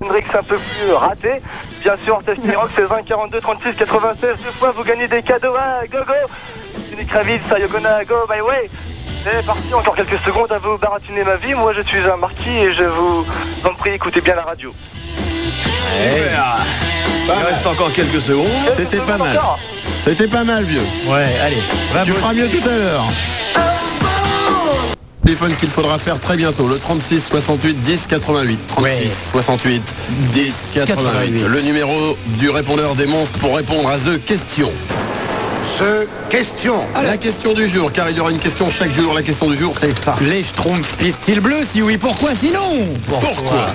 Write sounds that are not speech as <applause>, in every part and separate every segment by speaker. Speaker 1: Hendrix un peu plus euh, raté. Bien sûr, test Rock, c'est 20, 42, 36, 96, deux fois, vous gagnez des cadeaux. Ah, go, go Nick Kravitz, Sayogona, go, my way C'est parti, encore quelques secondes à vous baratiner ma vie. Moi, je suis un marquis et je vous en prie, écoutez bien la radio.
Speaker 2: Super. Il reste encore quelques secondes.
Speaker 3: C'était
Speaker 1: Quelques
Speaker 3: pas
Speaker 1: secondes
Speaker 3: mal.
Speaker 1: encore.
Speaker 3: C'était pas mal, vieux.
Speaker 4: Ouais, allez.
Speaker 3: Tu
Speaker 5: Ah
Speaker 4: bravo.
Speaker 3: feras mieux tout à l'heure. Téléphone qu'il faudra faire très bientôt, le 36 68 10 88. 36
Speaker 4: Ouais.
Speaker 3: 68 10 88.
Speaker 4: 88.
Speaker 3: Le numéro du répondeur des monstres pour répondre à The Question.
Speaker 5: Ce question.
Speaker 3: La question du jour, car il y aura une question chaque jour. La question du jour, c'est ça.
Speaker 4: Les Schtroumpfs pistil bleu, si oui, pourquoi sinon
Speaker 3: Pourquoi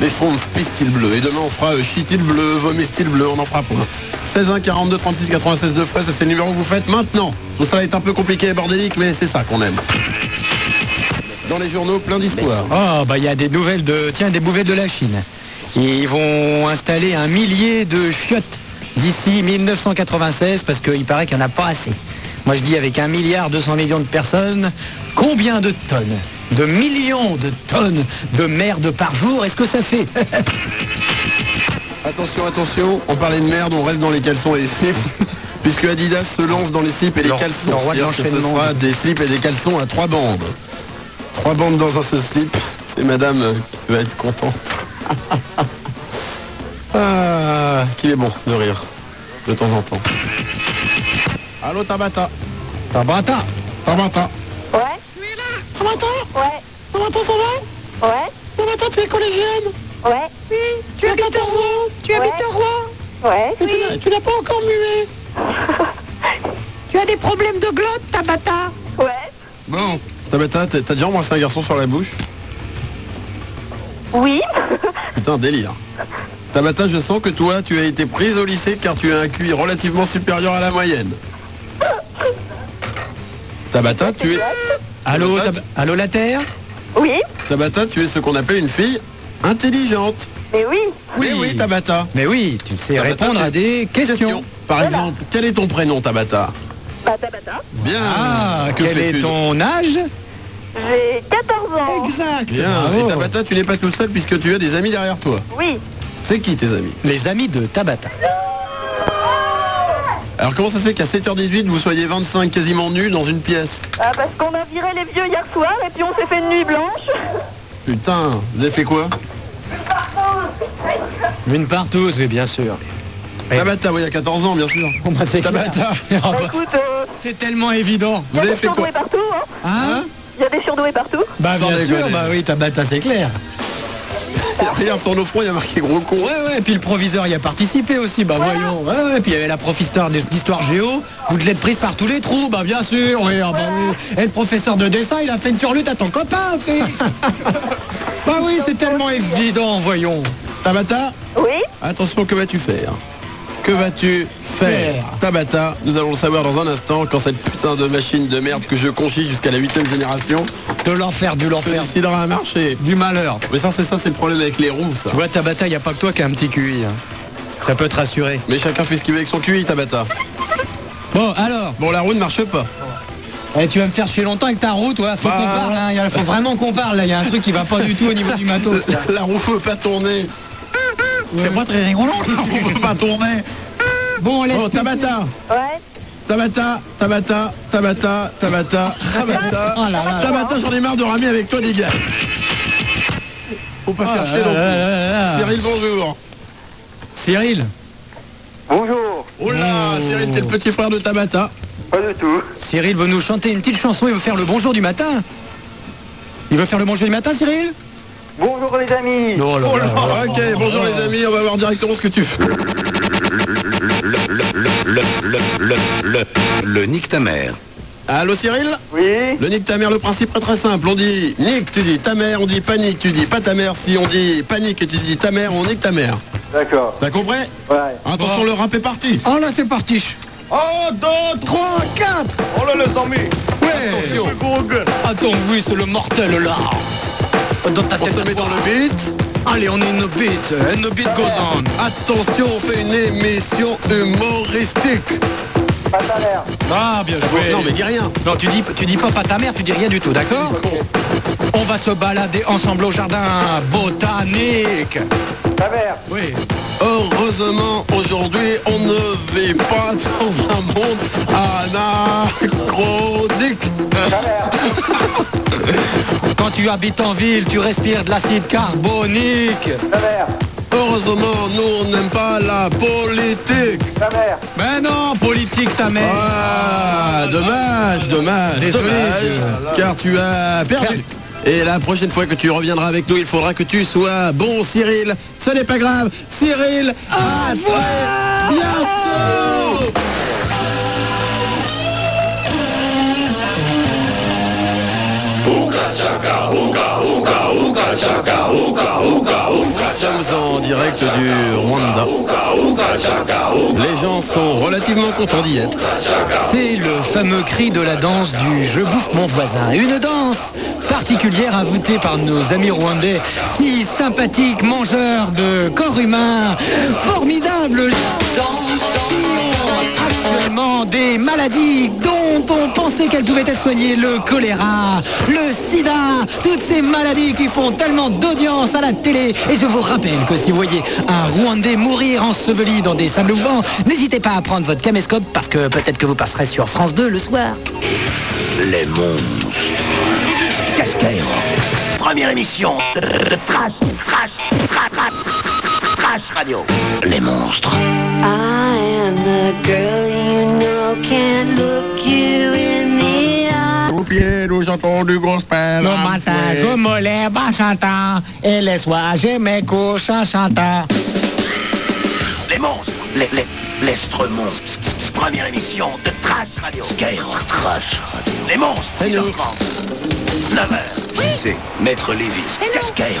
Speaker 3: les schtroumpfs pissent-ils bleu Et demain on fera euh, chie-t-il bleu, vomissent-ils bleu, on en fera plein. 16 1 42 36 96 deux fois, ça c'est le numéro que vous faites maintenant. Tout ça est un peu compliqué et bordélique, mais c'est ça qu'on aime. Dans les journaux, plein d'histoires.
Speaker 4: Ah bah il y a des nouvelles de tiens des nouvelles de la Chine. Ils vont installer un millier de chiottes d'ici 1996 parce qu'il paraît qu'il n'y en a pas assez. Moi je dis avec un milliard 200 millions de personnes, combien de tonnes De millions de tonnes de merde par jour, est-ce que ça <laughs> fait
Speaker 3: Attention, attention, on parlait de merde, on reste dans les caleçons et les slips. <laughs> Puisque Adidas se lance dans les slips et les
Speaker 4: Le-
Speaker 3: caleçons.
Speaker 4: le roi de
Speaker 3: C'est-à-dire que ce
Speaker 4: l'enchaînement.
Speaker 3: sera des slips et des caleçons à trois bandes. Trois bandes dans un seul slip, c'est madame euh, qui va être contente. <laughs> ah, qu'il est bon de rire, de temps en temps. Allô Tabata
Speaker 4: Tabata
Speaker 3: Tabata
Speaker 6: Ouais,
Speaker 3: Tabata
Speaker 6: ouais,
Speaker 3: Tabata, ça va
Speaker 6: ouais,
Speaker 3: Tabata, tu es collégienne
Speaker 6: ouais,
Speaker 3: Tu as 14 ans
Speaker 6: Tu habites à
Speaker 3: Rouen
Speaker 6: ouais.
Speaker 3: Mais tu l'as- Ah, Tu l'as pas encore muet
Speaker 7: <laughs> Tu as des problèmes de glotte, Tabata
Speaker 6: Ouais.
Speaker 3: Bon, Tabata, t'as t'as déjà embrassé un garçon sur la bouche
Speaker 6: Oui.
Speaker 3: Putain, délire. Tabata, je sens que toi, tu as été prise au lycée car tu as un QI relativement supérieur à la moyenne. Tabata, tu es,
Speaker 4: Allô,
Speaker 3: Tabata,
Speaker 4: Tab- allô la Terre
Speaker 6: Oui.
Speaker 3: Tabata, tu es ce qu'on appelle une fille intelligente.
Speaker 6: Mais oui.
Speaker 3: Oui, oui, Tabata.
Speaker 4: Mais oui, tu sais
Speaker 3: Tabata,
Speaker 4: répondre
Speaker 3: tu-
Speaker 4: à des questions.
Speaker 3: Par exemple, quel est ton prénom, Tabata
Speaker 6: Bah, Tabata.
Speaker 3: Bien.
Speaker 4: Ah,
Speaker 3: Que
Speaker 4: quel est
Speaker 3: fais-tu
Speaker 4: ton âge
Speaker 6: J'ai 14 ans.
Speaker 4: Exact.
Speaker 3: Bien. Et Tabata, tu n'es pas tout seul puisque tu as des amis derrière toi.
Speaker 6: Oui.
Speaker 3: C'est qui tes amis
Speaker 4: Les amis de Tabata.
Speaker 3: Alors comment ça se fait qu'à 7h18, vous soyez 25 quasiment nus dans une pièce
Speaker 6: Ah, parce qu'on a viré les vieux hier soir et puis on s'est fait une nuit blanche.
Speaker 3: Ah, Putain, vous avez fait quoi
Speaker 4: Une part tous, oui, bien sûr. Oui.
Speaker 3: Tabata, oui, à 14 ans, bien sûr.
Speaker 4: Bon, bah, c'est clair. <laughs>
Speaker 3: Tabata,
Speaker 4: Oh,
Speaker 6: Bah,
Speaker 4: bah,
Speaker 6: écoute, euh,
Speaker 4: c'est tellement évident.
Speaker 3: vous
Speaker 6: il y a
Speaker 3: avez
Speaker 6: des
Speaker 3: fait quoi
Speaker 6: surdoués partout. Hein.
Speaker 4: Hein
Speaker 6: Il y a des surdoués partout.
Speaker 4: Bah
Speaker 3: Sans
Speaker 4: bien sûr,
Speaker 3: déconner.
Speaker 4: bah oui, Tabata, c'est clair.
Speaker 3: Regarde, sur nos fronts, il y a marqué gros con.
Speaker 4: Ouais, ouais, et puis le proviseur y a participé aussi, bah voyons. Ouais, ouais, puis il y avait la prof histoire des- d'histoire géo, vous de l'êtes prise par tous les trous, bah bien sûr, oui, ah, bah oui. Et le professeur de dessin, il a fait une turlute à ton copain aussi. bah oui, c'est tellement évident, voyons.
Speaker 3: Tabata,
Speaker 6: Oui.
Speaker 3: attention, que vas-tu faire Que vas-tu faire
Speaker 4: Faire.
Speaker 3: Tabata, nous allons le savoir dans un instant quand cette putain de machine de merde que je conchis jusqu'à la 8ème génération
Speaker 4: De l'enfer, du
Speaker 3: se
Speaker 4: l'enfer,
Speaker 3: décidera à marcher.
Speaker 4: du malheur.
Speaker 3: Mais ça, c'est ça, c'est le problème avec les roues, ça.
Speaker 4: Tu vois, Tabata, il a pas que toi qui a un petit QI. hein. Ça peut te rassurer.
Speaker 3: Mais chacun fait ce qu'il veut avec son QI, Tabata.
Speaker 4: Bon, alors,
Speaker 3: Bon, la roue ne marche pas.
Speaker 4: eh, tu vas me faire chier longtemps avec ta route, ouais. Faut
Speaker 3: Bah.
Speaker 4: qu'on parle, hein, y a- faut vraiment qu'on parle, là. Il y a un truc qui va pas du tout au niveau du matos. là.
Speaker 3: <laughs> La roue peut pas tourner.
Speaker 4: C'est pas très rigolant.
Speaker 3: La roue peut pas tourner.
Speaker 4: Bon, laisse.
Speaker 3: Bon, Oh, Tabata,
Speaker 6: Ouais.
Speaker 3: Tabata, Tabata, Tabata, Tabata, Tabata.
Speaker 4: <laughs> Oh là là.
Speaker 3: Tabata, j'en ai marre de ramer avec toi, des gars. Faut pas
Speaker 4: Oh
Speaker 3: faire
Speaker 4: là
Speaker 3: chier
Speaker 4: là
Speaker 3: non plus.
Speaker 4: là là là.
Speaker 3: Cyril, bonjour.
Speaker 4: Cyril,
Speaker 1: Bonjour.
Speaker 3: Oh là,
Speaker 4: Oh.
Speaker 3: Cyril, t'es le petit frère de Tabata.
Speaker 1: Pas du tout.
Speaker 4: Cyril veut nous chanter une petite chanson. Il veut faire le bonjour du matin. Il veut faire le bonjour du matin, Cyril
Speaker 1: Bonjour les amis.
Speaker 4: Non, là, là, Oh là, là.
Speaker 3: Ok, bonjour les amis, on va voir directement ce que tu fais.
Speaker 5: Le, le, le, le, le nique ta mère.
Speaker 3: Allô Cyril
Speaker 1: Oui.
Speaker 3: Le nique ta mère, le principe est très simple. On dit nique, tu dis ta mère, on dit panique, tu dis pas ta mère. Si on dit panique et tu dis ta mère, on nique ta mère.
Speaker 1: D'accord.
Speaker 3: T'as compris
Speaker 1: Ouais.
Speaker 3: Attention, le rap est parti.
Speaker 4: Oh là, c'est parti.
Speaker 2: Oh, d'autres
Speaker 4: 3, 4.
Speaker 2: Oh là, le 100 000
Speaker 4: Ouais.
Speaker 3: Attention,
Speaker 4: Attends, oui, c'est le mortel là. Dans ta
Speaker 3: on
Speaker 4: tête.
Speaker 3: se
Speaker 4: à
Speaker 3: met
Speaker 4: toi.
Speaker 3: dans le beat.
Speaker 4: Allez, on est no beat. And the beat goes on.
Speaker 3: Attention, on fait une émission humoristique.
Speaker 4: Ah, bien
Speaker 3: Bon,
Speaker 4: joué.
Speaker 3: Non mais dis rien.
Speaker 4: Non, tu dis, tu dis pas pas ta mère, tu dis rien du tout, d'accord
Speaker 3: Con.
Speaker 4: On va se balader ensemble au jardin botanique.
Speaker 1: Ta mère
Speaker 3: Oui. Heureusement, aujourd'hui, on ne vit pas dans un monde anachronique.
Speaker 4: Quand tu habites en ville, tu respires de l'acide carbonique.
Speaker 1: Ta mère
Speaker 3: Heureusement, nous, on n'aime pas la politique.
Speaker 1: Ta mère
Speaker 4: Mais non, politique ta mère.
Speaker 3: Ah, dommage, dommage,
Speaker 4: Désolé,
Speaker 3: dommage, car tu as perdu. Et la prochaine fois que tu reviendras avec nous, il faudra que tu sois bon, Cyril. Ce n'est pas grave, Cyril. À très bientôt. Nous sommes en direct du Rwanda. Les gens sont relativement contents d'y être.
Speaker 4: C'est le fameux cri de la danse du Je bouffe mon voisin. Une danse particulière inventée par nos amis rwandais, si sympathiques mangeurs de corps humain. Formidable danse qui ont actuellement des maladies dont on pensait qu'elles pouvaient être soignées. Le choléra, le sida, toutes ces maladies qui font tellement d'audience à la télé. Et je vous rappelle que si vous voyez un Rwandais mourir enseveli dans des sables mouvants, n'hésitez pas à prendre votre caméscope parce que peut-être que vous passerez sur France 2 le soir.
Speaker 5: Les monstres.
Speaker 8: Casquère. Première émission de de Trash, Trash, Trash, Trash, Trash Radio.
Speaker 5: Les monstres.
Speaker 9: I am the girl you know can't look you in the eye.
Speaker 3: Au pied, nous chantons du gros spell.
Speaker 4: Le matin, je me lève en chantant et le soir, je me couche en chantant.
Speaker 8: Les monstres. Les, les, l'estre monstre. Première émission de Trash Radio.
Speaker 5: Skyrock Trash.
Speaker 8: Les monstres, 6h30. 9h.
Speaker 5: JC. Maître Lévis.
Speaker 8: Skyrock.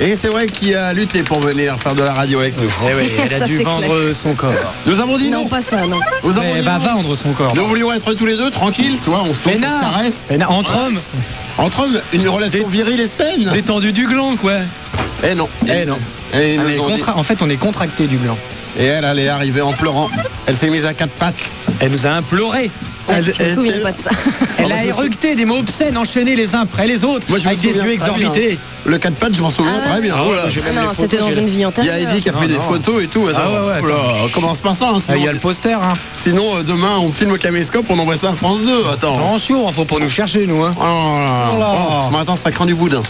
Speaker 3: Et c'est vrai qu'il a lutté pour venir faire de la radio avec nous.
Speaker 4: Eh
Speaker 2: elle a
Speaker 7: Ça,
Speaker 2: dû
Speaker 7: c'est
Speaker 2: vendre
Speaker 7: clair.
Speaker 2: euh, son corps.
Speaker 3: Nous avons dit non.
Speaker 7: Non, pas ça, non.
Speaker 3: Nous avons
Speaker 4: Elle
Speaker 3: dit
Speaker 4: va
Speaker 3: non.
Speaker 4: vendre son corps.
Speaker 3: Nous voulions être tous les deux tranquilles, tu vois, on se touche, on se
Speaker 4: Peinard.
Speaker 3: caresse.
Speaker 4: Peinard, Entre hommes,
Speaker 3: Entre hommes, une relation
Speaker 4: Des-
Speaker 3: virile et saine.
Speaker 4: détendu du gland, quoi.
Speaker 3: Eh non, eh non. Et, ils
Speaker 4: On est
Speaker 3: nous ont dit-
Speaker 4: contra- En fait, on est contracté du gland.
Speaker 3: et elle, elle est arrivée en pleurant. Elle s'est mise à quatre pattes.
Speaker 4: Elle nous a imploré. Elle,
Speaker 7: Je me souviens pas de ça.
Speaker 4: elle a éructé des mots obscènes enchaînés les uns après les autres,
Speaker 3: Moi, je me
Speaker 4: avec des
Speaker 3: souviens
Speaker 4: yeux
Speaker 3: très
Speaker 4: exorbités.
Speaker 3: Le quatre pattes, je m'en souviens très bien. Oh là.
Speaker 2: J'ai même les
Speaker 7: Ah, Non,
Speaker 2: photos,
Speaker 7: c'était dans
Speaker 2: j'ai-
Speaker 7: une vie
Speaker 3: Il
Speaker 7: antérieure.
Speaker 3: y a Eddie qui a pris des photos et tout. Attends,
Speaker 4: Ah ouais, ouais,
Speaker 3: oh là, on commence par ça. hein,
Speaker 4: Ah,
Speaker 3: sinon,
Speaker 4: Il y a le poster. Hein.
Speaker 3: sinon, euh, demain, on filme au caméscope, on envoie ça à France 2.
Speaker 4: Oh.
Speaker 3: Attends.
Speaker 4: Attention, faut pour nous chercher, nous. Hein.
Speaker 3: Oh là là.
Speaker 4: Oh là.
Speaker 3: Oh, ce matin, ça craint du boudin.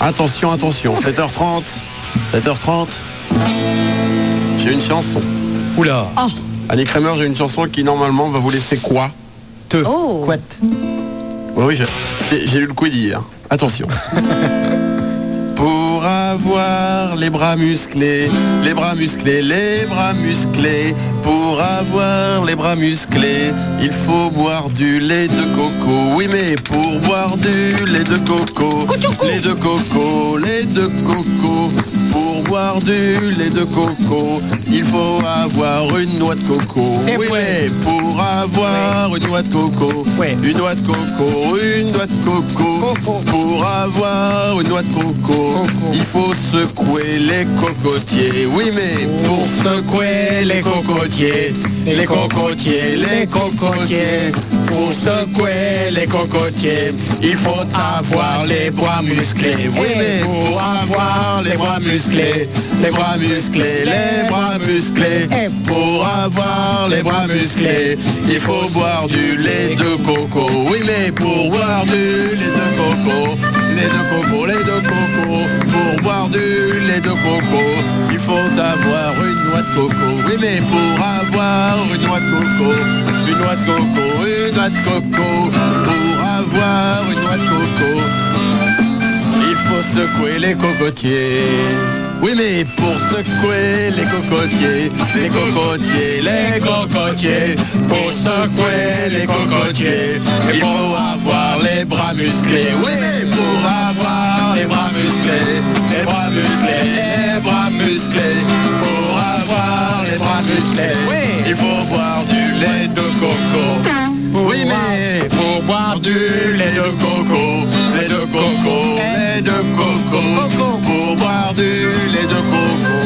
Speaker 3: attention, attention. 7h30. 7h30. J'ai une chanson.
Speaker 4: Oula.
Speaker 7: Ah.
Speaker 3: Annie Kramer, j'ai une chanson qui normalement va vous laisser quoi
Speaker 4: Te.
Speaker 7: Oh.
Speaker 4: Couette.
Speaker 3: Oui, oui, je- j'ai j'ai lu le coup d'hier. Attention. Pour avoir les bras musclés, les bras musclés, les bras musclés, pour avoir les bras musclés, il faut boire du lait de coco. Oui, mais pour boire du lait de coco, lait de coco, lait de coco, pour boire du lait de coco, il faut avoir une noix de coco.
Speaker 4: C'est
Speaker 3: Oui,
Speaker 4: vrai.
Speaker 3: mais pour avoir une noix de coco,
Speaker 4: Ouais.
Speaker 3: une noix de coco, une noix de coco.
Speaker 4: Coco.
Speaker 3: Pour avoir une noix de coco, il faut secouer les cocotiers. Oui, mais pour secouer les cocotiers, les cocotiers, les cocotiers. Pour secouer les cocotiers, il faut avoir les bras musclés. Oui, mais pour avoir les bras musclés, les bras musclés, les bras musclés. Pour avoir les bras musclés, il faut boire du lait de coco. Oui, mais pour boire du lait de coco, lait de coco, lait de coco. Pour boire du lait de coco, il faut avoir une noix de coco. Oui, mais pour avoir une noix de coco, une noix de coco, une noix de coco. Pour avoir une noix de coco, il faut secouer les cocotiers. Oui mais pour secouer les cocotiers, les cocotiers, les cocotiers, pour secouer les cocotiers, il faut avoir les bras musclés. Oui mais pour avoir les bras musclés, les bras musclés, les bras musclés, pour avoir les bras musclés. Oui, il faut boire du lait de coco. Oui, mais pour boire du lait de coco, lait de coco, lait de coco, pour boire du lait de coco,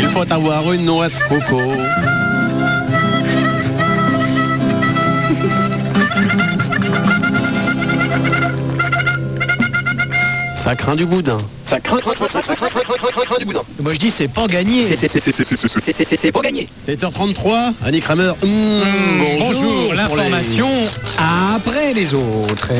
Speaker 3: il faut avoir une noix de coco. Ça craint du boudin.
Speaker 8: Ça craint, craint, craint, craint, craint, craint, craint, craint, craint du boudin.
Speaker 4: Moi je dis c'est pas gagné.
Speaker 8: C'est, c'est, c'est, c'est, c'est, c'est, c'est, c'est, c'est, c'est, c'est pas gagné.
Speaker 3: 7h33, Annie Kramer. mm,
Speaker 4: Bonjour,
Speaker 3: pour
Speaker 4: l'information après les autres.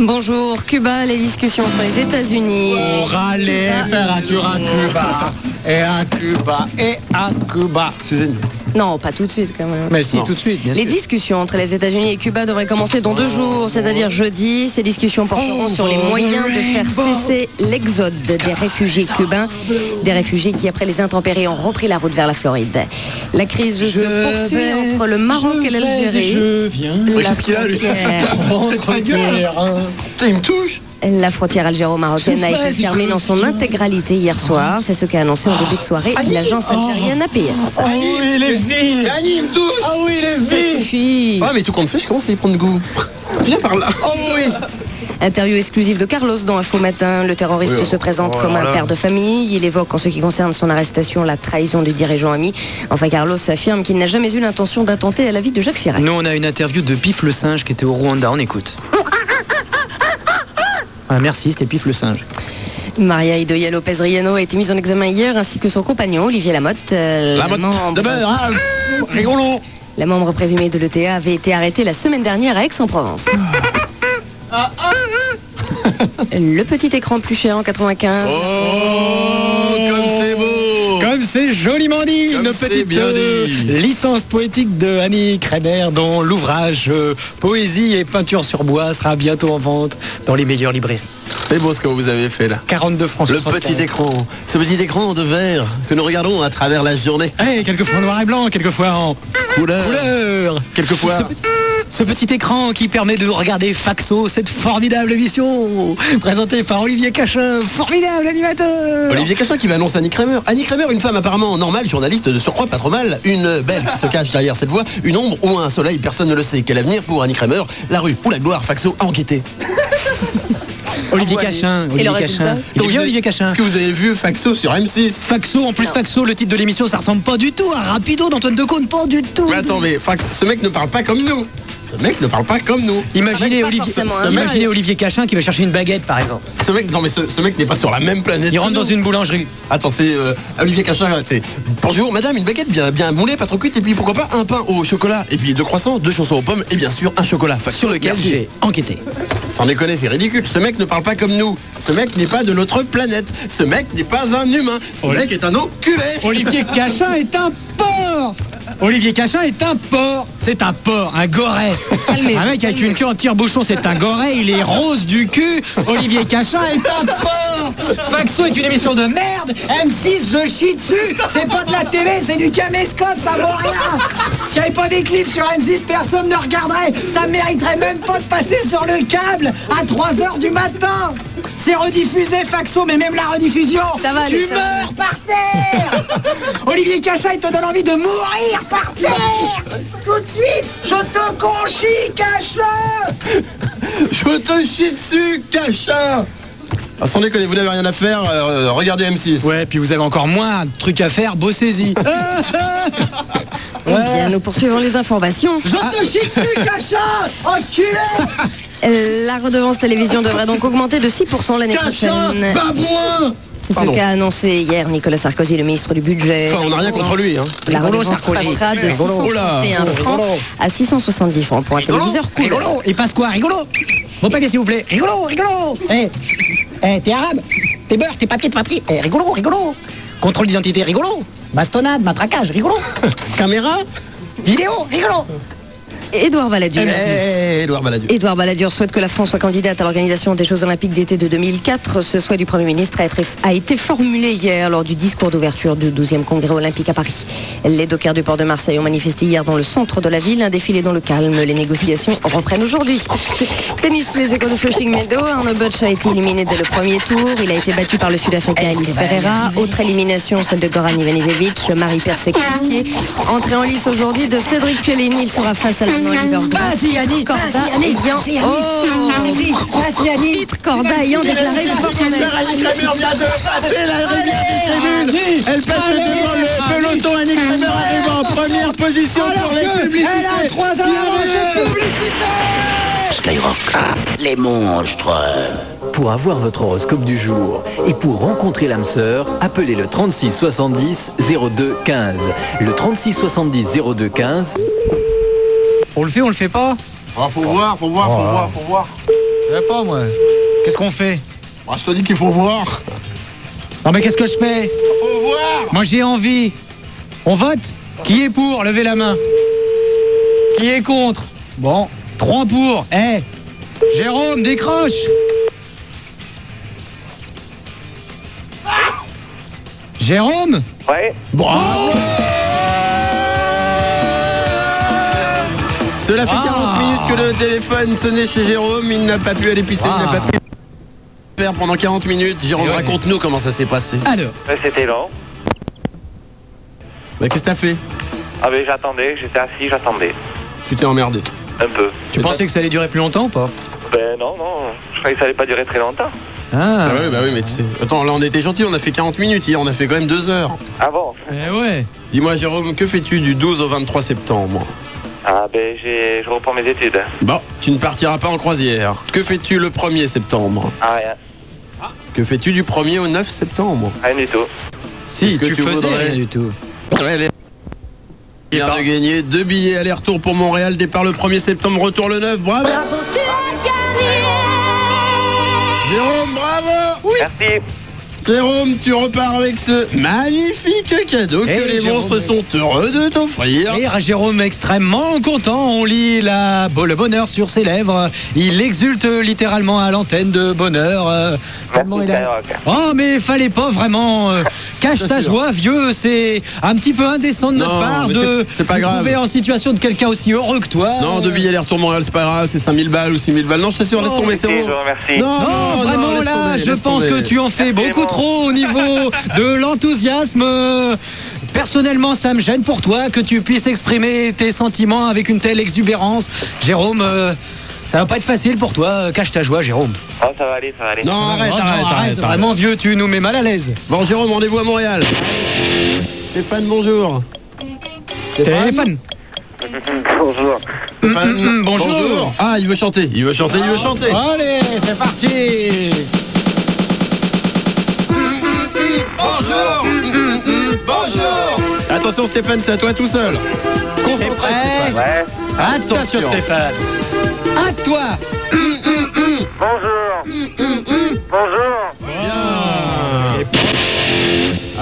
Speaker 10: Bonjour, Cuba, les discussions entre les États-Unis.
Speaker 4: On râlait
Speaker 7: Ah.
Speaker 10: Cuba.
Speaker 4: faire un tour à Cuba. Et à Cuba, et à Cuba.
Speaker 3: les- Suzanne,
Speaker 10: Non, pas tout de suite quand même.
Speaker 4: Mais si,
Speaker 3: Non.
Speaker 4: tout de suite, bien
Speaker 10: Les
Speaker 4: sûr.
Speaker 10: discussions entre les États-Unis et Cuba devraient commencer dans deux jours, c'est-à-dire jeudi. Ces discussions
Speaker 3: Oh,
Speaker 10: porteront sur
Speaker 3: bah,
Speaker 10: les moyens de faire cesser l'exode des réfugiés cubains, des réfugiés qui, après les intempéries, ont repris la route vers la Floride. La crise se
Speaker 4: Euh,
Speaker 10: poursuit
Speaker 4: ben,
Speaker 10: entre le Maroc et l'Algérie.
Speaker 3: <laughs>
Speaker 4: Je viens.
Speaker 3: Oui,
Speaker 10: La
Speaker 3: c'est ce qu'il a, lui.
Speaker 10: frontière,
Speaker 3: Ta gueule. Putain, il me touche.
Speaker 10: la frontière algéro-marocaine a été fermée dans son intégralité hier soir. C'est ce qu'a annoncé en début de soirée
Speaker 3: Ah,
Speaker 10: l'agence algérienne APS.
Speaker 4: Ah oui, les filles
Speaker 3: Annie, il me touche.
Speaker 4: Ah oui, les
Speaker 10: Ça
Speaker 4: filles
Speaker 10: suffit.
Speaker 3: Ah, mais tout compte fait, je commence à y prendre goût. <laughs> Viens par là. Oh oui.
Speaker 10: Interview exclusive de Carlos dans Info Matin. Le terroriste se présente comme un père de famille. Il évoque en ce qui concerne son arrestation la trahison du dirigeant ami. Enfin, Carlos affirme qu'il n'a jamais eu l'intention d'attenter à la vie de Jacques Chirac.
Speaker 4: Nous, on a une interview de Pif le singe qui était au Rwanda, on écoute. Ah, merci, c'était Pif le singe.
Speaker 10: Maria Idoya Lopez Riano a été mise en examen hier, ainsi que son compagnon Olivier Lamotte. Euh,
Speaker 3: La motte de beurre. hein. Rigolo.
Speaker 10: la membre présumée de l'ETA avait été arrêtée la semaine dernière
Speaker 4: <laughs>
Speaker 10: à Aix-en-Provence. Le petit écran plus cher en 95.
Speaker 4: Oh.
Speaker 3: Oh, comme c'est beau.
Speaker 4: Comme c'est joliment dit,
Speaker 3: Oh. Comme
Speaker 4: une
Speaker 3: c'est
Speaker 4: petite
Speaker 3: bien
Speaker 4: euh,
Speaker 3: dit.
Speaker 4: licence poétique de Annie Kremer dont l'ouvrage euh, Poésie et peinture sur bois sera bientôt en vente dans les meilleures librairies.
Speaker 3: C'est beau ce que vous avez fait là.
Speaker 4: 42 francs.
Speaker 3: Le
Speaker 4: 75.
Speaker 3: petit écran, ce petit écran de verre que nous regardons à travers la journée.
Speaker 4: Eh, quelquefois en noir et blanc, quelquefois en
Speaker 3: Couleur.
Speaker 4: couleur.
Speaker 3: Quelquefois.
Speaker 4: Ce, petit- ce petit écran qui permet de regarder Faxo, cette formidable émission présentée par Olivier Cachin, formidable animateur.
Speaker 3: Olivier Cachin qui va annoncer Annie Kramer. Annie Kramer, une femme apparemment normale, journaliste de surcroît, pas trop mal, une belle qui se cache derrière cette voix, une ombre ou un soleil, personne ne le sait. Quel avenir pour Annie Kramer La rue ou la gloire, Faxo a enquêté.
Speaker 4: Olivier
Speaker 3: Envoyé.
Speaker 4: Cachin,
Speaker 10: Et le
Speaker 4: Olivier
Speaker 10: résultat
Speaker 4: Cachin. Il est bien Olivier Cachin.
Speaker 3: Est-ce que vous avez vu Faxo sur M6
Speaker 4: Faxo, en plus Faxo, le titre de l'émission, ça ressemble pas du tout à Rapido d'Antoine Decaune, pas du tout.
Speaker 3: Mais attends, mais Fax- ce mec ne parle pas comme nous. Ce mec ne parle pas comme nous.
Speaker 4: Imaginez,
Speaker 10: Pas
Speaker 4: Olivier,
Speaker 10: forcément, hein.
Speaker 4: imaginez Olivier Cachin qui va chercher une baguette, par exemple.
Speaker 3: Ce mec, non mais ce, ce mec n'est pas sur la même planète.
Speaker 4: Il
Speaker 3: que
Speaker 4: rentre
Speaker 3: nous.
Speaker 4: dans une boulangerie.
Speaker 3: Attends, c'est euh, Olivier Cachin, c'est bonjour madame, une baguette bien, bien moulée, pas trop cuite, et puis pourquoi pas un pain au chocolat, et puis deux croissants, deux chaussons aux pommes, et bien sûr un chocolat. Fax-
Speaker 4: Sur lequel
Speaker 3: Merci.
Speaker 4: j'ai enquêté.
Speaker 3: Sans déconner, c'est ridicule. Ce mec ne parle pas comme nous. Ce mec n'est pas de notre planète. Ce mec n'est pas un humain. Ce
Speaker 4: Oli-
Speaker 3: mec est un enculé.
Speaker 4: <laughs> Olivier Cachin est un porc Olivier Cachin est un porc C'est un porc, un goret
Speaker 10: Calmez-vous,
Speaker 4: Un mec avec
Speaker 10: calmez-vous.
Speaker 4: une queue en tire-bouchon, c'est un goret, il est rose du cul Olivier Cachin est un porc Faxo est une émission de merde M6, je chie dessus C'est pas de la télé, c'est du caméscope, ça vaut rien S'il n'y avait pas des clips sur M6, personne ne regarderait Ça mériterait même pas de passer sur le câble à 3h du matin C'est rediffusé, Faxo, mais même la rediffusion
Speaker 10: Ça va aller,
Speaker 4: Tu
Speaker 10: ça va aller.
Speaker 4: meurs par terre
Speaker 10: <laughs>
Speaker 4: Olivier Cachin, il te donne envie de mourir par terre Tout de suite, je te conchis, Cachin
Speaker 3: <laughs> Je te chie dessus, Cachin. Ah, sans déconner, vous n'avez rien à faire, euh, regardez M6.
Speaker 4: Ouais, puis vous avez encore moins de trucs à faire, bossez-y
Speaker 10: Eh Bien, nous poursuivons les informations.
Speaker 4: <laughs> Je te chie dessus, Cachin
Speaker 10: <laughs>
Speaker 4: Enculé
Speaker 10: La redevance télévision devrait donc augmenter de 6% l'année prochaine.
Speaker 3: babouin
Speaker 10: C'est ce
Speaker 3: Pardon.
Speaker 10: qu'a annoncé hier Nicolas Sarkozy, le ministre du budget.
Speaker 3: Enfin, on n'a rien contre lui, hein.
Speaker 10: La
Speaker 4: Rigolo,
Speaker 10: redevance
Speaker 4: Sarkozy.
Speaker 10: passera de
Speaker 4: Rigolo.
Speaker 10: 661 francs à 670 francs pour un téléviseur couleur.
Speaker 4: Rigolo Il passe quoi Rigolo Vos papiers, s'il vous plaît Rigolo, rigolo Eh eh, t'es arabe T'es beurre, t'es papier, t'es papier Eh, rigolo, rigolo Contrôle d'identité, rigolo Bastonnade, matraquage, rigolo
Speaker 3: Caméra
Speaker 4: Vidéo, rigolo
Speaker 10: Édouard Balladur.
Speaker 4: ben,
Speaker 3: Eh, Édouard Balladur.
Speaker 10: Édouard Balladur souhaite que la France soit candidate à l'organisation des Jeux Olympiques d'été de 2004. Ce souhait du Premier ministre a été, a été formulé hier lors du discours d'ouverture du 12e Congrès olympique à Paris. Les dockers du port de Marseille ont manifesté hier dans le centre de la ville, un défilé dans le calme. Les négociations reprennent aujourd'hui. Tennis, les échos de Flushing Meadow. Arnaud Butch a été éliminé dès le premier tour. Il a été battu par le Sud-Africain Alice Ferreira. Autre élimination, celle de Goran Ivanisevic. Marie-Pierre s'est qualifiée. Entrée en lice aujourd'hui de Cédric Piollini. Il sera face à l'Allemand Oliver
Speaker 7: Vas-y, Annie,
Speaker 10: Corda
Speaker 7: vas-y, Annie,
Speaker 10: ayant-
Speaker 7: vas-y, Annie. Vas-y,
Speaker 10: Oh
Speaker 7: vas-y, Annie.
Speaker 10: Peter Corda ayant déclaré
Speaker 3: Annie
Speaker 10: le
Speaker 3: Kramer vient de passer la rivière des tribunes. Elle passe devant le peloton. Annie Kramer arrive en première position pour les publicités.
Speaker 7: Elle a 3 ans d'avance de publicité
Speaker 8: Skyrock,
Speaker 5: Ah,
Speaker 8: les monstres.
Speaker 11: Pour avoir votre horoscope du jour et pour rencontrer l'âme sœur, appelez le 36 70 02 15. Le 36 70 02 15.
Speaker 4: On le fait, on le fait pas
Speaker 3: Ah, faut voir, faut voir, faut
Speaker 4: Oh.
Speaker 3: voir, faut voir.
Speaker 4: Je sais pas, moi. Qu'est-ce qu'on fait
Speaker 3: Ah, je te dis qu'il faut voir.
Speaker 4: Non, mais qu'est-ce que je fais
Speaker 3: Faut voir.
Speaker 4: Moi, j'ai envie. On vote Qui est pour Levez la main. Qui est contre Bon, trois pour. Eh Jérôme, décroche
Speaker 3: Ah
Speaker 4: Jérôme
Speaker 1: Ouais.
Speaker 3: Bravo Cela fait 40 minutes que le téléphone sonnait chez Jérôme, il n'a pas pu aller pisser, il n'a pas pu faire pendant 40 minutes. Jérôme, raconte-nous comment ça s'est passé.
Speaker 4: Alors
Speaker 1: Ouais, C'était lent.
Speaker 3: Bah, qu'est-ce que t'as fait
Speaker 1: Ah mais j'attendais, j'étais assis, j'attendais.
Speaker 3: Tu t'es emmerdé.
Speaker 1: Un peu.
Speaker 4: Tu pensais que ça allait durer plus longtemps ou pas
Speaker 1: Ben non, non. Je croyais que ça allait pas durer très longtemps.
Speaker 4: Ah,
Speaker 3: ouais, bah oui, mais tu sais. Attends, là on était gentil, on a fait 40 minutes hier, on a fait quand même 2 heures.
Speaker 1: Ah bon
Speaker 4: Eh ouais
Speaker 3: Dis-moi Jérôme, que fais-tu du 12 au 23 septembre
Speaker 1: Ah ben j'ai- je reprends mes études.
Speaker 3: Bon, tu ne partiras pas en croisière. Que fais-tu le 1er septembre
Speaker 1: Ah rien.
Speaker 3: Que fais-tu du 1er au 9 septembre
Speaker 1: Rien du tout.
Speaker 4: Si,
Speaker 3: Est-ce que
Speaker 4: tu,
Speaker 3: tu
Speaker 4: faisais
Speaker 3: voudrais-
Speaker 4: rien du tout.
Speaker 3: Ouais, les- Il vient de gagner deux billets aller-retour pour Montréal, départ le 1er septembre, retour le 9, bravo Jérôme, bravo
Speaker 1: Merci.
Speaker 3: Jérôme, tu repars avec ce magnifique cadeau que
Speaker 4: Eh,
Speaker 3: les
Speaker 4: Jérôme,
Speaker 3: monstres
Speaker 4: mais-
Speaker 3: sont heureux de t'offrir.
Speaker 4: Et Jérôme extrêmement content, on lit la, bo- le bonheur sur ses lèvres. Il exulte littéralement à l'antenne de bonheur. euh, tellement
Speaker 1: Merci,
Speaker 4: il a-
Speaker 1: Skyrock.
Speaker 4: Oh mais fallait pas vraiment euh, cache
Speaker 3: Bien
Speaker 4: ta
Speaker 3: sûr.
Speaker 4: joie vieux, c'est un petit peu indécent de notre
Speaker 3: Non,
Speaker 4: part
Speaker 3: mais
Speaker 4: de
Speaker 3: c'est- c'est pas
Speaker 4: de
Speaker 3: grave.
Speaker 4: trouver en situation de quelqu'un aussi heureux que toi.
Speaker 3: Non, deux billets aller-retour Montréal, c'est pas grave, c'est 5000 balles ou 6000 balles. Non, je t'assure, laisse
Speaker 4: Non,
Speaker 3: tomber, c'est
Speaker 1: Merci,
Speaker 3: bon.
Speaker 1: je vous remercie.
Speaker 3: Non,
Speaker 4: Non, vraiment
Speaker 3: laisse
Speaker 4: là,
Speaker 3: tomber,
Speaker 4: je
Speaker 3: laisse
Speaker 4: pense
Speaker 3: tomber.
Speaker 4: que tu en
Speaker 1: Merci,
Speaker 4: fais beaucoup
Speaker 1: bon.
Speaker 4: trop
Speaker 3: <laughs>
Speaker 4: au niveau de l'enthousiasme. Personnellement, ça me gêne pour toi que tu puisses exprimer tes sentiments avec une telle exubérance. Jérôme, euh, ça va pas être facile pour toi. Cache ta joie, Jérôme.
Speaker 1: Ah ça va aller, ça va aller.
Speaker 3: Non, arrête,
Speaker 4: Oh, non,
Speaker 3: arrête, arrête, arrête.
Speaker 4: Vraiment, vieux, tu nous mets mal à l'aise.
Speaker 3: Bon, Jérôme, rendez-vous à Montréal. Stéphane, bonjour.
Speaker 4: Stéphane.
Speaker 1: Bonjour.
Speaker 3: Stéphane,
Speaker 4: Mm, mm, mm, bonjour.
Speaker 3: Ah, il veut chanter, il veut chanter, il veut chanter.
Speaker 4: Allez, c'est parti.
Speaker 3: Bonjour Bonjour mm, Attention Stéphane, c'est à toi tout seul.
Speaker 4: T'es
Speaker 3: Concentré
Speaker 4: prêt
Speaker 3: Stéphane.
Speaker 1: Ouais.
Speaker 4: Attention, Stéphane. À toi.
Speaker 1: Bonjour. Bonjour.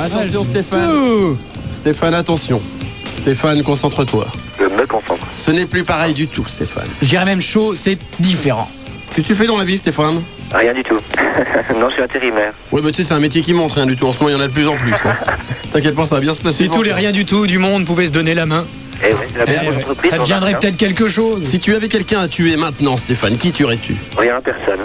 Speaker 3: Attention Stéphane. Stéphane, attention. Stéphane, concentre-toi.
Speaker 1: Je me concentre.
Speaker 3: Ce n'est plus pareil du tout, Stéphane.
Speaker 4: Je dirais même chaud, c'est différent.
Speaker 3: Qu'est-ce que tu fais dans la vie, Stéphane
Speaker 1: Rien du tout. <laughs> non, je suis intérimaire.
Speaker 3: Ouais, bah tu sais, c'est un métier qui montre rien du tout. En ce moment, il y en a de plus en plus. hein. <laughs> T'inquiète pas, ça va bien se passer.
Speaker 4: Si tous les rien du tout du monde pouvaient se donner la main,
Speaker 1: Eh ouais, c'est la meilleure
Speaker 3: ouais.
Speaker 1: entreprise.
Speaker 4: ça
Speaker 1: on
Speaker 4: deviendrait
Speaker 1: a, hein.
Speaker 4: peut-être quelque chose.
Speaker 3: Si tu avais quelqu'un à tuer maintenant, Stéphane, qui tuerais-tu
Speaker 1: Rien, personne.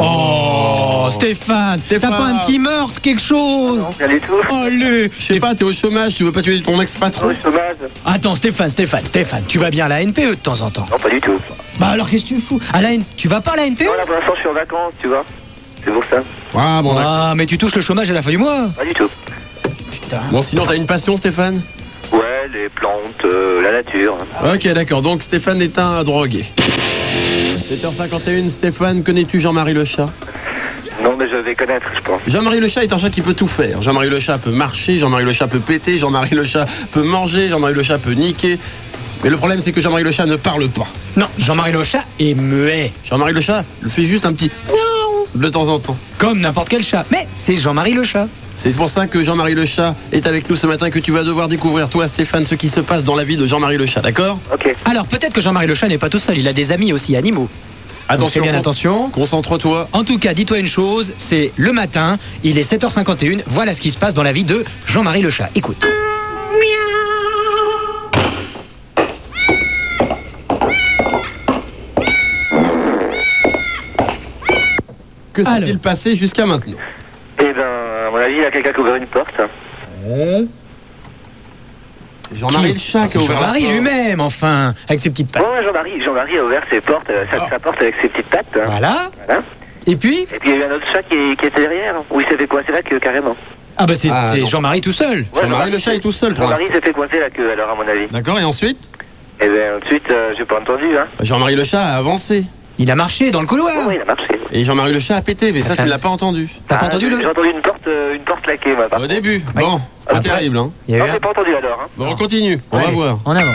Speaker 4: Oh, Stéphane,
Speaker 3: Stéphane.
Speaker 4: t'as pas un petit meurtre, quelque chose
Speaker 1: Rien du Ah tout.
Speaker 4: Allez
Speaker 3: Je sais pas, t'es au chômage, tu veux pas tuer ton ex-patron
Speaker 1: Au chômage.
Speaker 4: Attends, Stéphane, Stéphane, Stéphane, tu vas bien à la NPE de temps en temps
Speaker 1: Non, pas du tout.
Speaker 4: Bah alors qu'est-ce que tu fous à la N- E Tu vas pas à la NPE
Speaker 1: Non,
Speaker 12: Ah,
Speaker 1: là, pour
Speaker 12: bah,
Speaker 1: l'instant, je suis en vacances, tu vois. C'est pour ça.
Speaker 3: Ah bon, d'accord.
Speaker 4: Ah, mais tu touches le chômage à la fin du mois
Speaker 1: Pas du tout.
Speaker 4: Putain.
Speaker 3: Bon, sinon, t'as une passion, Stéphane
Speaker 1: Ouais, les plantes, euh, la nature.
Speaker 3: Ok, d'accord. Donc Stéphane est un drogué. 7h51, Stéphane, connais-tu Jean-Marie le chat
Speaker 1: Non, mais je vais connaître, je pense.
Speaker 3: Jean-Marie le chat est un chat qui peut tout faire. Jean-Marie le chat peut marcher, Jean-Marie le chat peut péter, Jean-Marie le chat peut manger, Jean-Marie le chat peut niquer. Mais le problème, c'est que Jean-Marie le chat ne parle pas.
Speaker 4: Non, Jean-Marie Le Chat est muet,
Speaker 3: Jean-Marie le chat le fait juste un petit miaou de temps en temps.
Speaker 4: comme n'importe quel chat. Mais c'est Jean-Marie Le Chat.
Speaker 3: C'est pour ça que Jean-Marie Le Chat est avec nous ce matin, que tu vas devoir découvrir, toi, Stéphane, ce qui se passe dans la vie de Jean-Marie Le Chat, d'accord
Speaker 4: Alors peut-être que Jean-Marie Le Chat n'est pas tout seul, il a des amis aussi animaux. Donc,
Speaker 3: Attention,
Speaker 4: fais bien
Speaker 3: con-
Speaker 4: attention.
Speaker 3: Concentre-toi.
Speaker 4: En tout cas, dis-toi une chose, c'est le matin, il est 7h51, voilà ce qui se passe dans la vie de Jean-Marie Le Chat. Écoute.
Speaker 3: Que s'est-il passé jusqu'à maintenant
Speaker 12: Eh ben, à mon avis, il y a quelqu'un qui a ouvert une porte. hein.
Speaker 3: C'est Jean-Marie
Speaker 4: Qui
Speaker 3: Le Chat qui a
Speaker 4: C'est
Speaker 3: ouvert la
Speaker 4: Jean-Marie
Speaker 3: porte.
Speaker 4: lui-même, enfin, avec ses petites pattes.
Speaker 12: Bon, Jean-Marie, Jean-Marie a ouvert ses portes, euh, sa, sa porte avec ses petites pattes. hein.
Speaker 4: Voilà.
Speaker 12: Voilà.
Speaker 4: Et puis
Speaker 12: Et puis il y a eu un autre chat qui, qui était derrière. Oui, il s'est fait coincer la queue carrément.
Speaker 4: Ah bah c'est
Speaker 12: Ah,
Speaker 4: c'est
Speaker 12: non.
Speaker 4: Jean-Marie tout seul.
Speaker 12: Ouais, Jean-Marie Le Chat est tout
Speaker 3: seul
Speaker 12: Jean-Marie s'est fait coincer la queue alors, à mon avis.
Speaker 3: D'accord, et ensuite Bah,
Speaker 12: Et bien, ensuite, euh, j'ai pas entendu, hein.
Speaker 3: Jean-Marie Le Chat a avancé.
Speaker 4: Il a marché dans le couloir.
Speaker 12: Oui, il a marché.
Speaker 3: Et Jean-Marie Le Chat a pété, mais ça, tu
Speaker 4: fait-
Speaker 3: ne l'as pas entendu.
Speaker 12: Ah, J'ai entendu une porte, euh, une porte laquée, moi, par
Speaker 3: Au
Speaker 4: Ah.
Speaker 12: contre.
Speaker 3: début. Bon, pas terrible, hein.
Speaker 4: Il y a
Speaker 12: Non,
Speaker 4: eu un-
Speaker 12: j'ai pas entendu alors, hein.
Speaker 3: Bon, on continue, on va
Speaker 4: Allez,
Speaker 3: voir.
Speaker 4: En avant.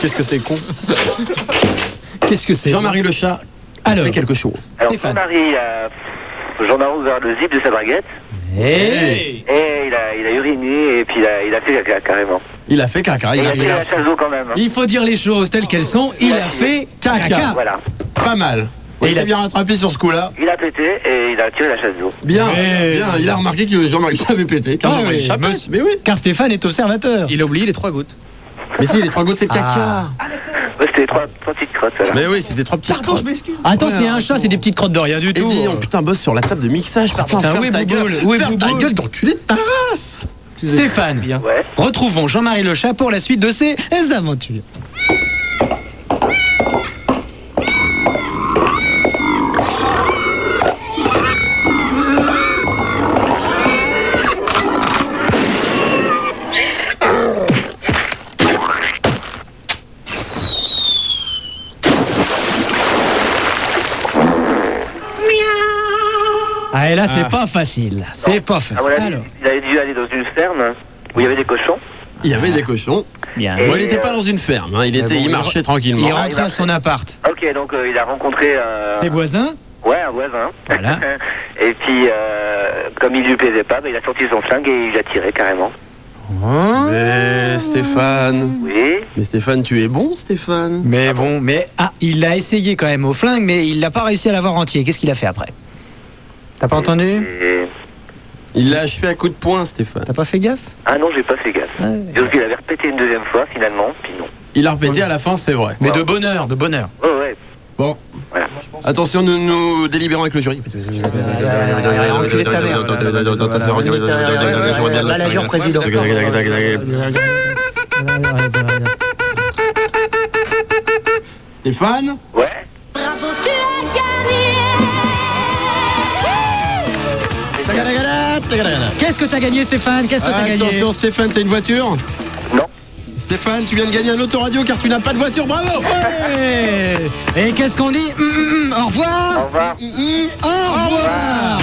Speaker 3: Qu'est-ce que c'est con
Speaker 4: Qu'est-ce que c'est
Speaker 3: Jean-Marie Le Chat a fait quelque chose.
Speaker 12: Alors,
Speaker 4: Stéphane.
Speaker 12: Jean-Marie a. Jean-Marie a ouvert le zip de sa baguette.
Speaker 3: Eh,
Speaker 4: Hey
Speaker 12: Et il a, il a uriné et puis il a, il a fait caca carrément.
Speaker 3: Il a fait caca,
Speaker 12: Et
Speaker 3: il a fait
Speaker 12: fait la chasse d'eau quand même. hein.
Speaker 4: Il faut dire les choses telles qu'elles sont, il
Speaker 3: Eh,
Speaker 4: a fait caca.
Speaker 12: Voilà.
Speaker 3: pas mal. Ouais,
Speaker 4: Et
Speaker 3: il
Speaker 4: il a-
Speaker 3: s'est bien rattrapé sur ce coup-là.
Speaker 12: Il a pété et il a tiré la chasse d'eau.
Speaker 3: Bien,
Speaker 4: Ouais.
Speaker 3: bien, il a remarqué que Jean-Marie Le Chat avait pété. Car
Speaker 4: Ah
Speaker 3: Jean-Marie
Speaker 4: oui,
Speaker 3: Le Chat
Speaker 4: mais-
Speaker 3: pète, mais oui.
Speaker 4: Car Stéphane est observateur.
Speaker 13: Il a oublié les trois gouttes.
Speaker 3: Mais si, les trois gouttes, c'est
Speaker 4: Ah.
Speaker 3: caca.
Speaker 12: Ouais, c'était trois, trois petites crottes. voilà.
Speaker 3: Mais oui, c'était trois petites crottes.
Speaker 4: Attends, s'il y a un chat, c'est des petites crottes de rien du
Speaker 3: Et
Speaker 4: tout.
Speaker 3: dis, oh, putain, bosse sur la table de mixage, putain,
Speaker 4: Putain,
Speaker 3: ferme
Speaker 4: oui,
Speaker 3: ta
Speaker 4: Bouboule,
Speaker 3: gueule,
Speaker 4: oui,
Speaker 3: ferme ta
Speaker 4: Bouboule.
Speaker 3: gueule d'enculé de ta race
Speaker 4: Stéphane,
Speaker 12: Ouais.
Speaker 4: retrouvons Jean-Marie Le Chat pour la suite de ses aventures. Ah, et là, c'est pas facile. C'est pas
Speaker 12: Ah, À mon
Speaker 4: facile.
Speaker 12: avis,
Speaker 4: Alors,
Speaker 12: il avait dû aller dans une ferme hein, où il y avait des cochons.
Speaker 3: Il y avait des cochons.
Speaker 4: bien.
Speaker 12: Et,
Speaker 3: Bon, il n'était pas
Speaker 12: euh,
Speaker 3: dans une ferme, hein, il,
Speaker 4: Mais
Speaker 3: était,
Speaker 4: bon,
Speaker 3: il
Speaker 4: il
Speaker 3: marchait
Speaker 4: re-
Speaker 3: tranquillement.
Speaker 4: Il rentre à son appart.
Speaker 12: Ok, donc euh, il a rencontré euh,
Speaker 4: Ses voisins
Speaker 12: ouais, un voisin. <laughs>
Speaker 4: Voilà.
Speaker 12: et puis, euh, comme il lui plaisait pas, bah, il a sorti son flingue et il a tiré carrément.
Speaker 4: Hein
Speaker 3: Mais Stéphane,
Speaker 12: Oui.
Speaker 3: mais Stéphane, tu es bon, Stéphane
Speaker 4: Mais bon, mais ah, il l'a essayé quand même au flingue, mais il n'a pas réussi à l'avoir entier. Qu'est-ce qu'il a fait après T'as pas entendu
Speaker 12: Et...
Speaker 3: Il l'a achevé à coups de poing, Stéphane.
Speaker 4: T'as pas fait gaffe
Speaker 12: Ah non, j'ai pas fait gaffe.
Speaker 4: Ouais.
Speaker 12: Sauf qu'il avait répété une deuxième fois finalement, puis non.
Speaker 3: Il a repété à la fin, c'est vrai.
Speaker 4: Mais de bonheur, de bonheur.
Speaker 12: Oh, ouais.
Speaker 3: Bon,
Speaker 12: Voilà.
Speaker 3: attention, nous nous délibérons avec le jury.
Speaker 4: Enculé de ta mère. Baladure, président.
Speaker 3: Stéphane
Speaker 12: Ouais.
Speaker 14: Bravo, tu as gagné
Speaker 3: Tagada, tagada.
Speaker 4: Qu'est-ce que t'as gagné, Stéphane Qu'est-ce que t'as gagné
Speaker 3: Attention Stéphane, t'as une voiture
Speaker 12: Non.
Speaker 3: Stéphane, tu viens de gagner un autoradio car tu n'as pas de voiture, bravo
Speaker 4: Ouais. Eh, Et qu'est-ce qu'on dit Hum, hum, hum, Au revoir
Speaker 12: Au revoir.
Speaker 4: Hum, Au revoir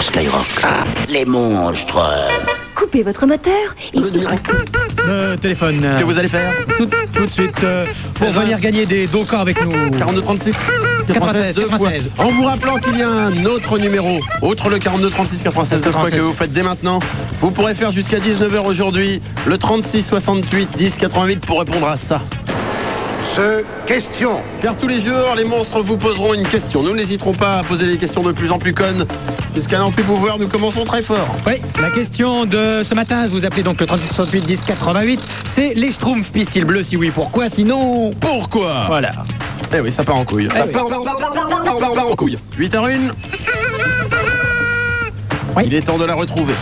Speaker 5: Skyrock, Ah, les monstres.
Speaker 14: Coupez votre moteur et
Speaker 13: Le téléphone.
Speaker 3: Que vous allez faire
Speaker 13: tout, tout de suite euh, pour venir gagner des dos corps avec nous.
Speaker 3: 42 36 96 deux fois.
Speaker 4: 96.
Speaker 3: En vous rappelant qu'il y a un autre numéro, autre le 42 36 96 deux fois que vous faites dès maintenant, vous pourrez faire jusqu'à 19h aujourd'hui le 36 68 10 88 pour répondre à ça.
Speaker 15: Ce question.
Speaker 3: Car tous les jours, les monstres vous poseront une question. Nous n'hésiterons pas à poser des questions de plus en plus connes. Jusqu'à n'en plus pouvoir, nous commençons très fort.
Speaker 4: Oui, la question de ce matin, vous appelez donc le 38 10 88, c'est les Schtroumpfs pistil bleu, si oui, pourquoi, sinon...
Speaker 3: Pourquoi
Speaker 4: Voilà.
Speaker 3: Eh oui, ça part en couille. Ça
Speaker 4: oui.
Speaker 3: part, part, part, part, part, part, part en couille. 8 à 1.
Speaker 4: Oui.
Speaker 3: Il est temps de la retrouver.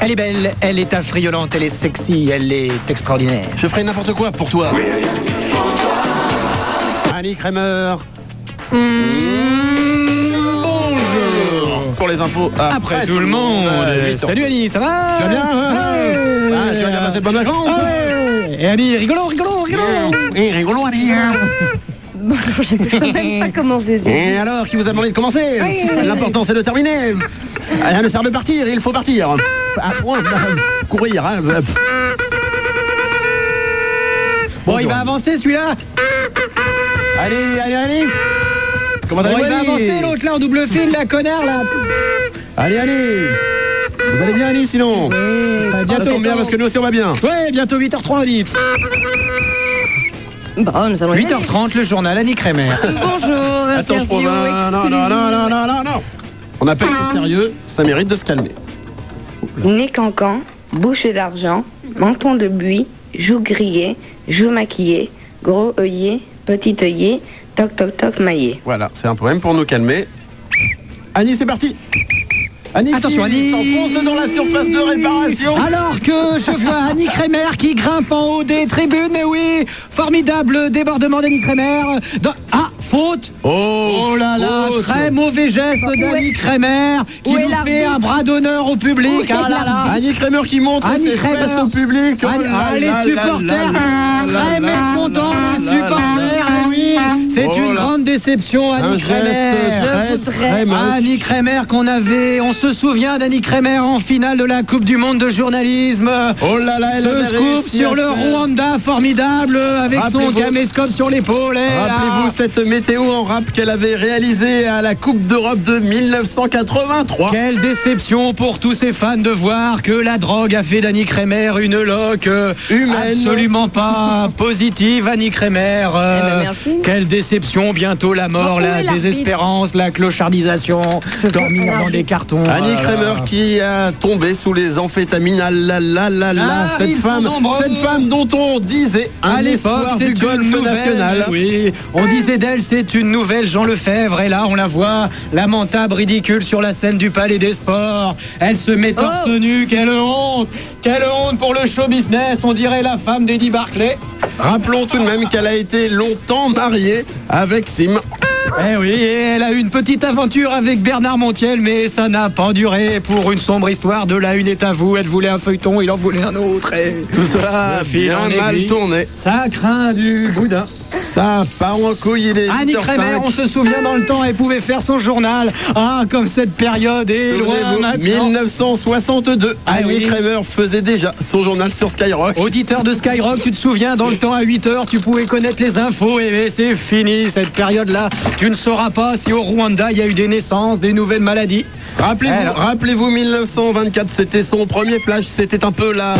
Speaker 4: Elle est belle, elle est affriolante, elle est sexy, elle est extraordinaire.
Speaker 3: Je ferai n'importe quoi pour toi. Annie Kramer.
Speaker 4: Hmm.
Speaker 3: Bonjour. Pour les infos, après,
Speaker 4: Après tout le monde. euh,
Speaker 3: à 8 ans.
Speaker 4: Salut Annie, ça va
Speaker 3: Tu vas bien hein Ah, Tu vas bien passer de bonnes vacances
Speaker 4: Ah Ouais. Et Annie, rigolo, rigolo, rigolo.
Speaker 3: Et rigolo, Annie.
Speaker 10: Bonjour, je ne peux même pas commencer. c'est-
Speaker 3: Et alors, qui vous a demandé de commencer L'important, c'est de terminer.
Speaker 4: Ah.
Speaker 3: Allez, le sert de partir, il faut partir. À point, courir. hein.
Speaker 4: Bon, il va avancer celui-là
Speaker 3: Allez, allez, allez Comment
Speaker 4: Bon,
Speaker 3: allez-vous,
Speaker 4: il va
Speaker 3: allez
Speaker 4: avancer l'autre là en double fil, la connard là
Speaker 3: Allez, allez Vous allez bien, Annie, sinon
Speaker 4: Ça va
Speaker 3: Ah, ça
Speaker 4: bientôt
Speaker 3: tombe bien parce que nous aussi on va bien.
Speaker 4: Ouais, bientôt 8h03, Annick.
Speaker 10: Bon, Ah, nous allons
Speaker 4: 8h30, le journal Annick Rémer.
Speaker 10: Bonjour,
Speaker 3: Attends, je
Speaker 10: interview
Speaker 3: prends un- Non, non, non, non, non, non, non. On appelle
Speaker 4: Ah.
Speaker 3: le sérieux, ça mérite de se calmer.
Speaker 16: Nez cancan, bouche d'argent, menton de buis, joues grillées, joues maquillées, gros œillet, petit œillet, toc toc toc maillé.
Speaker 3: Voilà, c'est un poème pour nous calmer. Annie, c'est parti Annie
Speaker 4: Attention,
Speaker 3: qui
Speaker 4: Annie.
Speaker 3: s'enfonce dans la surface de réparation.
Speaker 4: Alors que je vois Annie Kremer qui grimpe en haut des tribunes, et oui, formidable débordement d'Annie Kremer. Dans- Ah, faute
Speaker 3: Oh,
Speaker 4: là là,
Speaker 3: faute.
Speaker 4: très mauvais geste d'Annie Kremer qui
Speaker 3: Où est
Speaker 4: nous fait
Speaker 3: l'arbitre
Speaker 4: un bras d'honneur au public.
Speaker 3: Où est
Speaker 4: Ah là là.
Speaker 3: Annie Kremer qui montre
Speaker 4: Annie
Speaker 3: ses
Speaker 4: Kremer.
Speaker 3: fesses au public. Oh
Speaker 4: Annie-
Speaker 3: là
Speaker 4: ah,
Speaker 3: là
Speaker 4: les
Speaker 3: là
Speaker 4: supporters, hein,
Speaker 3: là là
Speaker 4: très hein,
Speaker 3: là
Speaker 4: mécontents,
Speaker 3: là
Speaker 4: les
Speaker 3: là là
Speaker 4: supporters,
Speaker 3: là.
Speaker 4: eh oui. C'est
Speaker 3: Oh
Speaker 4: une
Speaker 3: là.
Speaker 4: grande déception, Annie
Speaker 3: geste très,
Speaker 4: Kremer.
Speaker 3: très moche.
Speaker 4: Annie Kremer qu'on avait, on se souvient d'Annie Kremer en finale de la Coupe du Monde de journalisme.
Speaker 3: Oh là là, elle
Speaker 4: Ce
Speaker 3: avait
Speaker 4: scoop
Speaker 3: réussi à
Speaker 4: sur le
Speaker 3: faire.
Speaker 4: Rwanda formidable avec son
Speaker 3: Rappelez-vous-
Speaker 4: caméscope sur l'épaule. eh, là.
Speaker 3: Rappelez-vous cette météo en rap qu'elle avait réalisée à la Coupe d'Europe de 1983.
Speaker 4: Quelle déception pour tous ces fans de voir que la drogue a fait d'Annie Kremer une loque euh,
Speaker 3: Humaine.
Speaker 4: absolument
Speaker 10: <laughs>
Speaker 4: pas positive, Annie Kremer. euh,
Speaker 10: Eh ben, merci.
Speaker 4: Quelle déception, bientôt la mort,
Speaker 10: Bon, où est
Speaker 4: la
Speaker 10: l'arbitre
Speaker 4: désespérance, la clochardisation, dormir dans des cartons.
Speaker 3: Annie
Speaker 4: voilà.
Speaker 3: Kramer qui a tombé sous les amphétamines. Ah là là là là,
Speaker 4: Ah,
Speaker 3: cette
Speaker 4: ils sont
Speaker 3: femme,
Speaker 4: nombreux.
Speaker 3: cette femme dont on disait un
Speaker 4: À l'époque,
Speaker 3: espoir
Speaker 4: c'est
Speaker 3: du
Speaker 4: une
Speaker 3: golf
Speaker 4: nouvelle,
Speaker 3: national.
Speaker 4: Oui, on disait d'elle, c'est une nouvelle Jean Lefebvre. Et là, on la voit, lamentable, ridicule, sur la scène du Palais des Sports. Elle se met torse
Speaker 10: Oh.
Speaker 4: nu. Quelle honte Quelle honte pour le show business. On dirait la femme d'Eddie Barclay.
Speaker 3: Rappelons tout de même qu'elle a été longtemps mariée avec Sim.
Speaker 4: Eh oui, et elle a eu une petite aventure avec Bernard Montiel, mais ça n'a pas duré pour une sombre histoire de la une est à vous. Elle voulait un feuilleton, il en voulait un autre. et
Speaker 3: Tout cela
Speaker 4: le
Speaker 3: a
Speaker 4: fil
Speaker 3: bien
Speaker 4: en
Speaker 3: mal
Speaker 4: aiguille.
Speaker 3: tourné.
Speaker 4: Ça craint du boudin.
Speaker 3: Ça part en couille, il est
Speaker 4: Annie
Speaker 3: 8h05.
Speaker 4: Kremer, on se souvient dans le temps, elle pouvait faire son journal. Ah, comme cette période est loin
Speaker 3: Souvenez-vous,
Speaker 4: maintenant.
Speaker 3: 1962,
Speaker 4: Ah
Speaker 3: Annie
Speaker 4: oui.
Speaker 3: Kramer faisait déjà son journal sur Skyrock.
Speaker 4: Auditeur de Skyrock, tu te souviens, dans le temps à 8h, tu pouvais connaître les infos et mais c'est fini cette période-là. Tu ne sauras pas si au Rwanda il y a eu des naissances, des nouvelles maladies.
Speaker 3: Rappelez-vous,
Speaker 4: Alors.
Speaker 3: rappelez-vous 1924, c'était son premier flash, c'était un peu la...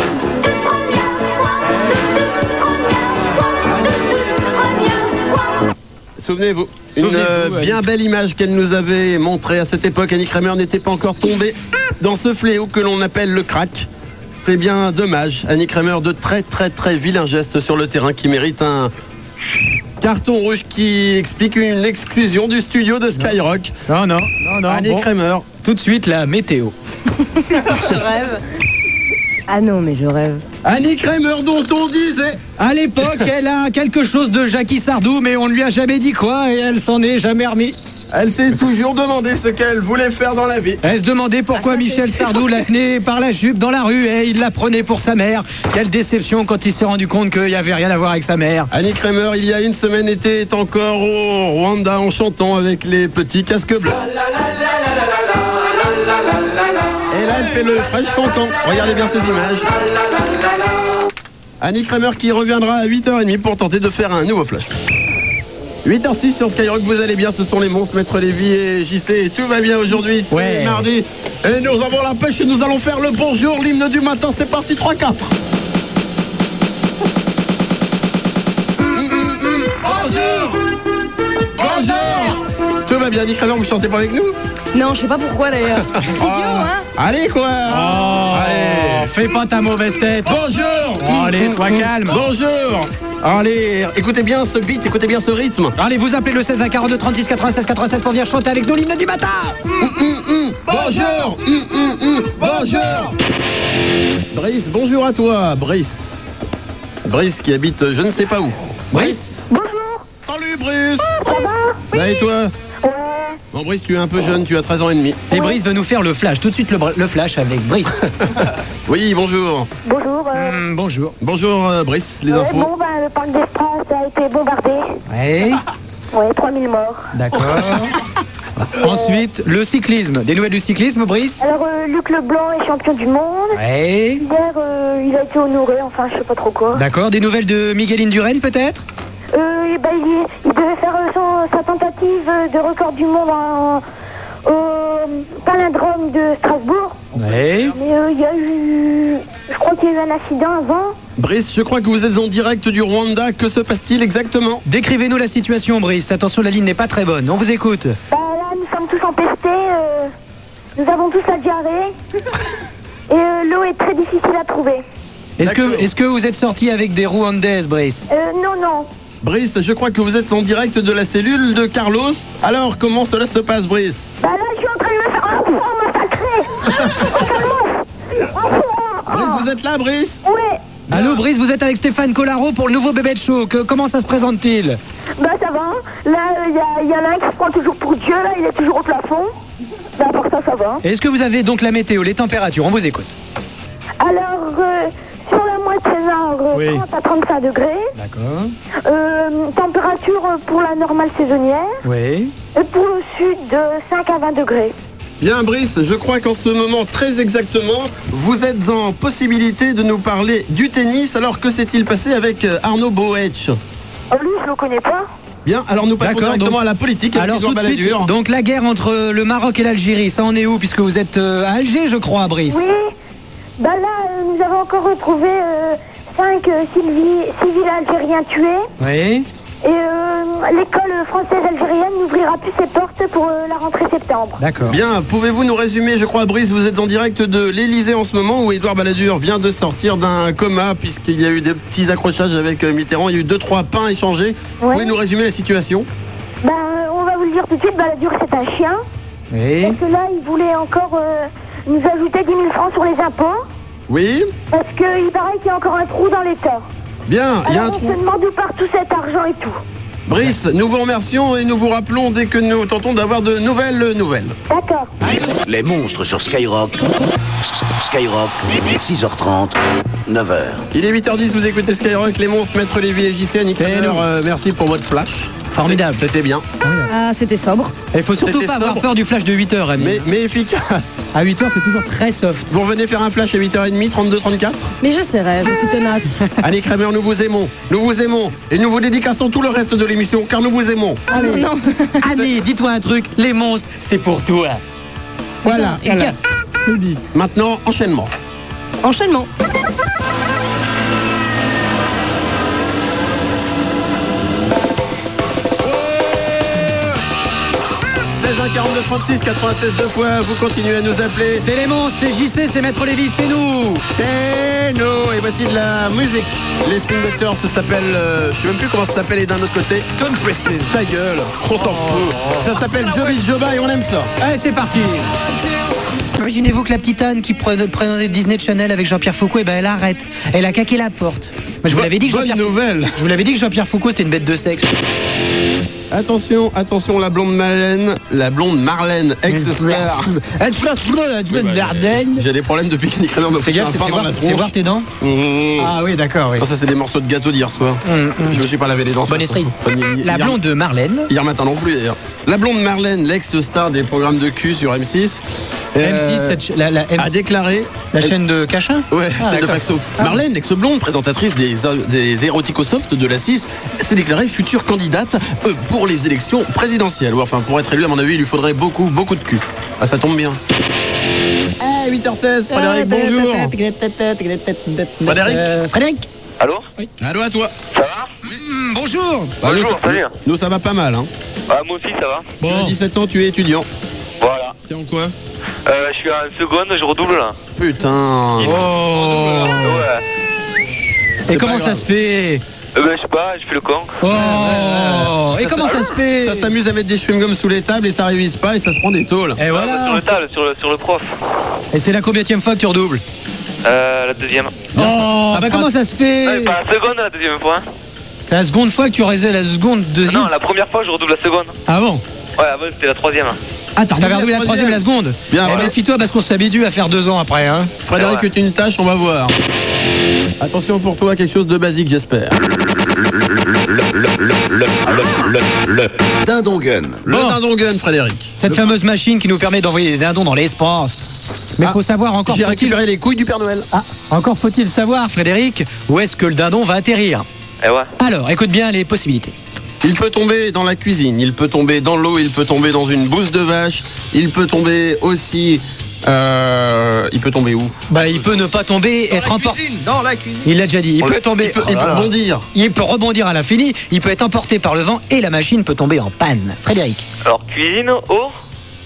Speaker 3: Souvenez-vous, une
Speaker 4: Souvenez-vous,
Speaker 3: euh,
Speaker 4: Annick.
Speaker 3: bien belle image qu'elle nous avait montrée à cette époque. Annie Kramer n'était pas encore tombée dans ce fléau que l'on appelle le crack. C'est bien dommage. Annie Kramer, de très très très vilains gestes sur le terrain qui mérite un carton rouge qui explique une exclusion du studio de Skyrock.
Speaker 4: Eh, Non, non, non, non.
Speaker 3: Annie
Speaker 4: bon.
Speaker 3: Kramer.
Speaker 4: Tout de suite la météo.
Speaker 10: Je rêve. Ah non, mais je rêve.
Speaker 3: Annie Kramer dont on disait
Speaker 4: À l'époque, <laughs> elle a quelque chose de Jackie Sardou, mais on ne lui a jamais dit quoi et elle s'en est jamais remis.
Speaker 3: Elle s'est toujours demandé ce qu'elle voulait faire dans la vie.
Speaker 4: Elle se demandait pourquoi Michel Sardou la tenait par la jupe dans la rue et il la prenait pour sa mère. Quelle déception quand il s'est rendu compte qu'il n'y avait rien à voir avec sa mère.
Speaker 3: Annie Kramer, il y a une semaine, était encore au Rwanda en chantant avec les petits casques bleus. Et là, elle fait le fresh cancan. Regardez bien ces images. Annie Kramer qui reviendra à 8h30 pour tenter de faire un nouveau flash. 8h06 sur Skyrock, vous allez bien, ce sont les monstres, Maître Lévy et JC, et tout va bien aujourd'hui, c'est
Speaker 4: Ouais.
Speaker 3: mardi, et nous avons la pêche et nous allons faire le bonjour, l'hymne du matin, c'est parti 3-4 Tout va bien, Annie Kramer, vous chantez pas avec nous
Speaker 10: Non, je sais pas pourquoi <laughs> d'ailleurs. C'est idiot,
Speaker 3: Ah.
Speaker 10: hein
Speaker 3: Allez quoi
Speaker 4: Allez, Eh, fais pas ta mauvaise tête.
Speaker 3: Bonjour
Speaker 4: Bon, allez, sois calme.
Speaker 3: Bonjour Allez, écoutez bien ce beat, écoutez bien ce rythme.
Speaker 4: Allez, vous appelez le 16 à 42 36 96 96 pour venir chanter avec nous l'hymne du matin.
Speaker 3: Bonjour Hum, hum, hum. Bonjour Brice, bonjour à toi, Brice. Brice qui habite euh, je ne sais pas où. Brice Salut Brice Bah, et toi Bon Brice, tu es un peu jeune, tu as 13 ans et demi.
Speaker 4: Et Brice veut nous faire le flash, tout de suite le, br- le flash avec Brice.
Speaker 3: Oui, bonjour.
Speaker 16: Bonjour. euh,
Speaker 4: Hum, bonjour.
Speaker 3: Bonjour euh, Brice, les
Speaker 16: ouais,
Speaker 3: infos.
Speaker 16: bon, bah, le parc des France a été bombardé.
Speaker 4: Ouais,
Speaker 16: Ouais, 3000 morts.
Speaker 4: d'accord. Ensuite, le cyclisme. Des nouvelles du cyclisme, Brice
Speaker 17: Alors, euh, Luc Leblanc est champion du monde.
Speaker 4: Ouais.
Speaker 17: Hier, euh, il a été honoré, enfin, je sais pas trop quoi.
Speaker 4: D'accord. Des nouvelles de Migueline Duren, peut-être
Speaker 17: Euh, eh ben, il, est- il devait faire euh, son- sa tentative euh, de record du monde en- au palindrome de Strasbourg.
Speaker 4: Ouais.
Speaker 17: Mais euh, il y a eu. Je crois qu'il y a eu un accident avant.
Speaker 3: Brice, je crois que vous êtes en direct du Rwanda. Que se passe-t-il exactement
Speaker 4: Décrivez-nous la situation, Brice. Attention, la ligne n'est pas très bonne. On vous écoute.
Speaker 17: Bah, là, nous sommes tous empestés. euh, nous avons tous
Speaker 4: <laughs>
Speaker 17: la diarrhée. Et euh, l'eau est très difficile à trouver.
Speaker 4: Est-ce que, est que vous êtes sorti avec des Rwandaises, Brice
Speaker 17: Euh, non, non.
Speaker 3: Brice, je crois que vous êtes en direct de la cellule de Carlos. Alors, comment cela se passe, Brice
Speaker 17: Bah là, je suis en train de me faire un enfant
Speaker 4: <laughs>
Speaker 17: massacré.
Speaker 4: Ah.
Speaker 3: Brice, vous êtes là, Brice
Speaker 17: Ouais.
Speaker 4: Allô, Brice, vous êtes avec Stéphane Collaro pour le nouveau bébé de show. Que- comment ça se présente-t-il
Speaker 17: Bah ça va. Là, il y, a- y en a un qui se prend toujours pour Dieu. Là, il est toujours au plafond. Bah pour ça, ça va.
Speaker 4: Est-ce que vous avez donc la météo, les températures On vous écoute.
Speaker 17: Alors, euh, sur la moitié nord, euh, 30 à 35 degrés.
Speaker 4: D'accord.
Speaker 17: Euh, température euh, pour la normale saisonnière.
Speaker 4: Oui.
Speaker 17: Et pour le sud, de 5 à 20 degrés.
Speaker 3: Bien, Brice, je crois qu'en ce moment, très exactement, vous êtes en possibilité de nous parler du tennis. Alors, que s'est-il passé avec euh, Arnaud Boetch
Speaker 17: Oh, lui, je le connais pas.
Speaker 3: Bien, alors nous passons
Speaker 4: D'accord,
Speaker 3: directement
Speaker 4: donc-
Speaker 3: à la politique. avec
Speaker 4: Alors
Speaker 3: Edouard
Speaker 4: tout de suite,
Speaker 3: Balladur.
Speaker 4: donc la guerre entre le Maroc et l'Algérie, ça en est où Puisque vous êtes euh, à Alger, je crois, Brice.
Speaker 17: Oui. Bah là, euh, nous avons encore retrouvé euh, 5 civils algériens tués.
Speaker 4: Oui.
Speaker 17: Et euh, l'école française algérienne n'ouvrira plus ses portes pour euh, la rentrée septembre.
Speaker 4: D'accord.
Speaker 3: Bien, pouvez-vous nous résumer Je crois, Brice, vous êtes en direct de l'Elysée en ce moment où Édouard Balladur vient de sortir d'un coma puisqu'il y a eu des petits accrochages avec euh, Mitterrand. Il y a eu deux, trois pains échangés.
Speaker 17: Ouais.
Speaker 3: Pouvez-vous nous résumer la situation
Speaker 17: Ben, euh, on va vous le dire tout de suite, Balladur c'est un chien.
Speaker 4: Oui.
Speaker 17: Parce que là, il voulait encore euh, nous ajouter 10 000 francs sur les impôts.
Speaker 3: Oui
Speaker 17: Parce qu'il paraît qu'il y a encore un trou dans l'État.
Speaker 3: Bien, il y a un
Speaker 17: Alors,
Speaker 3: trou.
Speaker 17: on se demande où part tout cet argent et tout.
Speaker 3: Brice, nous vous remercions et nous vous rappelons dès que nous tentons d'avoir de nouvelles nouvelles.
Speaker 17: D'accord.
Speaker 5: Les monstres sur Skyrock. Skyrock, 6h30, 9h.
Speaker 3: Il est 8h10, vous écoutez Skyrock, les monstres, Maître Lévy et JC, Nicolas. Miller, euh, merci pour votre flash. Formidable. C'était bien.
Speaker 10: Ah, c'était sobre.
Speaker 4: Il faut surtout
Speaker 3: C'était
Speaker 4: pas avoir
Speaker 3: sobre.
Speaker 4: peur du flash de 8 heures, Rémi.
Speaker 3: Mais, mais efficace.
Speaker 4: À 8 heures, c'est toujours très <laughs> soft.
Speaker 3: Vous revenez faire un flash à 8h30, 32-34
Speaker 10: Mais je serais, je suis <laughs> tenace.
Speaker 3: Allez Kramer, nous vous aimons, nous vous aimons et nous vous dédicassons tout le reste de l'émission car nous vous aimons.
Speaker 10: Allez. Non.
Speaker 4: Allez, Ah, dis-toi un truc, les monstres, c'est pour toi.
Speaker 3: Voilà.
Speaker 4: Voilà.
Speaker 3: Maintenant, enchaînement.
Speaker 10: Enchaînement.
Speaker 3: h 42 36 96 deux fois, vous continuez à nous appeler.
Speaker 4: C'est les monstres, c'est JC, c'est Maître Lévy, c'est nous.
Speaker 3: C'est nous et voici de la musique. Les Spin Doctors, ça s'appelle, euh, je sais même plus comment ça s'appelle et d'un autre côté. Tom Presses. Ta gueule, on s'en
Speaker 4: Oh.
Speaker 3: fout. Ça s'appelle
Speaker 4: Ah
Speaker 3: Joby Joba et on aime ça.
Speaker 4: Allez, c'est parti. Imaginez-vous que la petite Anne qui pre- présentait Disney Channel avec Jean-Pierre Foucault, eh ben elle arrête. Elle a caqué la porte. Mais je vous l'avais dit que
Speaker 3: Bonne
Speaker 4: Jean-Pierre
Speaker 3: nouvelle.
Speaker 4: Je vous l'avais dit que Jean-Pierre Foucault c'était une bête de <laughs> sexe.
Speaker 3: Attention, attention, la blonde Marlène, la blonde Marlène, ex-star. Eh ben, J'ai des problèmes depuis que Nick Kramer me
Speaker 4: Fais
Speaker 3: fait
Speaker 4: gaffe,
Speaker 3: un
Speaker 4: c'est
Speaker 3: pain
Speaker 4: fait
Speaker 3: dans la
Speaker 4: voir, fait voir
Speaker 3: tronche.
Speaker 4: tes dents.
Speaker 3: Mmh.
Speaker 4: Ah oui, d'accord, oui.
Speaker 3: Ah, ça c'est des morceaux de gâteau d'hier soir. Je me suis pas lavé les dents. ce
Speaker 4: Bon
Speaker 3: matin.
Speaker 4: esprit.
Speaker 3: Enfin,
Speaker 4: La
Speaker 3: hier-
Speaker 4: blonde Marlène.
Speaker 3: Hier matin non plus d'ailleurs. La blonde Marlène, l'ex-star des programmes de cul sur M6.
Speaker 4: M6, cette ch- la- la M6.
Speaker 3: a déclaré.
Speaker 4: La chaîne de Cachin
Speaker 3: Ouais,
Speaker 4: Ah,
Speaker 3: celle de
Speaker 4: d'accord.
Speaker 3: Faxo.
Speaker 4: Ah.
Speaker 3: Marlène, l'ex-blonde, présentatrice des, euh, des érotico-soft de la 6, s'est déclarée future candidate euh, pour les élections présidentielles. Ou Enfin, pour être élue, à mon avis, il lui faudrait beaucoup, beaucoup de cul. Ah, ça tombe bien. Eh,
Speaker 4: Ah,
Speaker 3: 8h16, Frédéric,
Speaker 4: bah,
Speaker 3: bonjour. Frédéric
Speaker 4: Euh, Frédéric
Speaker 1: Allô
Speaker 3: Allô à toi.
Speaker 4: Mm, Bonjour
Speaker 3: Bah, nous,
Speaker 1: Bonjour,
Speaker 3: ça-
Speaker 1: salut.
Speaker 3: Nous, ça va pas mal. Hein.
Speaker 1: Bah, moi aussi, ça va.
Speaker 3: Tu as 17 ans, tu es étudiant.
Speaker 1: Voilà.
Speaker 3: T'es en quoi
Speaker 1: Euh, je suis en seconde, je redouble là. Euh,
Speaker 3: Putain.
Speaker 4: Oh
Speaker 1: Ouais.
Speaker 4: Et comment ça se fait
Speaker 1: Euh, ben, je sais pas, je fais le con.
Speaker 4: Oh Et comment ça se fait
Speaker 3: Ça s'amuse à mettre des chewing-gums sous les tables et ça révise pas et ça se prend des tôles.
Speaker 4: Et
Speaker 1: Euh, Sur
Speaker 4: Eh, voilà
Speaker 1: le table, sur le, sur le prof.
Speaker 4: Et c'est la combienième fois que tu redoubles
Speaker 1: Euh, la deuxième.
Speaker 4: Oh Bah comment ça se
Speaker 1: Ah, Ouais, bah.
Speaker 4: fait
Speaker 1: pas la seconde, la deuxième fois. hein.
Speaker 4: C'est la seconde fois que tu réserves la seconde,
Speaker 1: Ah, Non,
Speaker 4: deuxième
Speaker 1: la première fois, je redouble la seconde.
Speaker 4: Ah bon
Speaker 1: Ouais, avant, c'était la troisième.
Speaker 4: Ah t'as regardé la troisième et la seconde
Speaker 3: Bien,
Speaker 4: Eh
Speaker 3: voilà.
Speaker 4: ben toi parce qu'on s'habitue à faire deux ans après hein
Speaker 3: Frédéric,
Speaker 1: Ouais.
Speaker 3: est une tâche, on va voir. Attention pour toi, quelque chose de basique, j'espère.
Speaker 5: Le, le- le- le- le, le, le, le, le dindongun.
Speaker 3: Le dindongun, Frédéric.
Speaker 4: Cette fameuse machine qui nous permet d'envoyer des dindons dans l'espace. Mais il faut savoir encore.
Speaker 3: J'ai
Speaker 4: faut-il-
Speaker 3: récupéré les couilles du Père Noël.
Speaker 4: Ah, encore faut-il savoir, Frédéric, où est-ce que le dindon va atterrir
Speaker 2: Eh ouais.
Speaker 4: Alors, écoute bien les possibilités.
Speaker 3: Il peut tomber dans la cuisine, il peut tomber dans l'eau, il peut tomber dans une bouse de vache, il peut tomber aussi. euh, il peut tomber où
Speaker 4: Bah, il peut ne pas tomber, être emporté.
Speaker 2: Dans la cuisine.
Speaker 4: Il l'a déjà dit. Il
Speaker 3: On
Speaker 4: peut
Speaker 3: le-
Speaker 4: tomber.
Speaker 3: il peut- il peut
Speaker 4: Oh là là.
Speaker 3: rebondir.
Speaker 4: Il peut rebondir à l'infini. Il peut être emporté par le vent et la machine peut tomber en panne. Frédéric.
Speaker 2: Alors, cuisine, eau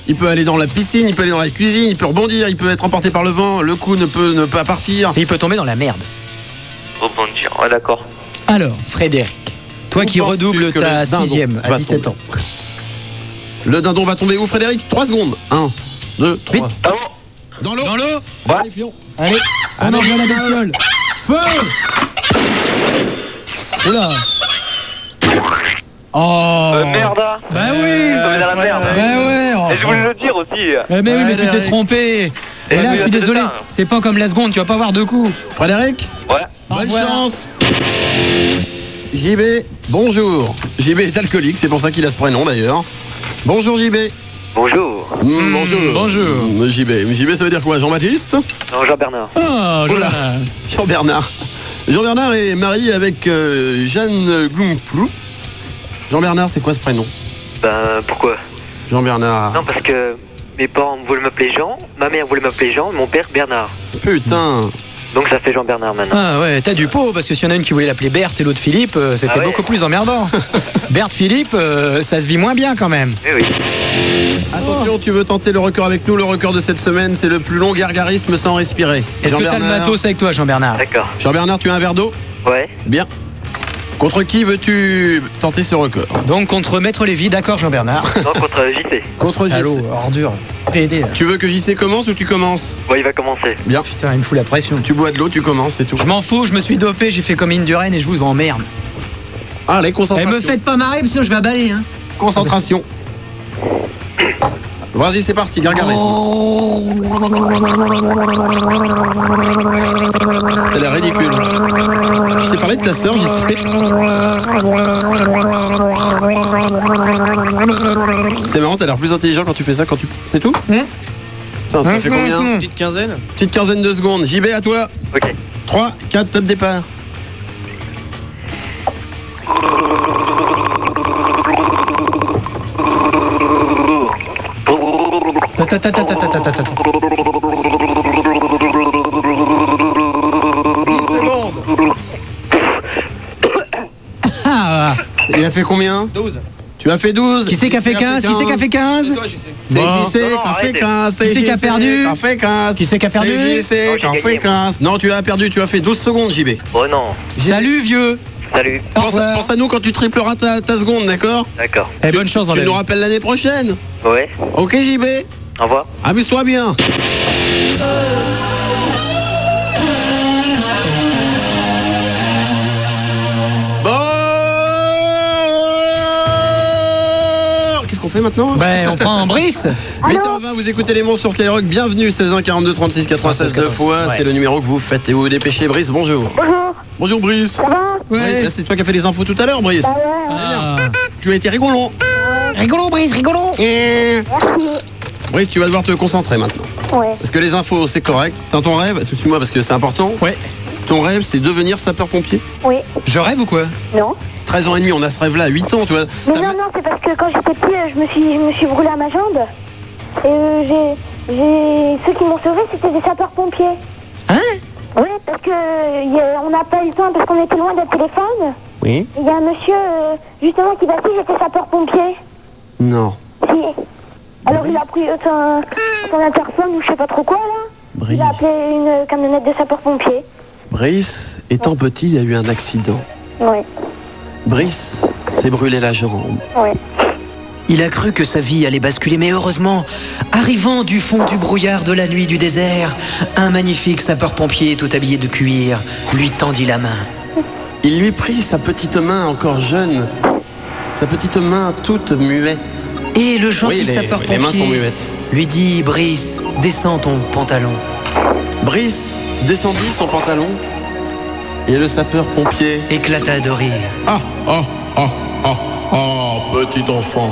Speaker 3: Il peut aller dans la piscine, il peut aller dans la cuisine, il peut rebondir, il peut être emporté par le vent, le coup ne peut ne pas partir.
Speaker 4: Il peut tomber dans la merde.
Speaker 2: Rebondir, ouais, d'accord.
Speaker 4: Alors, Frédéric, toi
Speaker 3: Où
Speaker 4: qui
Speaker 3: penses-tu
Speaker 4: redoubles
Speaker 3: que
Speaker 4: ta
Speaker 3: le dindon
Speaker 4: sixième à
Speaker 3: va
Speaker 4: 17 ans.
Speaker 3: tomber Le dindon va tomber où, Frédéric 3 secondes. 1, 2, 3. Dans l'eau
Speaker 4: Dans l'eau
Speaker 3: Allez, fion.
Speaker 4: Allez, on envoie la bestiole. Feu Oula Oh
Speaker 2: Euh, merde, hein.
Speaker 4: Bah oui
Speaker 2: Tomber dans la merde.
Speaker 4: Bah ouais oh.
Speaker 2: euh, Et je voulais le dire aussi.
Speaker 4: Eh Mais oui, mais tu t'es
Speaker 3: Frédéric.
Speaker 4: trompé Et
Speaker 2: oui,
Speaker 4: là, je suis
Speaker 2: c'est
Speaker 4: désolé,
Speaker 2: ça.
Speaker 4: c'est pas comme la seconde, tu vas pas avoir deux coups.
Speaker 3: Frédéric,
Speaker 2: Ouais.
Speaker 3: bonne
Speaker 4: revoir.
Speaker 3: chance JB, bonjour. JB est alcoolique, c'est pour ça qu'il a ce prénom d'ailleurs. Bonjour JB.
Speaker 1: Bonjour.
Speaker 3: Mm, bonjour.
Speaker 4: Hmm, bonjour.
Speaker 3: Mm, JB. JB, ça veut dire quoi Jean-Baptiste
Speaker 1: Bonjour Bernard. <laughs>
Speaker 4: Oh,
Speaker 3: Oula.
Speaker 4: Jonathan.
Speaker 3: Jean-Bernard. Jean-Bernard est marié avec euh, Jeanne Gloumflou. Jean-Bernard, c'est quoi ce prénom
Speaker 1: Ben pourquoi
Speaker 3: Jean-Bernard.
Speaker 1: Non parce que mes parents voulaient m'appeler Jean, ma mère voulait m'appeler Jean, mon père Bernard.
Speaker 3: Putain.
Speaker 1: Donc ça fait Jean Bernard maintenant.
Speaker 4: Ah ouais, t'as du pot, parce que s'il y en a une qui voulait l'appeler Berthe et l'autre Philippe, euh, c'était
Speaker 1: Ah ouais.
Speaker 4: beaucoup
Speaker 3: <laughs>
Speaker 4: plus emmerdant. Berthe Philippe, euh, ça se vit moins bien quand même.
Speaker 1: Oui oui.
Speaker 3: Attention, tu veux tenter le record avec nous Le record de cette semaine, c'est le plus long gargarisme sans respirer.
Speaker 4: Est-ce que t'as le matos avec toi, Jean-Bernard
Speaker 1: D'accord.
Speaker 3: Jean-Bernard, tu as un verre d'eau
Speaker 1: Ouais.
Speaker 3: Bien. Contre qui veux-tu tenter ce record
Speaker 4: Donc contre Maître Lévy, d'accord Jean-Bernard
Speaker 1: Non contre JC.
Speaker 3: Contre
Speaker 4: Salaud,
Speaker 3: JC.
Speaker 4: ordure, PD.
Speaker 3: Tu veux que JC commence ou tu commences
Speaker 1: Bon il va commencer.
Speaker 3: Bien.
Speaker 4: Putain, il me fout la pression.
Speaker 3: Tu bois de l'eau, tu commences, c'est tout.
Speaker 4: Je m'en fous, je me suis dopé, j'ai fait comme Indurain et je vous emmerde.
Speaker 3: Allez,
Speaker 4: Et
Speaker 3: concentration.
Speaker 4: Eh, me faites pas marrer, sinon je vais abaler. Hein.
Speaker 3: Concentration. Vas-y, c'est parti, gargarisme. Elle est ridicule. Je t'ai parlé de ta sœur, j'y sais. C'est marrant, t'as l'air plus intelligent quand tu fais ça, quand tu. C'est tout
Speaker 4: Hein
Speaker 3: Putain, ça fait
Speaker 4: Hmm,
Speaker 3: combien
Speaker 2: Petite quinzaine
Speaker 3: Petite quinzaine de secondes. JB, à toi.
Speaker 1: Ok.
Speaker 3: 3, 4, top départ.
Speaker 4: Ta ta ta ta ta ta ta ta ta ta. Ah,
Speaker 3: Il a fait combien
Speaker 2: 12.
Speaker 3: Tu as fait 12.
Speaker 4: qui c'est qui a fait 15 Qui c'est qui a fait 15
Speaker 2: je sais.
Speaker 3: C'est
Speaker 4: Bon.
Speaker 3: JC
Speaker 1: Non,
Speaker 3: qui a fait
Speaker 1: arrêtez.
Speaker 3: 15.
Speaker 4: Qui c'est qui a perdu
Speaker 3: Qui a fait 15.
Speaker 4: Qui c'est qui a perdu
Speaker 3: C'est JC qui a
Speaker 1: Non, j'ai
Speaker 3: fait
Speaker 1: gagné,
Speaker 3: 15. Non, tu as perdu, tu as fait 12 secondes, JB.
Speaker 1: Oh non.
Speaker 4: Salut vieux
Speaker 1: Salut.
Speaker 4: Au
Speaker 3: Pense,
Speaker 4: revoir.
Speaker 3: pense à nous quand tu tripleras ta, ta seconde, d'accord
Speaker 1: D'accord.
Speaker 4: Eh,
Speaker 3: Tu-
Speaker 4: bonne chance dans
Speaker 3: Tu
Speaker 4: la
Speaker 3: nous
Speaker 4: vie.
Speaker 3: rappelles l'année prochaine.
Speaker 1: Ouais.
Speaker 3: Ok, JB
Speaker 1: Au revoir.
Speaker 3: Amuse-toi bien. Bon Qu'est-ce qu'on fait maintenant
Speaker 4: Ouais, Ben, on prend
Speaker 3: <laughs>
Speaker 4: en brice
Speaker 3: 8h20, vous écoutez les mots sur Skyrock, bienvenue 16 1 42 36 96 deux
Speaker 4: 96,
Speaker 3: fois,
Speaker 4: ouais.
Speaker 3: c'est le numéro que vous faites et vous vous dépêchez. Brice, bonjour.
Speaker 17: Bonjour,
Speaker 3: Bonjour Brice.
Speaker 17: ça va
Speaker 3: Oui, bah, c'est toi qui as fait les infos tout à l'heure, Brice.
Speaker 17: Bah ouais,
Speaker 4: Ah.
Speaker 3: Tu as été rigolo. Eh.
Speaker 4: Rigolo Brice, rigolo
Speaker 17: merci.
Speaker 3: Brice, tu vas devoir te concentrer maintenant.
Speaker 17: Ouais,
Speaker 3: Parce que les infos, c'est correct. T'as ton rêve, tout de suite moi parce que c'est important.
Speaker 4: Ouais.
Speaker 3: Ton rêve, c'est devenir sapeur-pompier.
Speaker 17: oui,
Speaker 4: Je rêve ou quoi
Speaker 17: non.
Speaker 3: 13 ans et demi, on a ce rêve-là, 8 ans, tu vois.
Speaker 17: Mais
Speaker 3: T'as-
Speaker 17: non, non, c'est parce que quand j'étais petit, euh, je me suis, je me suis brûlé à ma jambe. Et euh, j'ai, j'ai, ceux qui m'ont sauvé, c'était des sapeurs-pompiers.
Speaker 4: Hein
Speaker 17: Oui, parce que euh, y a- on n'a pas eu le temps, parce qu'on était loin d'un téléphone.
Speaker 3: Oui.
Speaker 17: Il y a un monsieur, euh, justement, qui m'a dit j'étais sapeur-pompier.
Speaker 3: Non.
Speaker 17: Si. Alors il a pris euh, son, son interphone ou je sais pas trop quoi, là. Il a
Speaker 3: Brice.
Speaker 17: appelé une euh, camionnette de sapeurs-pompiers.
Speaker 3: Brice, étant petit, il y a eu un accident.
Speaker 17: Oui,
Speaker 3: Brice s'est brûlé la jambe.
Speaker 17: oui.
Speaker 4: Il a cru que sa vie allait basculer, mais heureusement, arrivant du fond du brouillard de la nuit du désert, un magnifique sapeur-pompier tout habillé de cuir lui tendit la main.
Speaker 3: Il lui prit sa petite main encore jeune, sa petite main toute muette.
Speaker 4: Et le gentil
Speaker 3: oui, les, oui, les mains sont
Speaker 4: sapeur-pompier
Speaker 3: muettes.
Speaker 4: lui dit Brice, descends ton pantalon.
Speaker 3: Brice descendit son pantalon et le sapeur-pompier.
Speaker 4: Éclata de rire.
Speaker 3: Ah, oh, oh, Oh, petit enfant.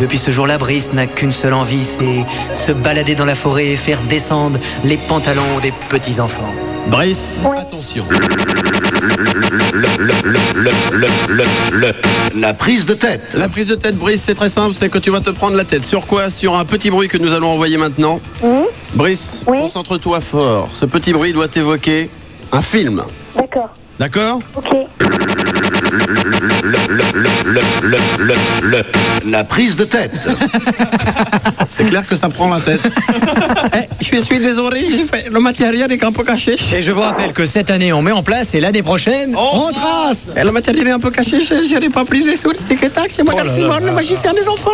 Speaker 4: Depuis ce jour-là, Brice n'a qu'une seule envie, c'est se balader dans la forêt et faire descendre les pantalons des petits-enfants.
Speaker 3: Brice, attention.
Speaker 5: La prise de tête.
Speaker 3: La prise de tête, Brice, c'est très simple, c'est que tu vas te prendre la tête. Sur quoi Sur un petit bruit que nous allons envoyer maintenant. Brice, concentre-toi fort. Ce petit bruit doit évoquer un film.
Speaker 17: D'accord.
Speaker 3: D'accord
Speaker 17: Ok.
Speaker 5: La prise de tête.
Speaker 3: C'est clair que ça prend la tête. Eh, je suis désolé, j'ai fait le matériel est un peu caché.
Speaker 4: Et je vous rappelle que cette année, on met en place et l'année prochaine,
Speaker 3: Oh.
Speaker 4: on trace
Speaker 3: Et le matériel est un peu caché, je je n'ai pas pris les sous, les tic et tac, c'est moi
Speaker 4: Oh là
Speaker 3: Garcimon,
Speaker 4: là là
Speaker 3: le magicien des enfants.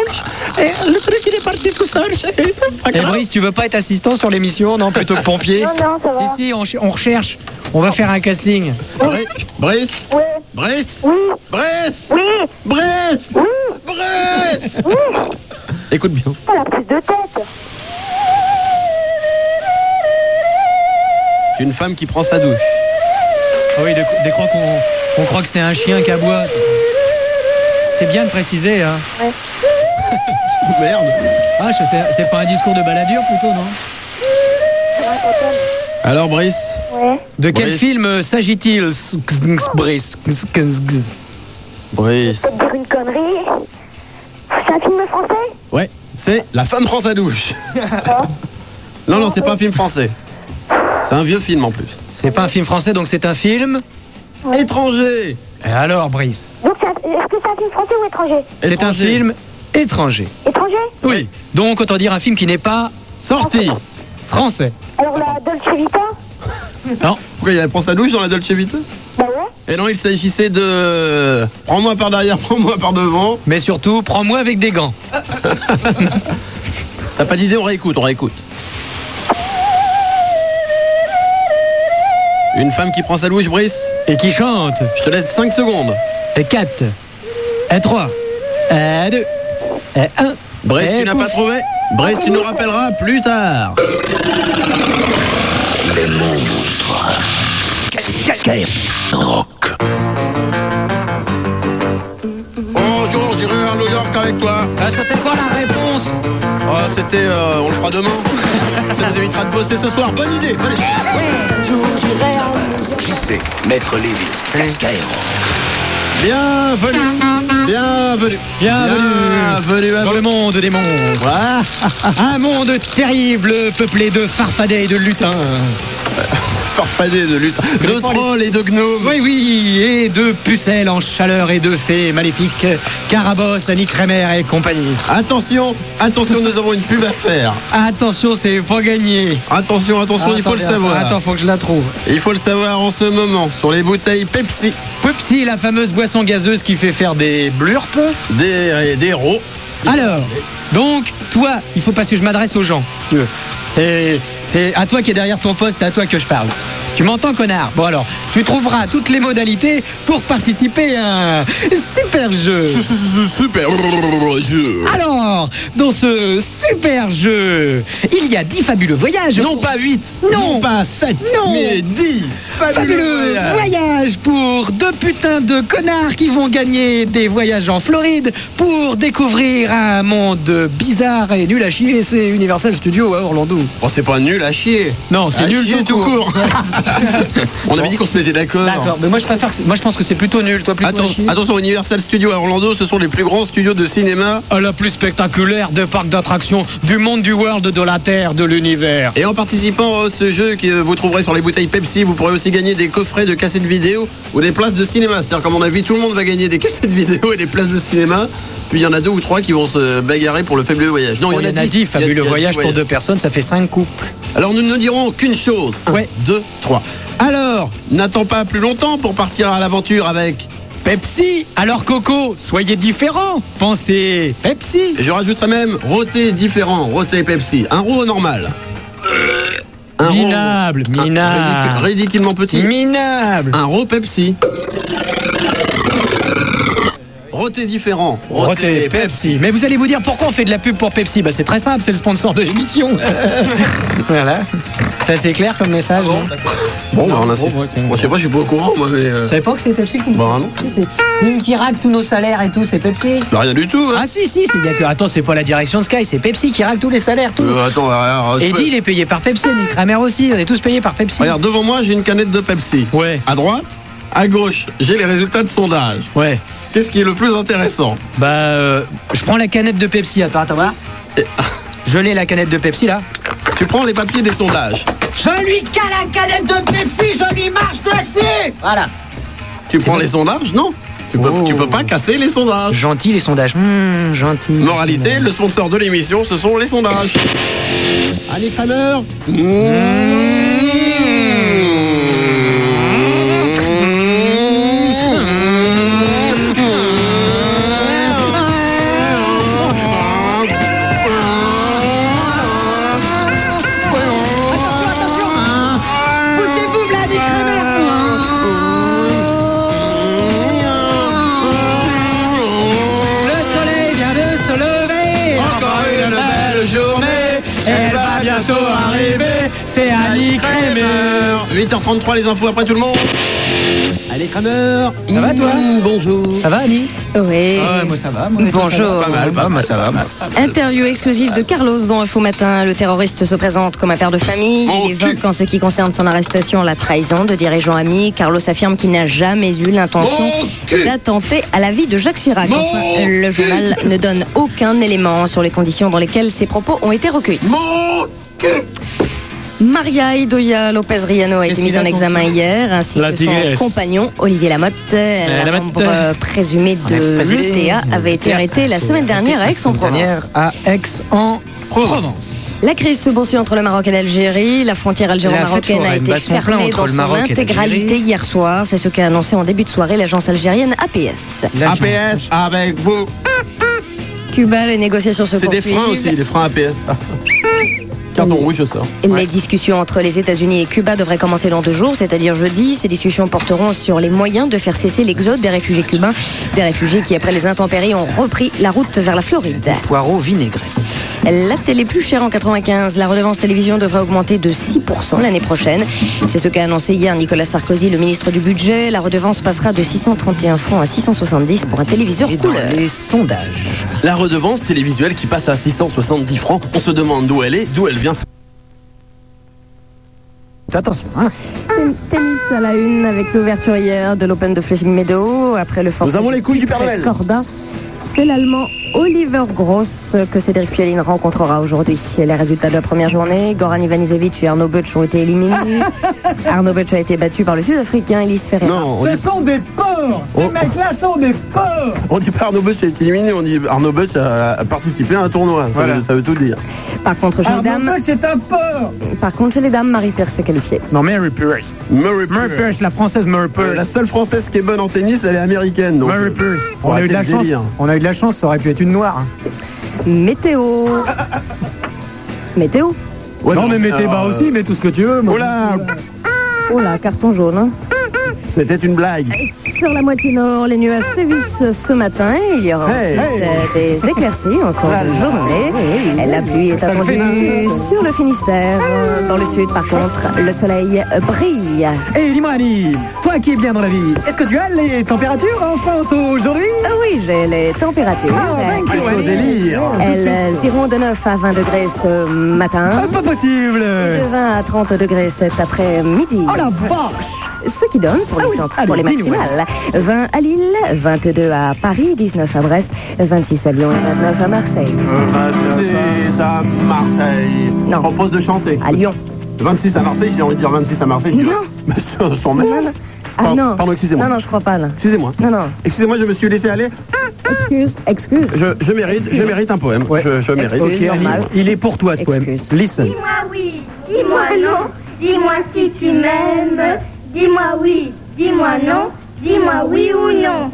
Speaker 3: Et le truc, il est parti tout seul. c'est pas
Speaker 4: Et
Speaker 3: grave.
Speaker 4: Eh, Brice, tu veux pas être assistant sur l'émission, non, plutôt que pompier
Speaker 17: Non, non, ça va.
Speaker 4: Si, si, on, ch- on recherche. On va faire un casting.
Speaker 3: Bri- Brice Brice Brice
Speaker 17: Oui
Speaker 3: Brice Brice Écoute bien.
Speaker 17: Oh, la prise de tête
Speaker 3: C'est une femme qui prend sa douche.
Speaker 4: Ah oui, des, des croix qu'on on croit que c'est un chien qui aboie. C'est bien de préciser, hein.
Speaker 3: Merde.
Speaker 4: Ah, je sais- c'est pas un discours de baladure plutôt, non
Speaker 3: Alors Brice
Speaker 17: Ouais.
Speaker 4: De quel
Speaker 3: Brice.
Speaker 4: film euh, s'agit-il Sk- sk- sk- Brice. sk- sk- sk-
Speaker 3: Brice.
Speaker 17: Faut te dire une connerie. C'est un film français
Speaker 3: Ouais, c'est La femme prend sa douche. Ah. non, non, c'est pas un film français. C'est un vieux film en plus.
Speaker 4: C'est pas un film français, donc c'est un film.
Speaker 3: Étranger
Speaker 4: Et alors, Brice
Speaker 17: Donc, c'est un- est-ce que c'est un film français ou étranger
Speaker 4: C'est un
Speaker 3: Étranger.
Speaker 4: film étranger.
Speaker 17: Étranger
Speaker 3: Oui.
Speaker 4: Donc, autant dire un film qui n'est pas
Speaker 3: Sorti
Speaker 4: français.
Speaker 17: Alors, la Dolce Vita
Speaker 4: Non.
Speaker 3: Ah. Pourquoi elle prend sa douche dans la Dolce Vita
Speaker 17: Bah ouais.
Speaker 3: Et non, il s'agissait de. Prends-moi par derrière, prends-moi par devant.
Speaker 4: Mais surtout, prends-moi avec des gants.
Speaker 3: T'as pas d'idée, on réécoute, on réécoute. Une femme qui prend sa douche, Brice
Speaker 4: Et qui chante.
Speaker 3: Je te laisse 5 secondes.
Speaker 4: Et 4. Et 3. Et 2. Et 1.
Speaker 3: Brice,
Speaker 4: Eh,
Speaker 3: tu n'as pas trouvé Brice, tu nous rappelleras plus tard.
Speaker 5: Les monstres.
Speaker 8: Cascaire.
Speaker 5: Rock.
Speaker 3: Bonjour, j'irai à New York avec toi.
Speaker 4: c'était Euh, quoi la réponse
Speaker 3: Ah, c'était. euh, on le fera
Speaker 4: <laughs>
Speaker 3: demain. Ça nous évitera de bosser ce soir. Bonne idée, bonne idée.
Speaker 5: JC, Maître Lévis, Cascaire.
Speaker 3: Bienvenue. Bienvenue.
Speaker 4: Bienvenue
Speaker 3: Bienvenue à
Speaker 4: dans
Speaker 3: vous.
Speaker 4: le monde des monstres.
Speaker 3: Ah,
Speaker 4: <laughs> Un monde terrible peuplé de farfadets et de lutins.
Speaker 3: farfadé de lutte. De trolls et de gnomes.
Speaker 4: Oui, oui, et de pucelles en chaleur et de fées maléfiques. Carabosse, Annie Kremer et compagnie.
Speaker 3: Attention, attention, nous avons une pub à faire.
Speaker 4: Attention, c'est pas gagné.
Speaker 3: Attention, attention, il faut le
Speaker 4: Ah, Attendez,
Speaker 3: savoir.
Speaker 4: Attends, faut que je la trouve.
Speaker 3: Il faut le savoir en ce moment sur les bouteilles Pepsi,
Speaker 4: Pepsi, la fameuse boisson gazeuse qui fait faire des blurpes.
Speaker 3: des, euh, des rots.
Speaker 4: Alors, donc, toi, il faut pas que je m'adresse aux gens. si tu veux. C'est- C'est à toi qui est derrière ton poste, c'est à toi que je parle. Tu m'entends, connard Bon alors, tu trouveras toutes les modalités pour participer à un super jeu.
Speaker 3: Super jeu.
Speaker 4: Alors, dans ce super jeu, il y a 10 fabuleux
Speaker 3: <laughs>
Speaker 4: voyages.
Speaker 3: Non pas 8,
Speaker 4: Non.
Speaker 3: pas 7,
Speaker 4: Non.
Speaker 3: mais 10.
Speaker 4: Fabuleux
Speaker 3: voyages.
Speaker 4: voyage pour deux putains de connards qui vont gagner des voyages en Floride pour découvrir un monde bizarre et nul à chier. C'est Universal Studio à Orlando.
Speaker 3: Bon, Oh, c'est pas nul à chier.
Speaker 4: Non, c'est
Speaker 3: À
Speaker 4: nul
Speaker 3: chier
Speaker 4: tout <laughs> court.
Speaker 3: On avait dit qu'on se mettait d'accord.
Speaker 4: D'accord, mais moi je préfère. que c'est- Moi je pense que c'est plutôt nul, toi plutôt.
Speaker 3: Atten-
Speaker 4: chier.
Speaker 3: attention, Universal Studios à Orlando, ce sont les plus grands studios de cinéma
Speaker 4: À La plus spectaculaire de parcs d'attractions du monde du world, de la terre, de l'univers.
Speaker 3: Et en participant à ce jeu que vous trouverez sur les bouteilles Pepsi, vous pourrez aussi gagner des coffrets de cassettes vidéo ou des places de cinéma. C'est-à-dire qu'à mon avis, tout le monde va gagner des <laughs> cassettes vidéo et des places de cinéma. Puis il y en a deux ou trois qui vont se bagarrer pour le faible voyage. Non,
Speaker 4: Bon, Oh, il y en a
Speaker 3: dix.
Speaker 4: 10
Speaker 3: Il y a- il y a
Speaker 4: fabuleux
Speaker 3: dix
Speaker 4: voyages pour
Speaker 3: voyages.
Speaker 4: deux personnes, ça fait 5 couples.
Speaker 3: Alors nous ne dirons qu'une chose. 1,
Speaker 4: Ouais.
Speaker 3: 2, 3. Alors, n'attends pas plus longtemps pour partir à l'aventure avec...
Speaker 4: Pepsi Alors Coco, soyez différents Pensez Pepsi
Speaker 3: Et je rajouterai même roté différent, roté Pepsi. Un roux normal. Un roux-
Speaker 4: Minable,
Speaker 3: un-
Speaker 4: minable.
Speaker 3: ridicule- Ah, ridiculement petit.
Speaker 4: Minable
Speaker 3: Un rot Pepsi. Roté différent.
Speaker 4: Roté Pepsi. Mais vous allez
Speaker 3: <laughs>
Speaker 4: vous dire pourquoi on fait de la pub pour Pepsi bah, C'est très simple, c'est le sponsor de l'émission. voilà. C'est assez clair comme message. non
Speaker 3: Ah Bon, bah, on assiste. Moi, je sais pas, je suis pas au courant, moi, mais. euh,
Speaker 4: Vous savez pas que c'est Pepsi qu'on
Speaker 3: Bah, non.
Speaker 4: Si, c'est Nous qui raque tous nos salaires et tout, c'est Pepsi.
Speaker 3: Bah, rien du tout, hein.
Speaker 4: Ah si si, c'est bien que- attends, c'est pas la direction de Sky, c'est Pepsi qui raque tous les salaires, tout.
Speaker 3: Euh, attends, alors, je
Speaker 4: Ah, Eddie,
Speaker 3: peux-
Speaker 4: il est payé par Pepsi, Nick Kramer aussi, on est tous payés par Pepsi.
Speaker 3: Regarde, devant moi, j'ai une canette de Pepsi.
Speaker 4: Ouais.
Speaker 3: À droite, à gauche, j'ai les résultats de sondage.
Speaker 4: Ouais.
Speaker 3: Qu'est-ce qui est le plus intéressant
Speaker 4: Bah, euh, je prends la canette de Pepsi, attends, attends, voilà.
Speaker 3: Euh.
Speaker 4: Je l'ai la canette de Pepsi là.
Speaker 3: Tu prends les papiers des sondages.
Speaker 7: Je lui cale la canette de Pepsi, je lui marche dessus
Speaker 4: Voilà.
Speaker 3: Tu prends les sondages Non. Tu peux, tu peux
Speaker 4: Oh.
Speaker 3: pas casser les sondages.
Speaker 4: Gentil les sondages. Mmh, gentil. les
Speaker 3: Moralité,
Speaker 4: sondages.
Speaker 3: le sponsor de l'émission, ce sont les sondages. Allez, Kramer
Speaker 7: Attention, attention Poussez-vous, là, des
Speaker 4: Le soleil vient de se lever.
Speaker 3: Encore une belle journée, elle va bientôt arriver.
Speaker 4: C'est Annie Kramer.
Speaker 3: 8h33, les infos après tout le monde. Allez, Kramer
Speaker 4: Ça va toi
Speaker 3: Bonjour.
Speaker 4: Ça va Annie
Speaker 10: Oui.
Speaker 4: Ah ouais, moi ça va.
Speaker 10: Bonjour.
Speaker 3: Pas mal, pas mal, ça va.
Speaker 10: Interview exclusive de Carlos dans Info Matin. Le terroriste se présente comme un père de famille.
Speaker 3: Mon
Speaker 10: Il évoque
Speaker 3: cul.
Speaker 10: en ce qui concerne son arrestation la trahison de dirigeants amis. Carlos affirme qu'il n'a jamais eu l'intention
Speaker 3: Mon cul.
Speaker 10: d'attenter à la vie de Jacques Chirac.
Speaker 3: Mon
Speaker 10: Enfin, le
Speaker 3: cul.
Speaker 10: journal ne donne aucun élément sur les conditions dans lesquelles ses propos ont été recueillis.
Speaker 3: Mon cul.
Speaker 10: Maria Idoia Lopez Riano a été
Speaker 4: Qu'est-ce
Speaker 10: mise
Speaker 4: qu'il
Speaker 10: en
Speaker 4: a, ton
Speaker 10: examen
Speaker 4: cul
Speaker 10: hier, ainsi
Speaker 4: La
Speaker 10: que
Speaker 4: tigresse.
Speaker 10: son compagnon Olivier Lamotte.
Speaker 4: Euh,
Speaker 10: La
Speaker 4: Lamotte.
Speaker 10: membre euh, présumée
Speaker 4: On
Speaker 10: de
Speaker 4: a présumé.
Speaker 10: l'ETA avait été arrêtée la semaine dernière à Aix-en-Provence.
Speaker 4: à Aix-en-Provence.
Speaker 10: La crise se poursuit entre le Maroc et l'Algérie. La frontière algéro-marocaine
Speaker 4: fête
Speaker 10: a
Speaker 4: foraine
Speaker 10: été
Speaker 4: bat son plein
Speaker 10: fermée
Speaker 4: entre
Speaker 10: dans
Speaker 4: le
Speaker 10: son
Speaker 4: Maroc et l'Algérie.
Speaker 10: intégralité hier soir. C'est ce qu'a annoncé en début de soirée l'agence algérienne APS.
Speaker 3: APS avec vous.
Speaker 10: Cuba, les négociations se
Speaker 3: C'est des
Speaker 10: poursuivent.
Speaker 3: freins aussi, les freins <laughs> APS. Carton rouge, je sors.
Speaker 10: Les discussions entre les États-Unis et Cuba devraient commencer dans deux jours, c'est-à-dire jeudi. Ces discussions porteront sur les moyens de faire cesser l'exode des réfugiés cubains, des réfugiés qui, après les intempéries, ont repris la route vers la Floride.
Speaker 4: Poireau vinaigré.
Speaker 10: La télé plus chère en 95, la redevance télévision devrait augmenter de 6% l'année prochaine. C'est ce qu'a annoncé hier Nicolas Sarkozy, le ministre du Budget. La redevance passera de 631 francs à 670 pour un téléviseur
Speaker 4: Et dans
Speaker 10: couleur.
Speaker 4: les sondages.
Speaker 3: La redevance télévisuelle qui passe à 670 francs, on se demande d'où elle est, d'où elle vient.
Speaker 4: Attention, hein.
Speaker 10: Tennis à la une avec l'ouverture hier de l'Open de Flushing Meadow. Après le fort
Speaker 3: Nous avons les couilles du Père Noël.
Speaker 10: Corda, c'est l'Allemand Oliver Gross que Cédric Puelin rencontrera aujourd'hui. Et Les résultats de la première journée, Goran Ivanisevic et Arnaud Butch ont été éliminés.
Speaker 3: <laughs>
Speaker 10: Arnaud Butch a été battu par le Sud-Africain Elise Ferreira.
Speaker 3: Non, on dit,
Speaker 7: sont des porcs
Speaker 3: Ces Oh.
Speaker 7: mecs-là sont des porcs
Speaker 3: on dit pas Arnaud Butch a été éliminé, on dit Arnaud Butch a, a participé à un tournoi. Ça, veut, ça veut tout dire.
Speaker 10: Par contre, chez les dames,
Speaker 7: c'est un porc
Speaker 10: par contre, chez les dames, Marie Pierce s'est qualifiée.
Speaker 4: Non, Mary Pierce.
Speaker 3: Murray
Speaker 4: Mary
Speaker 3: Purse.
Speaker 4: Pierce, la française Mary
Speaker 3: Euh, La
Speaker 4: Pierce.
Speaker 3: seule française qui est bonne en tennis, elle est américaine. Donc,
Speaker 4: Mary
Speaker 3: euh,
Speaker 4: Pierce.
Speaker 3: faut
Speaker 4: On a eu
Speaker 3: arrêter
Speaker 4: de la
Speaker 3: le
Speaker 4: chance.
Speaker 3: délire.
Speaker 4: On a eu de la chance, ça aurait pu être une noire. hein.
Speaker 3: <laughs>
Speaker 10: Météo. Météo.
Speaker 3: Ouais,
Speaker 18: non, mais
Speaker 3: alors,
Speaker 18: mettez bas
Speaker 3: euh,
Speaker 18: aussi, mets tout ce que tu veux. moi.
Speaker 3: Oh là
Speaker 10: Oh là, carton jaune. hein.
Speaker 3: C'était une blague.
Speaker 10: Sur la moitié nord, les nuages sévissent ce matin. Il y aura
Speaker 3: Hey.
Speaker 10: ensuite, euh, des éclaircies en cours de journée. La pluie est
Speaker 18: hein.
Speaker 10: attendue sur le Finistère. Dans le sud, par contre, le soleil brille.
Speaker 18: Eh, dis-moi, Annie, toi qui es bien dans la vie, est-ce que tu as les températures en France aujourd'hui Ah,
Speaker 10: Ah oui, j'ai les températures.
Speaker 18: thank you, Annie.
Speaker 3: délire.
Speaker 18: Oh, ben, tout de suite.
Speaker 10: Elles iront de 9 à 20 degrés ce matin.
Speaker 18: Ah, Pas possible
Speaker 10: De 20 à 30 degrés cet après-midi.
Speaker 18: Oh la vache
Speaker 10: Ce qui donne pour les,
Speaker 18: Ah oui,
Speaker 10: temp-
Speaker 18: allez,
Speaker 10: pour les
Speaker 18: dis-nous,
Speaker 10: maximales 20 à Lille, 22 à Paris, 19 à Brest, 26 à Lyon et 29 à Marseille.
Speaker 3: C'est ça, Marseille. Je propose de chanter.
Speaker 10: À Lyon.
Speaker 3: 26 à Marseille, j'ai envie de dire 26 à Marseille. je dis, <laughs>
Speaker 10: Non.
Speaker 3: Mais je t'en- je t'en mets.
Speaker 10: Non, non. Ah
Speaker 3: Pardon,
Speaker 10: non.
Speaker 3: pardon, excusez-moi.
Speaker 10: Non, non, je crois pas là.
Speaker 3: Excusez-moi.
Speaker 10: Non, non.
Speaker 3: Excusez-moi, je me suis laissé aller.
Speaker 10: Excuse, excuse.
Speaker 3: Je, je mérite, je mérite un poème. Je, je mérite.
Speaker 10: Excuse.
Speaker 18: Ok, Annie,
Speaker 10: normal.
Speaker 18: il est pour toi ce poème.
Speaker 10: Excuse.
Speaker 18: Listen.
Speaker 19: Dis-moi oui, dis-moi non, dis-moi si tu m'aimes. Dis-moi oui, dis-moi non, dis-moi oui ou non.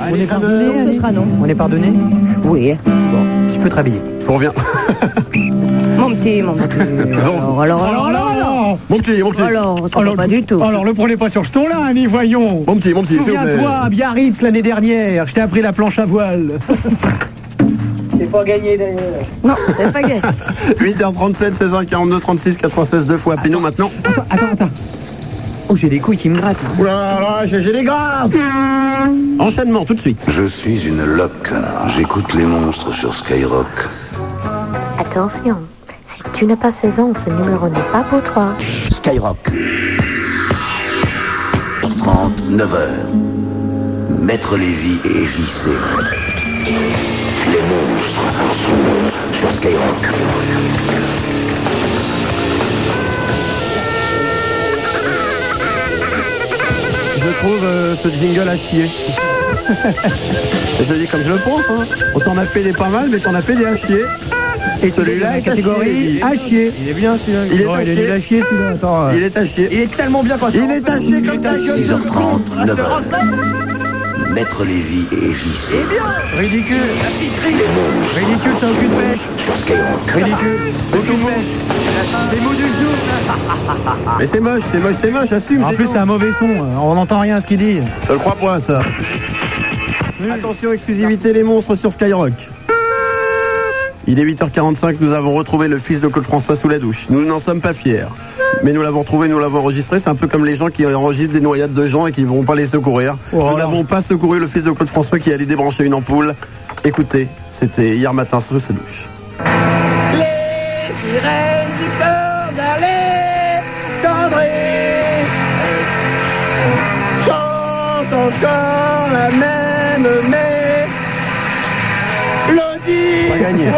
Speaker 3: Allez,
Speaker 10: Donc, Ah, ce sera non.
Speaker 4: On est pardonné
Speaker 10: Oui.
Speaker 4: Tu peux te rhabiller.
Speaker 3: Faut revient.
Speaker 10: Mon petit, mon petit.
Speaker 18: Oh
Speaker 10: Alors, alors, alors, alors, alors,
Speaker 18: alors
Speaker 3: <laughs> Oh, Mon petit, mon petit. Oh,
Speaker 10: alors, ça va
Speaker 18: alors,
Speaker 10: pas du tout.
Speaker 18: Alors, le prenez pas sur ce ton-là, Annie, voyons
Speaker 3: Mon petit, mon petit. s'il vous plaît.
Speaker 18: Souviens-toi, à Biarritz l'année dernière, je t'ai appris la planche à voile.
Speaker 20: C'est pas gagné d'ailleurs.
Speaker 10: Non,
Speaker 3: <laughs>
Speaker 10: c'est pas gagné.
Speaker 3: 8h37, 16 h 42, 36, 96, deux fois. Pinon maintenant.
Speaker 18: <laughs> Attends, attends. Oh, j'ai les couilles qui me grattent.
Speaker 3: Ouh là là là, j'ai j'ai les grâces Enchaînement tout de suite.
Speaker 5: Je suis une loque. J'écoute les monstres sur Skyrock.
Speaker 21: Attention, si tu n'as pas 16 ans, ce numéro n'est pas pour toi.
Speaker 5: Skyrock. 39 h Maître Lévy et JC. Les monstres sont sur Skyrock.
Speaker 3: Je trouve euh, ce jingle à chier. je le dis comme je le pense. Hein. On t'en a fait des pas mal, mais t'en as fait des à chier.
Speaker 18: Et
Speaker 3: celui-là est à chier,
Speaker 18: catégorie
Speaker 3: il
Speaker 18: à
Speaker 3: dit.
Speaker 18: chier. Il est bien celui-là.
Speaker 3: Il est à
Speaker 18: il est
Speaker 3: chier.
Speaker 18: nul à chier celui-là. Attends. euh.
Speaker 3: Il est taché.
Speaker 18: Il est tellement bien passé.
Speaker 3: Il est taché comme ta gueule de con.
Speaker 5: 9 h Maître Lévy et JC.
Speaker 18: Ridicule.
Speaker 4: Ridicule, c'est aucune pêche.
Speaker 5: Sur Skyrock.
Speaker 4: Ridicule, c'est aucune pêche. C'est mou
Speaker 3: <laughs>
Speaker 4: du genou.
Speaker 3: Mais c'est moche, c'est moche, c'est moche, assume.
Speaker 4: En
Speaker 3: c'est
Speaker 4: plus,
Speaker 3: con.
Speaker 4: c'est un mauvais son. euh. On n'entend rien à ce qu'il dit.
Speaker 3: Je le crois pas, ça. Attention, exclusivité les monstres sur Skyrock. Il est 8h45, nous avons retrouvé le fils de Claude François sous la douche. Nous n'en sommes pas fiers. Mais nous l'avons retrouvé, nous l'avons enregistré. C'est un peu comme les gens qui enregistrent des noyades de gens et qui ne vont pas les secourir.
Speaker 4: Oh.
Speaker 3: nous n'avons pas secouru le fils de Claude François qui allait débrancher une ampoule. Écoutez, c'était hier matin sous sa douche.
Speaker 8: Les sirènes du port d'Alais cendrées chantent encore la même mélodie.
Speaker 3: pas gagné.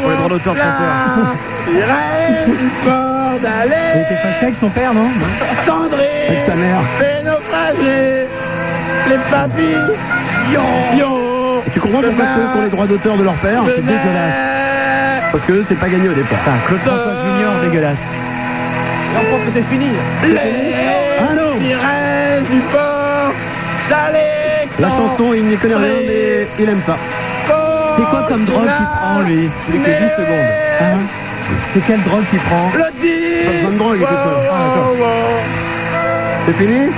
Speaker 8: Pour les droits d'auteur de son père. Sirènes du port d'Alais.
Speaker 4: Il était fâché avec son père, non
Speaker 8: Cendré
Speaker 3: Avec sa mère.
Speaker 8: fait naufrager les papillons. Yo,
Speaker 3: Et tu comprends pourquoi c'est eux qui ont les droits d'auteur de leur père
Speaker 8: C'est dégueulasse.
Speaker 3: Parce que eux, c'est pas gagné au départ.
Speaker 4: Claude François Junior, dégueulasse.
Speaker 20: on pense que c'est fini.
Speaker 8: Les sirènes du port d'Alexandre.
Speaker 3: La chanson, il n'y connaît rien, mais il aime ça.
Speaker 4: C'était quoi comme
Speaker 20: Oh,
Speaker 4: drogue qu'il prend, lui
Speaker 8: Il est que 10 secondes.
Speaker 4: Hein C'est quelle drogue qu'il prend
Speaker 8: Le dit.
Speaker 3: Pas besoin de drogue, écoute ça.
Speaker 8: ça.
Speaker 3: Ah, C'est fini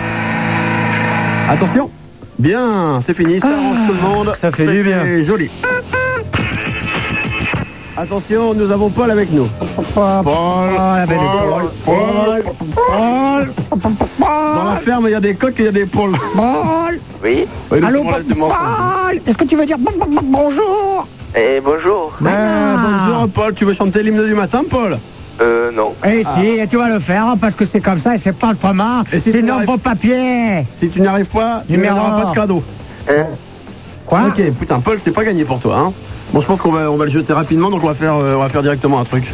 Speaker 3: Attention Bien, c'est fini, ça arrange tout
Speaker 18: Ah,
Speaker 3: le monde.
Speaker 4: ça fait du bien.
Speaker 3: C'était joli. Attention, nous avons Paul avec nous. Paul,
Speaker 4: la belle
Speaker 3: Paul, Paul, Paul. Dans la ferme, il y a des coqs et il y a des Paul.
Speaker 18: Paul.
Speaker 20: Oui.
Speaker 3: Oui, nous
Speaker 18: Allô,
Speaker 3: sommes relativement simples.
Speaker 18: Paul. Est-ce que tu veux dire bon- bon- bon- bonjour Ah.
Speaker 20: Et Eh, bonjour.
Speaker 3: Ben, bonjour Paul, tu veux chanter l'hymne du matin, Paul
Speaker 20: Euh, non.
Speaker 4: Eh si, et tu vas le faire hein, parce que c'est comme ça et c'est pas autrement.
Speaker 3: Ah. Et si tu
Speaker 4: Sinon,
Speaker 3: n'arrives-
Speaker 4: vos papiers.
Speaker 3: Si tu n'y arrives pas, tu ne
Speaker 4: Numéro
Speaker 3: gagneras
Speaker 4: un.
Speaker 3: pas de cadeau.
Speaker 4: Quoi
Speaker 3: Ok, putain, Paul, c'est pas gagné pour toi. Hein. Bon, je pense qu'on va, on va le jeter rapidement, donc on va faire, euh, on va faire directement un truc.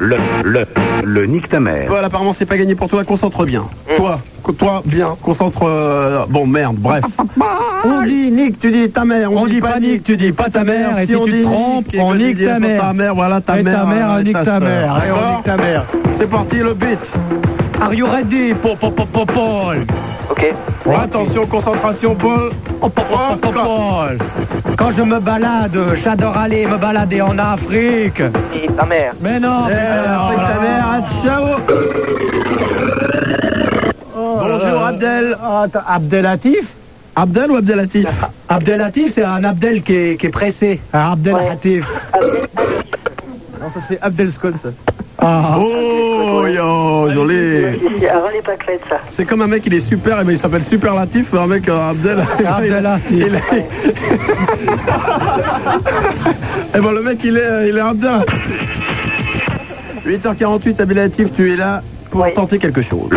Speaker 5: Le nique ta mère.
Speaker 3: Paul, apparemment, c'est pas gagné pour toi. Concentre bien. Toi, co- toi, bien. Concentre. euh, Bon, merde, bref. On dit nique, tu dis ta mère. On,
Speaker 4: Ah, On dit pas nique,
Speaker 3: tu dis pas ta mère.
Speaker 4: et si
Speaker 3: on
Speaker 4: tu te
Speaker 3: dit
Speaker 4: trompes,
Speaker 3: et que
Speaker 4: on
Speaker 3: tu
Speaker 4: nique
Speaker 3: dis
Speaker 4: ta
Speaker 3: pas
Speaker 4: mère.
Speaker 3: Ta mère, voilà, ta
Speaker 4: Et Eh, ta
Speaker 3: mère.
Speaker 4: mère,
Speaker 3: euh,
Speaker 4: on
Speaker 3: et
Speaker 4: nique ta
Speaker 3: sœur.
Speaker 4: mère. Et on
Speaker 3: D'accord
Speaker 4: nique ta mère.
Speaker 3: C'est parti, le beat.
Speaker 4: Are you ready, Paul, Paul, Paul, Paul, Paul
Speaker 20: Ok.
Speaker 3: Attention, concentration, Paul.
Speaker 4: Oh, Paul,
Speaker 3: Trois,
Speaker 4: Paul, Paul,
Speaker 3: quatre.
Speaker 4: Paul. Quand je me balade, j'adore aller me balader en Afrique.
Speaker 20: Et ta mère.
Speaker 4: Mais non,
Speaker 3: Eh,
Speaker 4: putain,
Speaker 3: Afrique,
Speaker 4: oh là
Speaker 3: ta
Speaker 4: là.
Speaker 3: mère, ah, ciao. Bonjour, Abdel.
Speaker 4: Oh Ah, attends, Abdelatif
Speaker 3: Abdel ou
Speaker 4: <laughs>
Speaker 3: Abdelatif
Speaker 4: Abdelatif, c'est un Abdel qui est, qui est pressé. Un
Speaker 3: Oh.
Speaker 4: Abdelatif.
Speaker 20: Non, ça c'est Abdel Scott, ça.
Speaker 4: Ah,
Speaker 3: Oh, yo, joli.
Speaker 6: Avalez pas clé ça.
Speaker 3: C'est comme un mec, il est super, mais il s'appelle Super Latif, un mec, euh, Abdel.
Speaker 4: <laughs> <laughs> Abdel Latif.
Speaker 3: Il est- <laughs> Eh ben, le mec, il est, euh, il est Abdel. 8h48, Abdel Latif, tu es là pour tenter quelque chose.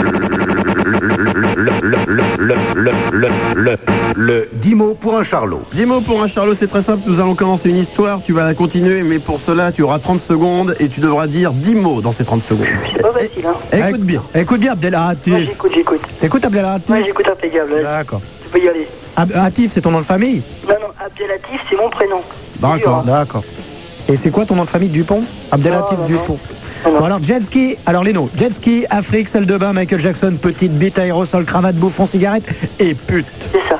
Speaker 5: Le 10 mots pour un charlot.
Speaker 3: 10 mots pour un Charlot, c'est très simple. Nous allons commencer une histoire, tu vas la continuer, mais pour cela, tu auras 30 secondes et tu devras dire 10 mots dans ces 30 secondes.
Speaker 6: C'est pas facile, hein.
Speaker 3: Écoute bien.
Speaker 4: écoute bien
Speaker 6: Moi,
Speaker 4: Abdelatif.
Speaker 6: j'écoute, j'écoute.
Speaker 4: T'écoutes Abdelatif
Speaker 6: Moi, j'écoute impeccable. ouais.
Speaker 4: D'accord.
Speaker 6: Tu peux y aller.
Speaker 4: Abdelatif, c'est ton nom de famille
Speaker 6: Non, non, Abdelatif, c'est hein, mon prénom.
Speaker 3: D'accord.
Speaker 4: D'accord. Ah. Et c'est quoi ton nom de famille Dupont Abdelatif
Speaker 6: Non, non,
Speaker 4: Dupont. Bon alors jet ski, alors Léno, jet ski, Afrique, salle de bain, Michael Jackson, petite bite, aérosol, cravate, bouffon, cigarette et pute.
Speaker 6: C'est ça.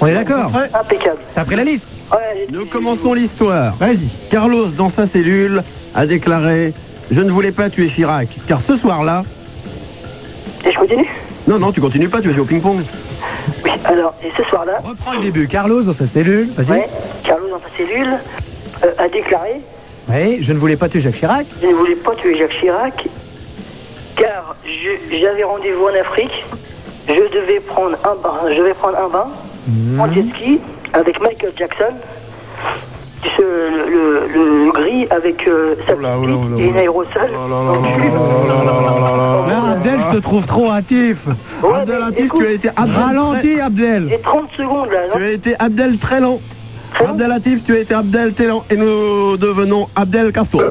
Speaker 4: On est d'accord
Speaker 3: Concentré.
Speaker 6: Impeccable.
Speaker 4: T'as pris la liste
Speaker 6: Ouais,
Speaker 3: Nous commençons l'histoire.
Speaker 4: Vas-y.
Speaker 3: Carlos, dans sa cellule, a déclaré Je ne voulais pas tuer Chirac, car ce soir-là.
Speaker 6: et je continue
Speaker 3: Non, non, tu continues pas, tu vas jouer au ping-pong.
Speaker 12: Oui, alors, et ce soir-là,
Speaker 4: Prends le début. Carlos dans sa cellule, vas-y.
Speaker 12: ouais, Carlos dans sa cellule euh, a déclaré
Speaker 4: Oui, je ne voulais pas tuer Jacques Chirac.
Speaker 12: Je ne voulais pas tuer Jacques Chirac, car je- j'avais rendez-vous en Afrique. Je devais prendre un bain, je vais prendre un bain
Speaker 4: Mhm.
Speaker 12: en jet ski avec Michael Jackson, ce- le, le- le- le gris avec euh, sa petite pipe et une
Speaker 4: Oh
Speaker 12: aérosol.
Speaker 4: Là, Abdel, je te trouve trop hâtif. Abdel hâtif, tu as été Abdel. Ralenti, Abdel.
Speaker 12: J'ai 30 secondes là.
Speaker 3: Tu as été Abdel très lent. Abdel Latif, tu as été Abdel très lent. Et nous devenons Abdel Castro.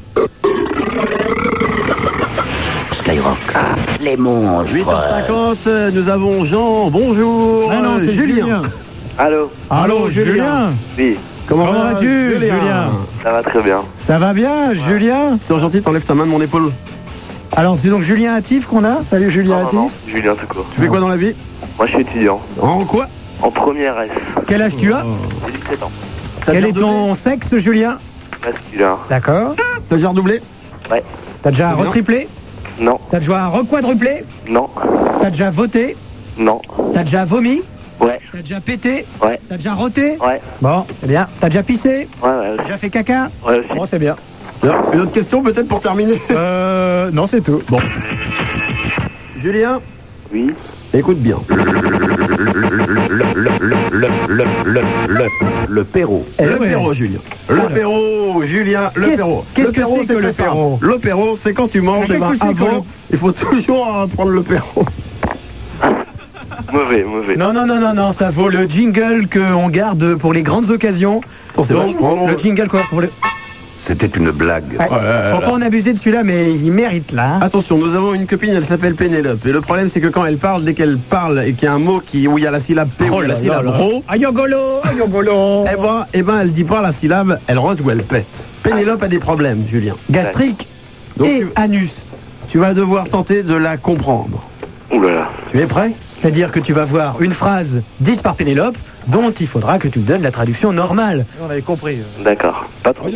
Speaker 22: Skyrock, les monstres.
Speaker 3: 8h50, nous avons Jean. Bonjour.
Speaker 22: Ah non,
Speaker 3: euh,
Speaker 22: c'est Julien.
Speaker 12: Allô
Speaker 3: Allô, Julien.
Speaker 12: Oui.
Speaker 3: Comment,
Speaker 12: Comment
Speaker 3: vas-tu,
Speaker 12: vas-tu,
Speaker 3: Julien
Speaker 12: Ça va très bien.
Speaker 4: Ça va bien, Julien
Speaker 3: C'est gentil, t'enlèves ta main de mon épaule.
Speaker 4: Alors, c'est donc Julien Hâtif qu'on a Salut, Julien Hâtif.
Speaker 12: Julien, tout court.
Speaker 22: Ah.
Speaker 3: Tu fais quoi dans la vie
Speaker 12: Moi, je suis étudiant.
Speaker 3: En quoi
Speaker 12: En première S.
Speaker 4: Quel âge tu as
Speaker 12: 17 ans.
Speaker 4: Quel est ton sexe, Julien
Speaker 12: Masculin.
Speaker 4: D'accord.
Speaker 3: T'as déjà redoublé
Speaker 12: Ouais.
Speaker 4: T'as déjà
Speaker 12: C'est bien.
Speaker 4: retriplé
Speaker 12: Non.
Speaker 4: T'as déjà requadruplé
Speaker 12: Non.
Speaker 4: T'as déjà voté
Speaker 12: Non.
Speaker 4: T'as déjà vomi
Speaker 12: Ouais.
Speaker 4: T'as déjà pété
Speaker 12: Ouais.
Speaker 4: T'as déjà roté
Speaker 12: Ouais.
Speaker 4: Bon, c'est bien. T'as déjà pissé
Speaker 12: Ouais, ouais.
Speaker 4: T'as déjà fait caca
Speaker 12: Ouais, aussi.
Speaker 4: Bon, c'est bien.
Speaker 3: Une autre question peut-être pour terminer
Speaker 4: Euh. Non, c'est tout.
Speaker 3: Bon. Julien
Speaker 12: Oui.
Speaker 3: Écoute bien.
Speaker 5: Le Perrault.
Speaker 3: Le Perrault, Julien. Le Perrault, Julien. Le
Speaker 5: Qu'est-ce-
Speaker 3: Perrault.
Speaker 5: qu'est-ce
Speaker 3: Le
Speaker 5: que
Speaker 3: Perrault,
Speaker 5: c'est que
Speaker 3: très
Speaker 5: le
Speaker 3: simple.
Speaker 5: Perrault
Speaker 3: Le Perrault, c'est quand tu manges,
Speaker 5: Mais
Speaker 3: eh ben,
Speaker 5: qu'est-ce que c'est que
Speaker 3: avant, il faut toujours <laughs> euh, prendre le Perrault.
Speaker 12: Mauvais, mauvais.
Speaker 4: Non, non, non, non, non, ça vaut le jingle qu'on garde pour les grandes occasions.
Speaker 5: Attends, c'est
Speaker 4: Donc,
Speaker 5: vachement long.
Speaker 4: le jingle qu'on pour le.
Speaker 5: C'était une blague.
Speaker 4: Ouais. Faut pas en abuser de celui-là, mais il mérite là. hein.
Speaker 3: Attention, nous avons une copine, elle s'appelle Pénélope. Et le problème, c'est que quand elle parle, dès qu'elle parle et qu'il y a un mot qui, où il y a la syllabe P ou
Speaker 4: là
Speaker 3: la
Speaker 4: là
Speaker 3: syllabe
Speaker 4: là.
Speaker 3: RO.
Speaker 4: Ayogolo, ayogolo.
Speaker 3: Eh ben, eh ben, elle dit pas la syllabe, elle rote ou elle pète. Pénélope a des problèmes, Julien.
Speaker 4: Gastrique et anus.
Speaker 3: Tu vas devoir tenter de la comprendre.
Speaker 12: Ouh là là.
Speaker 3: Tu es prêt
Speaker 4: C'est-à-dire que tu vas voir une phrase dite par Pénélope, dont il faudra que tu donnes la traduction normale.
Speaker 23: On avait compris.
Speaker 12: D'accord. Pas trop.
Speaker 3: <laughs>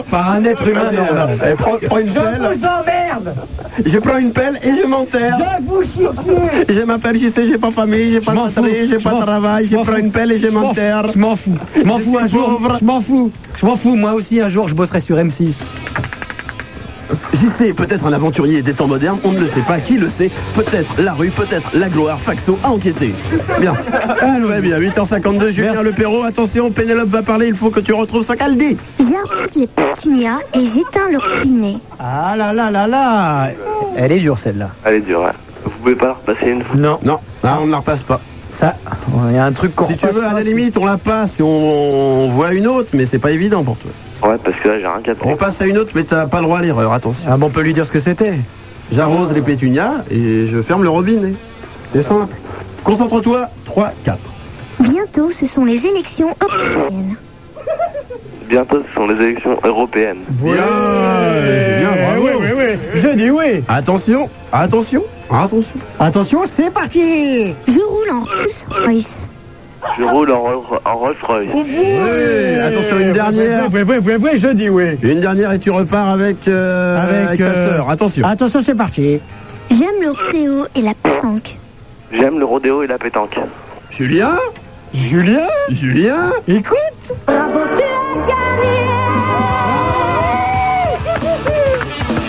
Speaker 3: Ah,
Speaker 4: Par un être humain
Speaker 3: Allez,
Speaker 4: normal.
Speaker 3: alors, eh, prends- prends une
Speaker 4: je
Speaker 3: pelle.
Speaker 4: vous emmerde
Speaker 3: Je prends une pelle et je m'enterre.
Speaker 4: Je vous chie dessus
Speaker 3: Je m'appelle JC, j'ai pas famille, j'ai
Speaker 4: Je
Speaker 3: pas
Speaker 4: m'en
Speaker 3: de
Speaker 4: fous.
Speaker 3: patrie, j'ai
Speaker 4: Je
Speaker 3: pas
Speaker 4: m'en
Speaker 3: de
Speaker 4: fous.
Speaker 3: travail, je
Speaker 4: m'en
Speaker 3: prends
Speaker 4: fous.
Speaker 3: une pelle et je
Speaker 4: m'en fous.
Speaker 3: m'enterre.
Speaker 4: Je m'en fous. Je m'en
Speaker 3: Je
Speaker 4: fous un
Speaker 3: suis
Speaker 4: jour.
Speaker 3: pauvre.
Speaker 4: Je m'en fous. Je m'en fous. Moi aussi, un jour, je bosserai sur M6.
Speaker 3: JC est peut-être un aventurier des temps modernes, on ne le sait pas, qui le sait Peut-être la rue, peut-être la gloire, Faxo a enquêté. Bien. Allô, eh bien, 8h52, Julien Le Perrault, attention, Pénélope va parler, il faut que tu retrouves ce qu'elle dit.
Speaker 21: J'arrose les pétunias et j'éteins le robinet.
Speaker 4: Ah là là là là Elle est dure celle-là.
Speaker 12: Elle est dure, hein. Vous pouvez pas la repasser une fois
Speaker 4: Non.
Speaker 3: Non, ah, on ne la repasse pas.
Speaker 4: Ça, il y a un truc qu'on
Speaker 3: Si tu
Speaker 4: repasse
Speaker 3: veux, à
Speaker 4: pas,
Speaker 3: la
Speaker 4: c'est-
Speaker 3: limite, on la passe et on, on voit une autre, mais c'est pas évident pour toi.
Speaker 12: Ouais, parce que là, j'ai rien capté.
Speaker 3: On passe à une autre, mais t'as pas le droit à l'erreur, attention.
Speaker 4: Ah bon, on peut lui dire ce que c'était.
Speaker 3: J'arrose les pétunias et je ferme le robinet. C'est simple. Concentre-toi, 3, 4.
Speaker 21: Bientôt, ce sont les élections européennes.
Speaker 12: Bientôt, ce sont les élections européennes.
Speaker 3: Bien, c'est bien, bravo.
Speaker 4: Je dis oui.
Speaker 3: Attention, attention, attention.
Speaker 4: Attention, c'est parti
Speaker 21: Je roule en Rolls Royce.
Speaker 12: Je roule en, Rolls- en Rolls Royce.
Speaker 3: Ouais,
Speaker 4: euh,
Speaker 3: attention, une dernière.
Speaker 4: Oui, oui, oui, oui, je dis oui.
Speaker 3: Une dernière et tu repars avec, euh, avec, ta
Speaker 4: euh,
Speaker 3: sœur. Attention.
Speaker 4: Attention, c'est parti.
Speaker 21: J'aime le rodéo et la pétanque.
Speaker 12: J'aime le rodéo et la pétanque.
Speaker 3: Julien
Speaker 4: Julien
Speaker 3: Julien
Speaker 4: Écoute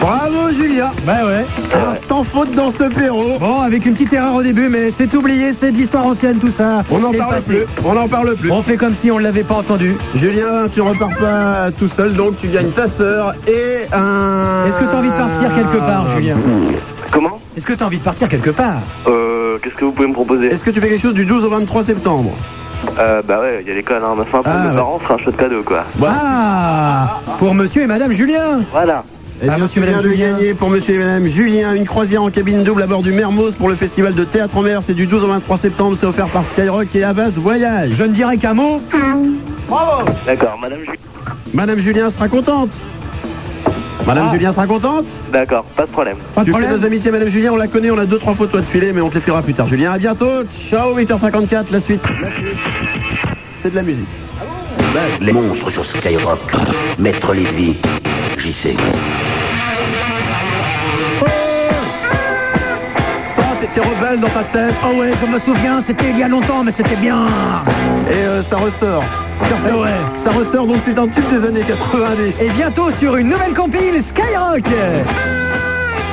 Speaker 3: Bravo Julien
Speaker 4: Bah ouais.
Speaker 3: Un Sans faute dans ce Pérou.
Speaker 4: Bon, avec une petite erreur au début, mais c'est oublié, c'est de l'histoire ancienne tout ça.
Speaker 3: On n'en
Speaker 4: C'est Oh.
Speaker 3: parle
Speaker 4: passé.
Speaker 3: plus. On n'en parle plus.
Speaker 4: On fait comme si on l'avait pas entendu.
Speaker 3: Julien, tu repars pas tout seul, donc tu gagnes ta sœur et un.
Speaker 4: Est-ce que t'as envie de partir quelque part,
Speaker 3: Ah,
Speaker 4: Julien
Speaker 12: Comment
Speaker 4: Est-ce que t'as envie de partir quelque part
Speaker 12: Euh, qu'est-ce que vous pouvez me proposer
Speaker 3: Est-ce que tu fais quelque chose du 12 au 23 septembre
Speaker 12: Euh, bah ouais, il y a l'école, hein. Enfin, pour
Speaker 3: Ah,
Speaker 12: mes
Speaker 3: ouais.
Speaker 12: parents, c'est un chouette cadeau, quoi.
Speaker 4: Ah Pour monsieur et madame Julien
Speaker 12: Voilà.
Speaker 3: Eh bien,
Speaker 4: Ah, monsieur
Speaker 3: tu viens
Speaker 4: et
Speaker 3: de
Speaker 4: madame Julien.
Speaker 3: gagner pour monsieur et madame Julien une croisière en cabine double à bord du Mermoz pour le festival de théâtre en mer. C'est du 12 au 23 septembre. C'est offert par Skyrock et Avas Voyage.
Speaker 4: Je ne dirais qu'un mot.
Speaker 12: D'accord, madame Ju-
Speaker 3: Madame Julien sera contente. Madame
Speaker 4: Ah.
Speaker 3: Julien sera contente.
Speaker 12: D'accord, pas de problème.
Speaker 4: Pas de
Speaker 3: tu fais
Speaker 4: problème.
Speaker 3: nos amitiés, Madame Julien. On la connaît, on a deux trois photos à te filer, mais on te les filera plus tard. Julien, à bientôt. Ciao, 8h54. La suite. La suite. C'est de la musique.
Speaker 8: Ben,
Speaker 5: Les monstres sur Skyrock. Maître Lévy. JC.
Speaker 3: Oh, t'es- t'es-
Speaker 18: t'es rebelle dans ta tête.
Speaker 24: Oh ouais, je me souviens, c'était il y a longtemps, mais c'était bien.
Speaker 3: Et euh, ça ressort. Car ça,
Speaker 24: Ah ouais.
Speaker 3: ça ressort donc c'est un tube des années 90.
Speaker 24: Et bientôt sur une nouvelle compile Skyrock.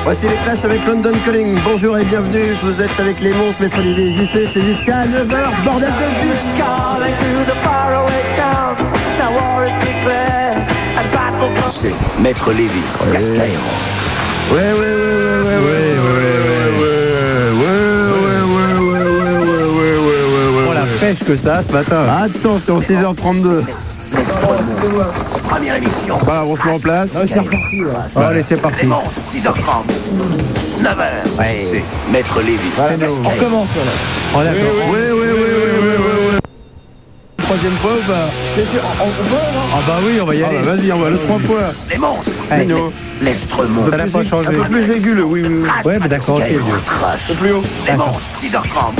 Speaker 3: Voici les clashs avec London Calling. Bonjour et bienvenue, vous êtes avec les monstres, maître du VJC, c'est jusqu'à 9h, bordel de but
Speaker 5: C'est Maître Lévis
Speaker 18: Euh.
Speaker 5: sur Skyrock.
Speaker 3: Ouais, ouais, ouais, ouais, ouais, ouais, ouais, ouais, ouais, ouais, ouais, ouais, ouais, ouais, ouais, ouais, ouais, ouais, ouais, ouais,
Speaker 18: Oh la pêche que ça a ce matin. Bah.
Speaker 3: Attention, 6h32.
Speaker 8: Première émission.
Speaker 3: Bah, on se met en place.
Speaker 18: Ah, c'est reparti, là.
Speaker 3: Oh, allez, c'est parti.
Speaker 8: Les monstres, 6h30. 9h.
Speaker 5: C'est Maître Lévis sur
Speaker 18: On
Speaker 5: Skyrock.
Speaker 18: recommence, voilà.
Speaker 3: Oh, d'accord. Ouais, ouais, ouais, ouais, ouais, ouais, ouais. Troisième fois ou pas
Speaker 18: Ah bah oui, on va y
Speaker 3: Ah
Speaker 18: aller.
Speaker 3: bah, Vas-y, on va le trois fois.
Speaker 8: Les monstres.
Speaker 18: Allez.
Speaker 3: Signaux.
Speaker 8: L'estremont.
Speaker 18: Ça n'a pas changé.
Speaker 20: Plus aigu le oui, oui, oui.
Speaker 18: Ouais, mais d'accord, ok.
Speaker 8: Skyrock trash.
Speaker 20: Plus haut.
Speaker 8: Les monstres, 6h30.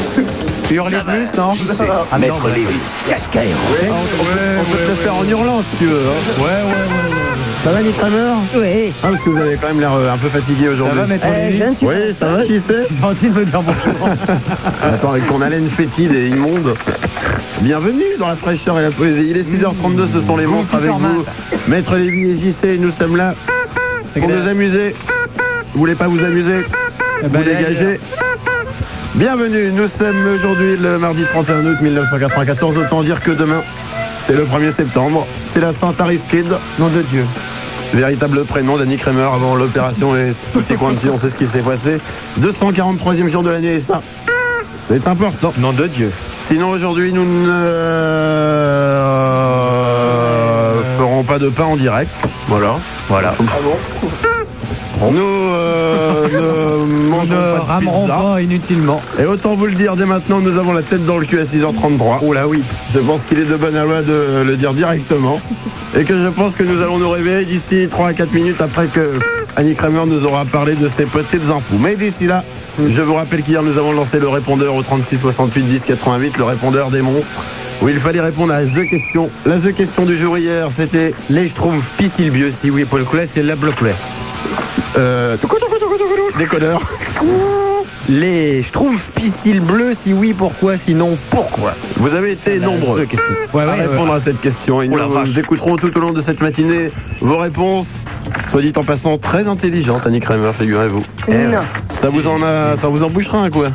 Speaker 18: Tu hurlais plus, non
Speaker 8: C'est
Speaker 18: <laughs> Ah, mais non,
Speaker 8: Maître
Speaker 18: mais-
Speaker 8: Lévis sur Skyrock.
Speaker 3: Ah, on- On peut- on peut te le faire en hurlant si tu veux. hein.
Speaker 18: Ouais, ouais, ouais.
Speaker 3: Ça va, Nick Kramer
Speaker 10: Oui.
Speaker 3: Ah, parce que vous avez quand même l'air euh, un peu fatigué
Speaker 18: Ça
Speaker 3: aujourd'hui.
Speaker 18: va, maître
Speaker 10: Euh,
Speaker 18: Olivier
Speaker 10: je ne suis
Speaker 3: Oui, ça va, j'y sais.
Speaker 18: <laughs> C'est gentil de me dire
Speaker 3: <laughs>
Speaker 18: bonjour.
Speaker 3: Attends, avec ton haleine fétide et immonde. Bienvenue dans la fraîcheur et la poésie. Il est 6h32, ce sont les monstres avec vous. Maître Lévy et JC, nous sommes là pour nous amuser. Vous voulez pas vous amuser Vous dégagez. Bienvenue, nous sommes aujourd'hui le mardi 31 août 1994. Autant dire que demain, c'est le 1er septembre. C'est la Sainte Aristide.
Speaker 18: Nom de Dieu.
Speaker 3: Véritable prénom d'Annie Kramer avant l'opération et tout est quanti, on sait ce qui s'est passé. 243e jour de l'année et ça, c'est important.
Speaker 18: Nom de Dieu.
Speaker 3: Sinon aujourd'hui nous ne euh, ferons pas de pain en direct. Voilà.
Speaker 18: Voilà. <laughs>
Speaker 3: Nous euh, ne
Speaker 18: Nous
Speaker 3: mangerons
Speaker 18: ne
Speaker 3: pas de
Speaker 18: ramerons
Speaker 3: pizza.
Speaker 18: pas inutilement.
Speaker 3: Et autant vous le dire dès maintenant, nous avons la tête dans le cul à 6h33.
Speaker 18: Oh là oui.
Speaker 3: Je pense qu'il est de bonne loi de le dire directement. Et que je pense que nous allons nous réveiller d'ici 3 à 4 minutes après que Annie Kramer nous aura parlé de ses petites infos. Mais d'ici là, je vous rappelle qu'hier nous avons lancé le répondeur au 36 68 10 88, le répondeur des monstres, où il fallait répondre à The Question. La The Question du jour hier, c'était.
Speaker 18: Les Schtroumpfs, Pistilbieux, si oui, Paul Clé, c'est la Bloclet.
Speaker 3: Euh, toucou, toucou, toucou, toucou, toucou, déconneur.
Speaker 18: Les Schtroumpfs, Pistil bleu, si oui, pourquoi, sinon pourquoi
Speaker 3: Vous avez été nombreux.
Speaker 18: Ouais, ouais,
Speaker 3: à
Speaker 18: ouais,
Speaker 3: répondre
Speaker 18: ouais.
Speaker 3: à cette question. Et
Speaker 18: Oh
Speaker 3: nous,
Speaker 18: la vache.
Speaker 3: écouterons tout au long de cette matinée vos réponses, soit dit en passant, très intelligentes, Annie Kramer, figurez-vous.
Speaker 10: Non. Eh
Speaker 3: Ça vous en a, ça vous en bouchera un quoi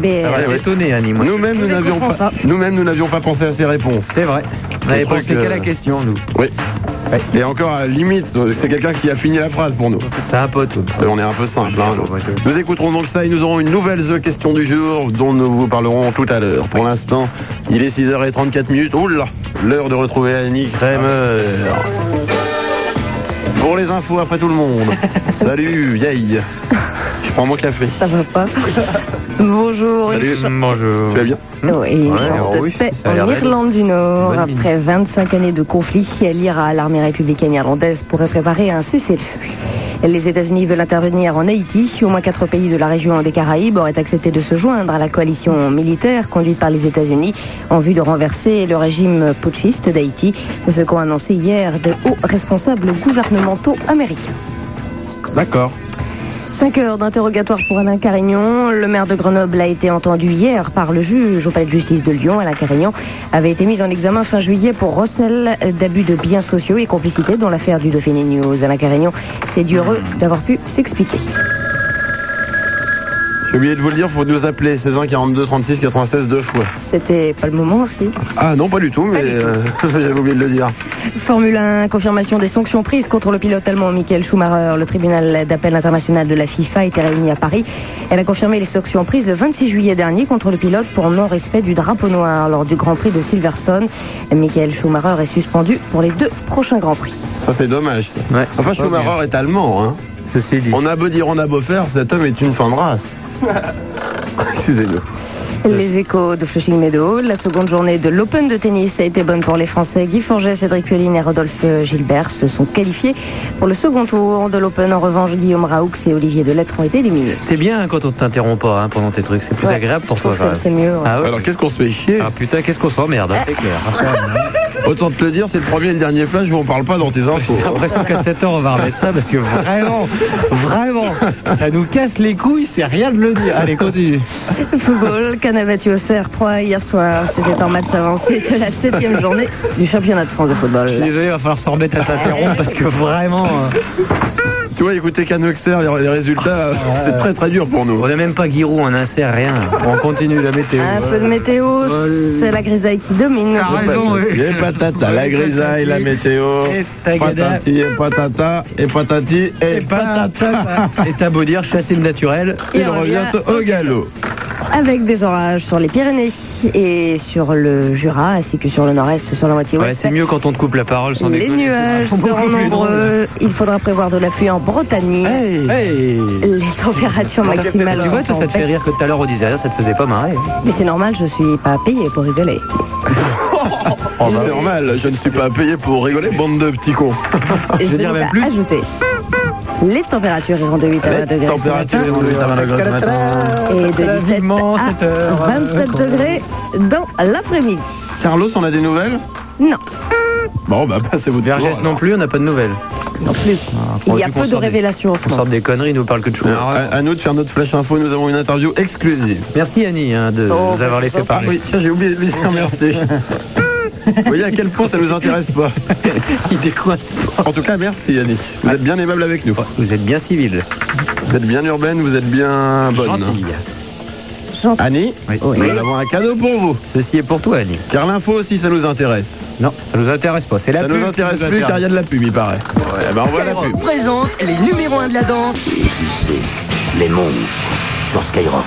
Speaker 10: Mais,
Speaker 3: Ah ouais, ouais.
Speaker 4: hein,
Speaker 18: Étonné, Annie, moi.
Speaker 3: Nous-mêmes, nous
Speaker 18: Je
Speaker 3: n'avions
Speaker 18: comprends
Speaker 3: pas,
Speaker 18: ça.
Speaker 3: nous-mêmes, nous n'avions pas pensé à ces réponses.
Speaker 18: C'est vrai. On avait
Speaker 3: Je crois
Speaker 18: pensé
Speaker 3: que-
Speaker 18: qu'à
Speaker 4: euh,
Speaker 18: la question, nous.
Speaker 3: Oui. Et encore, à la limite, c'est quelqu'un qui a fini la phrase pour nous.
Speaker 18: C'est un pote.
Speaker 3: Parce que On est un peu simple. hein.
Speaker 18: Ouais, ouais.
Speaker 3: Nous écouterons donc ça et nous aurons une nouvelle The Question du jour dont nous vous parlerons tout à l'heure. Pour l'instant, il est 6h34 minutes. Oula, l'heure de retrouver Annie Kramer. Pour les infos après tout le <laughs> monde. Salut, yay. Je prends mon café.
Speaker 10: ça
Speaker 3: <laughs>
Speaker 10: va pas. Bonjour.
Speaker 3: Salut.
Speaker 18: Bonjour.
Speaker 3: Tu vas bien
Speaker 10: Oui, une chance
Speaker 18: alors
Speaker 10: de
Speaker 18: ah oui,
Speaker 10: paix
Speaker 18: ça a l'air
Speaker 10: en
Speaker 18: d'être
Speaker 10: Irlande du Nord.
Speaker 18: bonne mine.
Speaker 10: Après 25 années de conflit, l'IRA, l'armée républicaine irlandaise, pourrait préparer un cessez-le-feu. Les États-Unis veulent intervenir en Haïti. Au moins quatre pays de la région des Caraïbes auraient accepté de se joindre à la coalition militaire conduite par les États-Unis en vue de renverser le régime putschiste d'Haïti. C'est ce qu'ont annoncé hier de hauts responsables gouvernementaux américains.
Speaker 3: D'accord.
Speaker 10: 5 heures d'interrogatoire pour Alain Carignon. Le maire de Grenoble a été entendu hier par le juge au palais de justice de Lyon. Alain Carignon avait été mis en examen fin juillet pour recel d'abus de biens sociaux et complicité dans l'affaire du Dauphiné News. Alain Carignon s'est dit heureux d'avoir pu s'expliquer.
Speaker 3: J'ai oublié de vous le dire, faut nous appeler 16 1 42 36 96 deux fois.
Speaker 10: C'était pas le moment aussi.
Speaker 3: Ah non, pas du tout, mais euh, <laughs> j'avais oublié de le dire.
Speaker 10: Formule 1, confirmation des sanctions prises contre le pilote allemand Michael Schumacher. Le tribunal d'appel international de la FIFA était réuni à Paris. Elle a confirmé les sanctions prises le 26 juillet dernier contre le pilote pour non-respect du drapeau noir lors du Grand Prix de Silverstone. Michael Schumacher est suspendu pour les deux prochains Grands Prix.
Speaker 3: Ça c'est dommage. ça.
Speaker 18: Ouais, c'est
Speaker 3: enfin,
Speaker 18: pas
Speaker 3: Schumacher est allemand. Hein.
Speaker 18: Ceci dit.
Speaker 3: On a beau dire, on a beau faire, cet homme est une fin de race. Excusez-nous.
Speaker 10: Les échos de Flushing Meadow. La seconde journée de l'Open de tennis a été bonne pour les Français. Guy Forget, Cédric Pioline et Rodolphe Gilbert se sont qualifiés pour le second tour de l'Open. En revanche, Guillaume Raoux et Olivier Delettre ont été éliminés.
Speaker 24: C'est bien hein, quand on t'interrompt pas hein, pendant tes trucs, c'est plus
Speaker 10: Ouais,
Speaker 24: agréable pour
Speaker 10: je
Speaker 24: toi.
Speaker 10: trouve que
Speaker 24: quand
Speaker 10: C'est
Speaker 24: même.
Speaker 10: c'est mieux. ouais.
Speaker 24: Ah ouais
Speaker 3: Alors qu'est-ce qu'on se fait chier
Speaker 24: Ah putain, qu'est-ce qu'on s'emmerde, hein, c'est clair.
Speaker 3: Autant te le dire, c'est le premier et le dernier flash où on parle pas dans tes infos.
Speaker 4: J'ai l'impression qu'à 7 ans, on va remettre ça parce que vraiment, vraiment, ça nous casse les couilles, c'est rien de le dire. Allez, continue.
Speaker 10: Football, Cannes a battu au CR3 hier soir. C'était en match avancé de la 7 journée du championnat de France de football.
Speaker 4: Je suis Euh, désolé, il va falloir se remettre à t'interrompre parce que vraiment. euh,
Speaker 3: Tu vois, écoutez Canoxer, les, les résultats, c'est très très dur pour nous.
Speaker 4: On n'a même pas Giroud, on insère rien. On continue la météo.
Speaker 10: Un peu de météo, c'est la grisaille qui domine.
Speaker 3: Les patates, Les patates, la grisaille, la météo,
Speaker 4: Et tagada.
Speaker 3: patati et patata, et patati et patata.
Speaker 10: hein.
Speaker 4: Et t'as beau dire, chasser le naturel.
Speaker 3: Il revient au galop.
Speaker 10: Avec des orages sur les Pyrénées et sur le Jura, ainsi que sur le nord-est, sur la moitié
Speaker 4: Ouais,
Speaker 10: ouest.
Speaker 4: c'est mieux quand on te coupe la parole sans
Speaker 10: Les
Speaker 4: déconner, c'est
Speaker 10: nuages
Speaker 4: vraiment
Speaker 10: seront
Speaker 4: beaucoup plus drôle.
Speaker 10: nombreux. Il faudra prévoir de la pluie en Bretagne.
Speaker 3: Oh,
Speaker 4: Hey.
Speaker 10: Les températures maximales.
Speaker 4: Tu vois, toi,
Speaker 10: seront
Speaker 4: ça te fait
Speaker 10: basses.
Speaker 4: rire que tout à l'heure on disait, ah, ça te faisait pas marrer.
Speaker 10: Mais c'est normal, je suis pas payé pour rigoler.
Speaker 3: bah, c'est normal, je ne suis pas payé pour rigoler, bande de petits cons.
Speaker 10: Et Je vais ajouter. Les températures iront de 8 à 20 degrés. ce matin.
Speaker 3: Température de 8 à 20 degrés ce matin.
Speaker 10: Et de 17 à 27 degrés dans l'après-midi.
Speaker 3: Carlos, on a des nouvelles
Speaker 10: Non.
Speaker 3: Bon, bah passez votre
Speaker 4: Vergès non plus, on n'a pas de nouvelles.
Speaker 10: Non plus.
Speaker 4: Ah,
Speaker 10: Il y a peu de révélations en ce
Speaker 4: On
Speaker 10: moment.
Speaker 4: sort des conneries, il nous parle que de Schumacher.
Speaker 3: À, à nous de faire notre flash info, nous avons une interview exclusive.
Speaker 4: Merci Annie hein, de
Speaker 3: Oh,
Speaker 4: nous avoir laissé
Speaker 3: Ah
Speaker 4: parler.
Speaker 3: oui, tiens, j'ai oublié de lui dire merci. Vous voyez à quel point ça nous intéresse pas.
Speaker 4: Il décoince pas.
Speaker 3: En tout cas, merci Yannick. Vous êtes bien aimable avec nous.
Speaker 4: Vous êtes bien civil.
Speaker 3: Vous êtes bien urbaine, vous êtes bien bonne.
Speaker 4: Gentille. Ah.
Speaker 3: Annie, nous avons un cadeau pour vous.
Speaker 4: Ceci est pour toi Annie.
Speaker 3: Car l'info aussi, ça nous intéresse.
Speaker 4: Non, ça nous intéresse pas. C'est la
Speaker 3: ça
Speaker 4: pub
Speaker 3: nous
Speaker 4: qui
Speaker 3: intéresse
Speaker 4: nous
Speaker 3: plus car il y a de la pub, il paraît. Eh ben, on voit la pub.
Speaker 10: présente les numéros 1 de la danse.
Speaker 8: Impulsé. Les monstres sur Skyrock.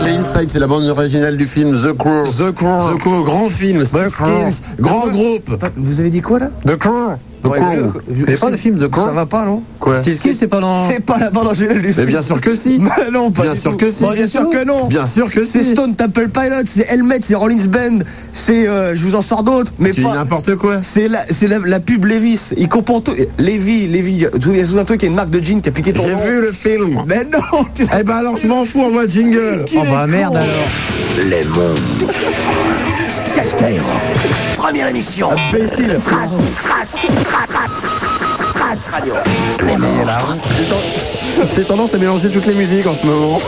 Speaker 3: Les Inside, c'est la bande originale du film The Crow. The Crow. The Crow, grand film. Six Skins, grand groupe.
Speaker 20: Vous avez dit quoi là
Speaker 3: The Crow. The
Speaker 20: Ouais,
Speaker 3: Crow.
Speaker 20: vous- vous- c'est- Ça va pas, non
Speaker 3: Quoi
Speaker 4: Stiski, c'est pas dans.
Speaker 20: Euh, C'est pas la bande originale du
Speaker 3: Mais
Speaker 20: film. <laughs>
Speaker 3: bien sûr que
Speaker 4: <laughs>
Speaker 3: si.
Speaker 20: Mais non, pas
Speaker 3: Bien
Speaker 20: du
Speaker 3: sûr
Speaker 20: tout.
Speaker 3: que si.
Speaker 20: Bon, bien sûr que non.
Speaker 3: Bien sûr que
Speaker 20: C'est
Speaker 3: si.
Speaker 20: Stone Temple Pilots, c'est Helmet, c'est Rollins Band, c'est euh, je vous en sors d'autres, mais
Speaker 3: Tu dis
Speaker 20: pas.
Speaker 3: n'importe quoi.
Speaker 20: C'est la, c'est la, la pub Levis. Il comprend tout. Lévi, Lévi. Souviens-toi qu'il y a une marque de jean qui a piqué ton
Speaker 3: J'ai
Speaker 20: nom.
Speaker 3: vu le film.
Speaker 20: Mais non. <laughs> tu-
Speaker 3: Eh ben alors, je m'en fous, on voit jingle.
Speaker 20: Qu'il
Speaker 4: Oh bah
Speaker 20: est
Speaker 4: merde
Speaker 20: con.
Speaker 4: alors.
Speaker 8: Les monstres. Skyrock. Première émission.
Speaker 20: Imbécile.
Speaker 8: Trash, trash, trash, trash, trash radio. Les monstres.
Speaker 3: J'ai ten- J'ai tendance à mélanger toutes les musiques en ce moment.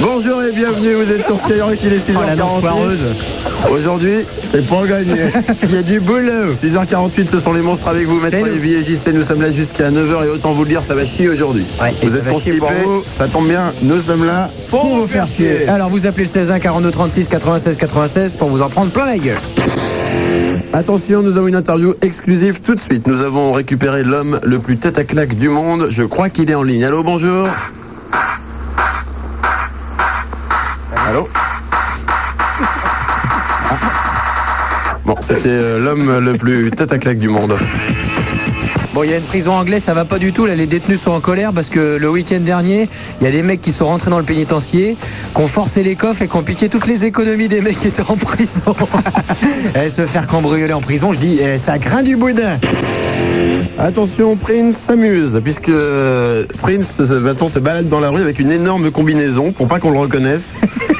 Speaker 3: Bonjour et bienvenue, vous êtes sur Skyrock, il est
Speaker 4: Oh, la danse
Speaker 3: 6h48.
Speaker 4: foireuse.
Speaker 3: Aujourd'hui, c'est pour gagner.
Speaker 4: <laughs> Il y a du boulot.
Speaker 3: 6h48, ce sont les monstres avec vous, Maître
Speaker 4: C'est nous.
Speaker 3: Lévy et JC. Nous sommes là jusqu'à 9h et autant vous le dire, ça va chier aujourd'hui.
Speaker 4: Ouais, et
Speaker 3: vous
Speaker 4: ça
Speaker 3: êtes
Speaker 4: va
Speaker 3: constipés,
Speaker 4: chier pour vous.
Speaker 3: ça tombe bien, nous sommes là pour, vous faire chier.
Speaker 4: Alors vous appelez le 16 1 42 36 96 96 pour vous en prendre plein la gueule.
Speaker 3: Attention, nous avons une interview exclusive tout de suite. Nous avons récupéré l'homme le plus tête à claque du monde. Je crois qu'il est en ligne. Allô, bonjour. Allô Ah. Bon, c'était euh, l'homme le plus tête à claque du monde.
Speaker 4: Bon, il y a une prison anglaise, ça va pas du tout. Là, les détenus sont en colère parce que le week-end dernier, il y a des mecs qui sont rentrés dans le pénitencier, qui ont forcé les coffres et qui ont piqué toutes les économies des mecs qui étaient en prison. et se faire cambrioler en prison, je dis, eh, ça craint du boudin.
Speaker 3: Attention, Prince s'amuse, puisque euh, Prince euh, maintenant se balade dans la rue avec une énorme combinaison, pour pas qu'on le reconnaisse.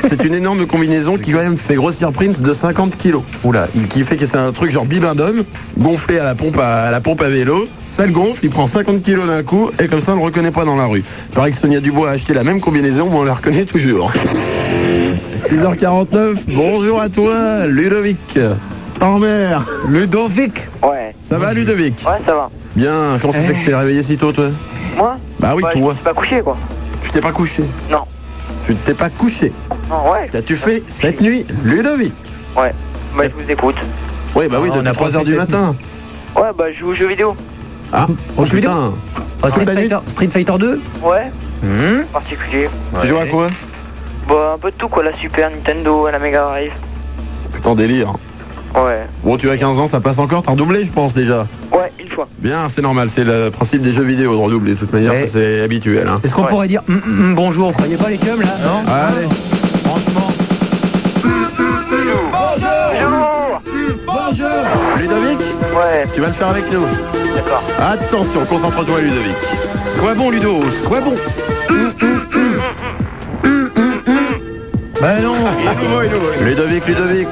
Speaker 3: C'est une énorme combinaison qui quand même fait grossir Prince de 50 kilos.
Speaker 4: Oula,
Speaker 3: Ce qui fait que c'est un truc genre bilindome, gonflé à la pompe à, à la pompe à vélo. Ça le gonfle, il prend 50 kilos d'un coup, et comme ça on le reconnaît pas dans la rue. Il paraît que Sonia Dubois a acheté la même combinaison, mais on la reconnaît toujours. 6h49, bonjour à toi, Ludovic. Tant mère.
Speaker 4: Ludovic.
Speaker 1: Ouais,
Speaker 3: Ça va, Ludovic
Speaker 12: Ah,
Speaker 1: ouais, ça va.
Speaker 3: Bien, comment ça se fait que t'es réveillé si tôt, toi
Speaker 1: Eh. Moi
Speaker 3: Bah oui,
Speaker 1: Bah,
Speaker 3: toi.
Speaker 1: Je suis pas couché, quoi.
Speaker 3: Tu t'es pas couché
Speaker 1: Non.
Speaker 3: Tu t'es pas couché
Speaker 1: Non, ouais.
Speaker 3: T'as-tu fait cette nuit, Ludovic
Speaker 1: Ouais. Bah, je vous écoute.
Speaker 3: Oui, bah oui,
Speaker 4: Non, Ah, on
Speaker 3: depuis
Speaker 4: a pas
Speaker 3: 3h
Speaker 4: fait
Speaker 3: du
Speaker 4: cette
Speaker 3: matin.
Speaker 1: Ouais, bah, je joue aux jeux vidéo.
Speaker 3: Ah, oh,
Speaker 4: jeu vidéo
Speaker 3: putain
Speaker 4: Oh, Street,
Speaker 3: Bah,
Speaker 4: Fighter, Street Fighter 2
Speaker 1: Ouais,
Speaker 4: Hmm.
Speaker 1: particulier.
Speaker 3: Tu joues à quoi
Speaker 1: Bah, un peu de tout, quoi. La Super Nintendo, la Mega Drive.
Speaker 3: Putain, délire.
Speaker 1: Ouais.
Speaker 3: Bon, tu as 15 ans, ça passe encore, t'as redoublé, je pense, déjà.
Speaker 1: Ouais, une fois.
Speaker 3: Bien, c'est normal, c'est le principe des jeux vidéo de redoubler, de toute manière,
Speaker 4: Ouais.
Speaker 3: ça c'est habituel. hein.
Speaker 4: Est-ce qu'on
Speaker 1: Ouais.
Speaker 4: pourrait dire hum, hum, hum, bonjour Vous croyez pas les cums là Non
Speaker 3: Allez,
Speaker 4: Franchement.
Speaker 3: bonjour Ludovic,
Speaker 1: Ouais,
Speaker 3: tu vas le faire avec nous.
Speaker 1: d'accord.
Speaker 3: Attention, concentre-toi, Ludovic.
Speaker 4: Sois bon Ludo, sois bon.
Speaker 25: Bah non
Speaker 1: Ah,
Speaker 3: Ludovic, Ludovic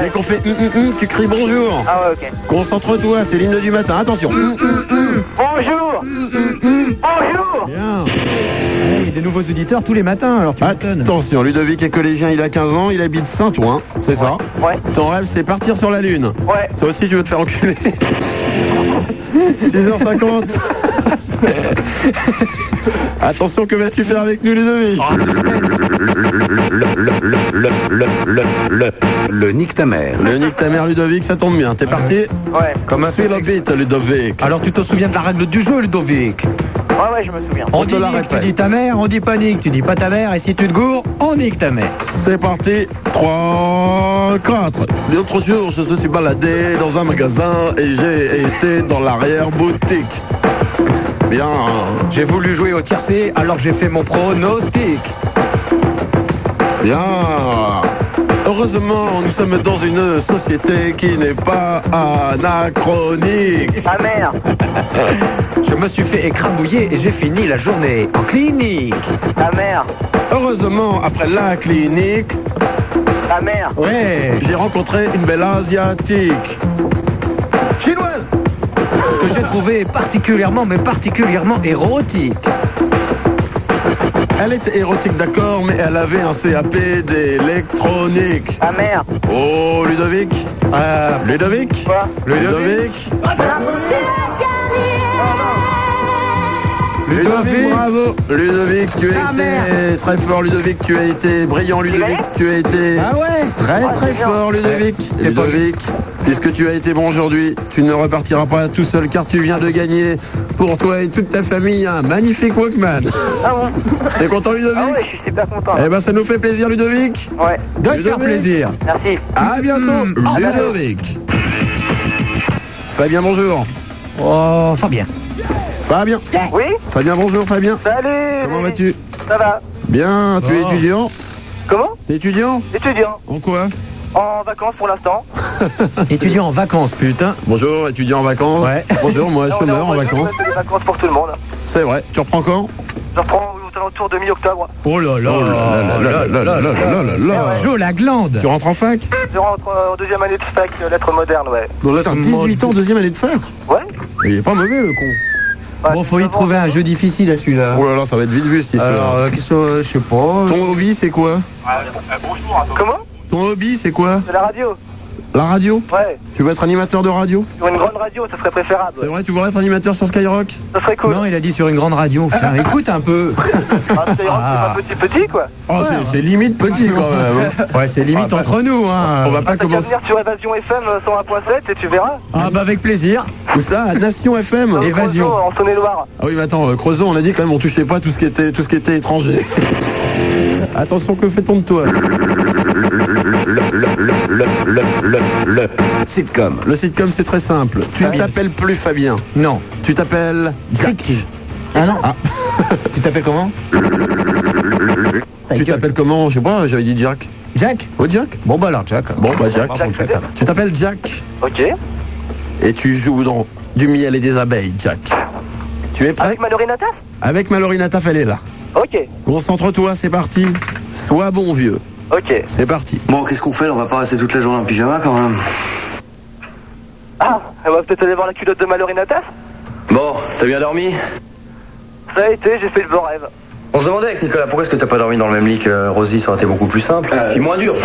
Speaker 3: Dès qu'on fait hum, hum, hum, tu cries bonjour
Speaker 1: Ah ouais, ok.
Speaker 3: Concentre-toi, c'est l'hymne du matin, attention
Speaker 1: Bonjour Bonjour
Speaker 25: Il y a des nouveaux auditeurs tous les matins, alors tu m'étonnes.
Speaker 3: Attention, Ludovic est collégien, il a 15 ans, il habite Saint-Ouen, c'est ça
Speaker 1: Ouais.
Speaker 3: Ton rêve, c'est partir sur la Lune
Speaker 1: Ouais.
Speaker 3: Toi aussi, tu veux te faire enculer
Speaker 1: <laughs>
Speaker 3: 6h50 Attention, que vas-tu faire avec nous, Ludovic
Speaker 5: Le, le, le, le, le nique ta mère.
Speaker 3: Le nique ta mère, Ludovic, ça tombe bien. T'es parti
Speaker 1: Ouais.
Speaker 3: Comme un Suis la bite, Ludovic.
Speaker 4: Alors tu te souviens de la règle du jeu, Ludovic
Speaker 1: Ouais, ouais, je me souviens.
Speaker 4: On,
Speaker 3: On te
Speaker 4: dit
Speaker 3: la
Speaker 4: nique, tu
Speaker 3: répète.
Speaker 4: dis ta mère, on dit pas nique, tu dis pas ta mère, et si tu te gourres, on nique ta mère.
Speaker 3: C'est parti, 3, 4. L'autre jour, je suis baladé dans un magasin et j'ai été dans l'arrière-boutique. Bien.
Speaker 4: J'ai voulu jouer au tiercé, alors j'ai fait mon pronostic.
Speaker 3: Bien. Heureusement, nous sommes dans une société qui n'est pas anachronique.
Speaker 1: Ah merde
Speaker 4: Je me suis fait écrabouiller et j'ai fini la journée en clinique.
Speaker 1: Ta mère
Speaker 3: Heureusement, après la clinique,
Speaker 1: Ta mère
Speaker 4: Ouais,
Speaker 3: j'ai rencontré une belle asiatique.
Speaker 4: chinoise Que j'ai trouvé particulièrement, mais particulièrement érotique.
Speaker 3: Elle était érotique, d'accord, mais elle avait un CAP d'électronique.
Speaker 1: Ta mère
Speaker 3: Oh, Ludovic
Speaker 4: Euh,
Speaker 3: Ludovic
Speaker 1: Quoi
Speaker 3: Ludovic Ludovic,
Speaker 4: Ludovic. Ah,
Speaker 3: bravo Ludovic, tu as été très fort Ludovic, tu as été brillant Ludovic, tu as été
Speaker 4: Ah ouais
Speaker 3: très très fort Ludovic.
Speaker 4: T'es pas
Speaker 3: Ludovic, puisque tu as été bon aujourd'hui, tu ne repartiras pas tout seul car tu viens de gagner pour toi et toute ta famille un magnifique Walkman.
Speaker 1: Ah bon
Speaker 3: T'es content Ludovic
Speaker 1: Ah ouais, je suis super content.
Speaker 3: Eh ben ça nous fait plaisir Ludovic.
Speaker 1: Ouais,
Speaker 4: De te faire
Speaker 3: Ludovic.
Speaker 4: plaisir.
Speaker 1: merci.
Speaker 3: À bientôt
Speaker 4: Mm.
Speaker 3: Ludovic. Fabien bonjour.
Speaker 4: Oh, Fabien.
Speaker 3: Fabien.
Speaker 1: Oui
Speaker 3: Fabien bonjour Fabien.
Speaker 1: Salut
Speaker 3: Comment
Speaker 1: Lily.
Speaker 3: vas-tu
Speaker 1: Ça va.
Speaker 3: Bien, tu es
Speaker 4: Oh.
Speaker 3: étudiant
Speaker 1: Comment
Speaker 3: T'es étudiant
Speaker 1: Étudiant.
Speaker 3: En quoi
Speaker 1: En vacances pour l'instant.
Speaker 4: <laughs> Étudiant en vacances, putain.
Speaker 3: Bonjour, étudiant en vacances.
Speaker 4: Ouais.
Speaker 3: Bonjour, moi,
Speaker 4: <laughs>
Speaker 1: Là, on est
Speaker 3: chômeur en
Speaker 1: vacances,
Speaker 3: vacances.
Speaker 1: C'est des vacances pour tout le monde.
Speaker 3: C'est vrai. Tu reprends quand
Speaker 1: Je reprends aux alentours de mi-octobre.
Speaker 4: Oh là
Speaker 3: Oh là là là là là là là là là.
Speaker 4: Joe la glande.
Speaker 3: Tu rentres en fac
Speaker 1: Je rentre euh, en deuxième année de fac, euh, lettres modernes, ouais.
Speaker 3: Putain, 18 ans, deuxième année de fac
Speaker 1: Ouais
Speaker 3: Il est pas mauvais, le con.
Speaker 1: Ouais,
Speaker 4: Bon, faut y
Speaker 1: avant-
Speaker 4: trouver un jeu difficile à celui-là.
Speaker 3: Oh là là, ça va être vite vu, cette
Speaker 4: Ah. Alors,
Speaker 3: histoire.
Speaker 4: euh, qu'est-ce que je sais pas.
Speaker 3: Ton hobby, c'est quoi
Speaker 1: Comment
Speaker 3: Ton hobby, c'est quoi
Speaker 1: De la radio
Speaker 3: La radio
Speaker 1: Ouais.
Speaker 3: Tu veux être animateur de radio
Speaker 1: Sur une grande radio, ce serait préférable.
Speaker 3: C'est vrai, tu voudrais être animateur sur Skyrock
Speaker 1: Ça serait cool.
Speaker 4: Non, il a dit sur une grande radio. <laughs> Putain, écoute un peu.
Speaker 1: Ah, c'est
Speaker 4: Ah.
Speaker 1: un petit petit, quoi.
Speaker 3: Oh, c'est- c'est limite petit, quand même. hein.
Speaker 4: Ouais, c'est limite
Speaker 3: Ah, bah.
Speaker 4: entre nous. Hein.
Speaker 3: On va pas
Speaker 1: T'as qu'à
Speaker 3: commencer.
Speaker 1: venir sur Évasion FM euh, 101.7 et tu verras.
Speaker 4: Ah bah avec plaisir.
Speaker 3: Où ça À Nation FM
Speaker 1: Dans le
Speaker 4: Évasion.
Speaker 1: Creusot, En Saône-et-Loire.
Speaker 3: Ah oui, mais attends, euh, Creusot, on a dit quand même on touchait pas tout ce qui était, tout ce qui était
Speaker 4: <laughs>
Speaker 3: étranger. Attention, que fait-on de toi
Speaker 5: Sitcom.
Speaker 3: Le sitcom, c'est très simple. Tu ne
Speaker 4: Fabien.
Speaker 3: t'appelles plus Fabien.
Speaker 4: Non.
Speaker 3: Tu t'appelles Jack.
Speaker 4: Ah non. tu t'appelles comment Ta
Speaker 3: Tu
Speaker 4: gueule.
Speaker 3: t'appelles comment Je sais pas, j'avais dit Jack.
Speaker 4: Jack
Speaker 3: Oh, Jack
Speaker 4: Bon bah alors Jack.
Speaker 3: Bon, bah, Jack.
Speaker 4: Bravo, Jack, alors.
Speaker 3: Tu t'appelles Jack
Speaker 1: Ok.
Speaker 3: et tu joues dans du miel et des abeilles, Jack. Tu es prêt
Speaker 1: Avec Mallory Nataf
Speaker 3: Ah. Avec Mallory Nataf, elle est là.
Speaker 1: Ok.
Speaker 3: Concentre-toi, c'est parti. Sois bon vieux.
Speaker 1: Ok.
Speaker 3: C'est parti.
Speaker 26: Bon, qu'est-ce qu'on fait On va pas rester toute la journée en pyjama quand même.
Speaker 1: Ah, on va peut-être aller voir la culotte de Mallory Nataf
Speaker 26: Bon, t'as bien dormi
Speaker 1: Ça a été, j'ai fait le bon rêve.
Speaker 26: On se demandait avec Nicolas pourquoi est-ce que t'as pas dormi dans le même lit que Rosie, ça aurait été beaucoup plus simple. Puis moins dur.
Speaker 1: <laughs>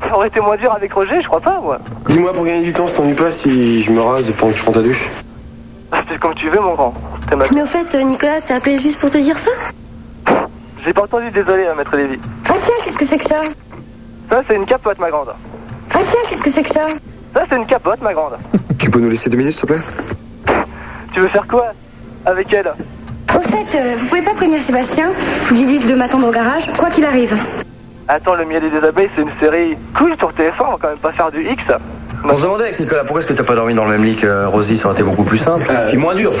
Speaker 1: Ça aurait été moins dur avec Roger, je crois pas, moi.
Speaker 12: Dis-moi, pour gagner du temps, ça t'ennuie pas si je me rase pendant que tu prends ta douche
Speaker 1: Ah, C'est comme tu veux, mon grand. T'es ma-
Speaker 21: Mais au fait, euh, Nicolas, t'as appelé juste pour te dire ça
Speaker 1: J'ai pas entendu, désolé, hein, maître Lévy.
Speaker 21: Ah tiens, qu'est-ce que c'est que ça
Speaker 1: Ça, c'est une capote, ma grande.
Speaker 21: Ah tiens, qu'est-ce que c'est que ça
Speaker 1: Ça, c'est une capote, ma grande.
Speaker 12: <laughs> Tu peux nous laisser deux minutes, s'il te plaît
Speaker 1: Tu veux faire quoi Avec elle
Speaker 21: Au fait, euh, vous pouvez pas prévenir Sébastien Vous lui dites de m'attendre au garage, quoi qu'il arrive.
Speaker 1: Attends, le miel et les abeilles, c'est une série cool sur TF1, on va quand même pas faire du X.
Speaker 26: On se demandait avec Nicolas pourquoi est-ce que t'as pas dormi dans le même lit que Rosie, ça aurait été beaucoup plus simple. Puis moins dur.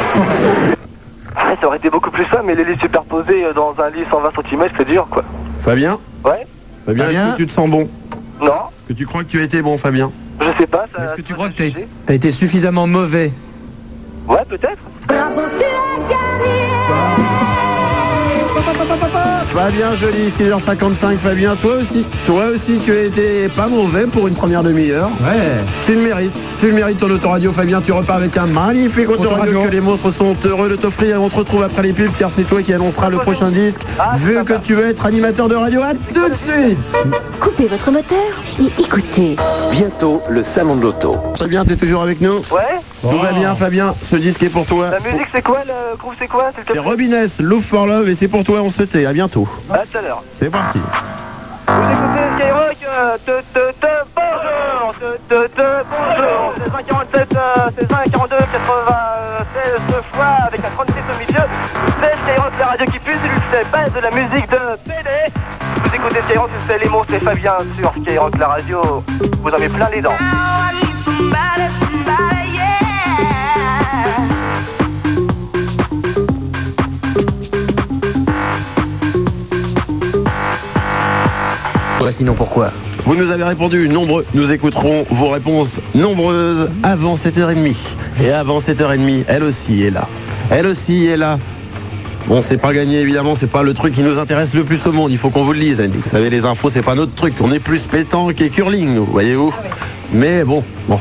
Speaker 1: Ouais, ça aurait été beaucoup plus simple, mais les lits superposés euh, dans un lit 120 cm, c'est dur, quoi.
Speaker 3: Fabien
Speaker 1: Ouais
Speaker 3: Fabien, est-ce
Speaker 4: Fabien
Speaker 3: que tu te sens bon
Speaker 1: Non
Speaker 3: Est-ce que tu crois que tu as été bon, Fabien
Speaker 1: Je sais pas. ça-
Speaker 4: Est-ce que tu
Speaker 1: ça
Speaker 4: crois
Speaker 1: va
Speaker 4: que t'as
Speaker 1: juger.
Speaker 4: t'as été suffisamment mauvais
Speaker 1: Ouais, peut-être.
Speaker 21: Bravo, tu as gagné
Speaker 3: Fabien Joly, 6h55. Fabien, toi aussi, toi aussi, tu as été pas mauvais pour une première demi-heure.
Speaker 27: Ouais.
Speaker 3: Tu le mérites. Tu le mérites ton autoradio, Fabien. Tu repars avec un magnifique autoradio, que les monstres sont heureux de t'offrir. On te retrouve après les pubs car c'est toi qui annonceras le prochain disque. Vu que tu veux être animateur de radio, à tout de suite.
Speaker 21: Coupez votre moteur et écoutez.
Speaker 4: Euh,
Speaker 5: Bientôt, le salon de l'auto.
Speaker 3: Fabien, t'es toujours avec nous
Speaker 1: Ouais.
Speaker 3: Tout va bien, Fabien. Ce disque est pour toi.
Speaker 1: La musique, c'est quoi Le groupe, c'est quoi s'il te
Speaker 3: C'est
Speaker 1: plaît
Speaker 3: Robines, Love for Love, et c'est pour toi, on se tait. À bientôt.
Speaker 1: À tout à l'heure.
Speaker 3: C'est parti.
Speaker 1: Vous écoutez Skyrock euh, te, te, te, Bonjour te, te, te, Bonjour C'est 2047, euh, c'est 2042, 96 deux fois avec un 36 au milieu. C'est Skyrock, la radio qui pue, c'est lui qui fait pas de la musique de télé. Vous écoutez Skyrock, c'est les mots, c'est Fabien sur Skyrock, la radio. Vous en avez plein les dents.
Speaker 3: Sinon pourquoi Vous nous avez répondu nombreux. Nous écouterons vos réponses nombreuses avant 7h30. Et avant 7h30, elle aussi est là. Elle aussi est là. Bon, c'est pas gagné évidemment, c'est pas le truc qui nous intéresse le plus au monde. Il faut qu'on vous le dise, Andy. Vous savez, les infos, c'est pas notre truc. On est plus pétanque et curling, nous, voyez-vous. Mais bon, bon.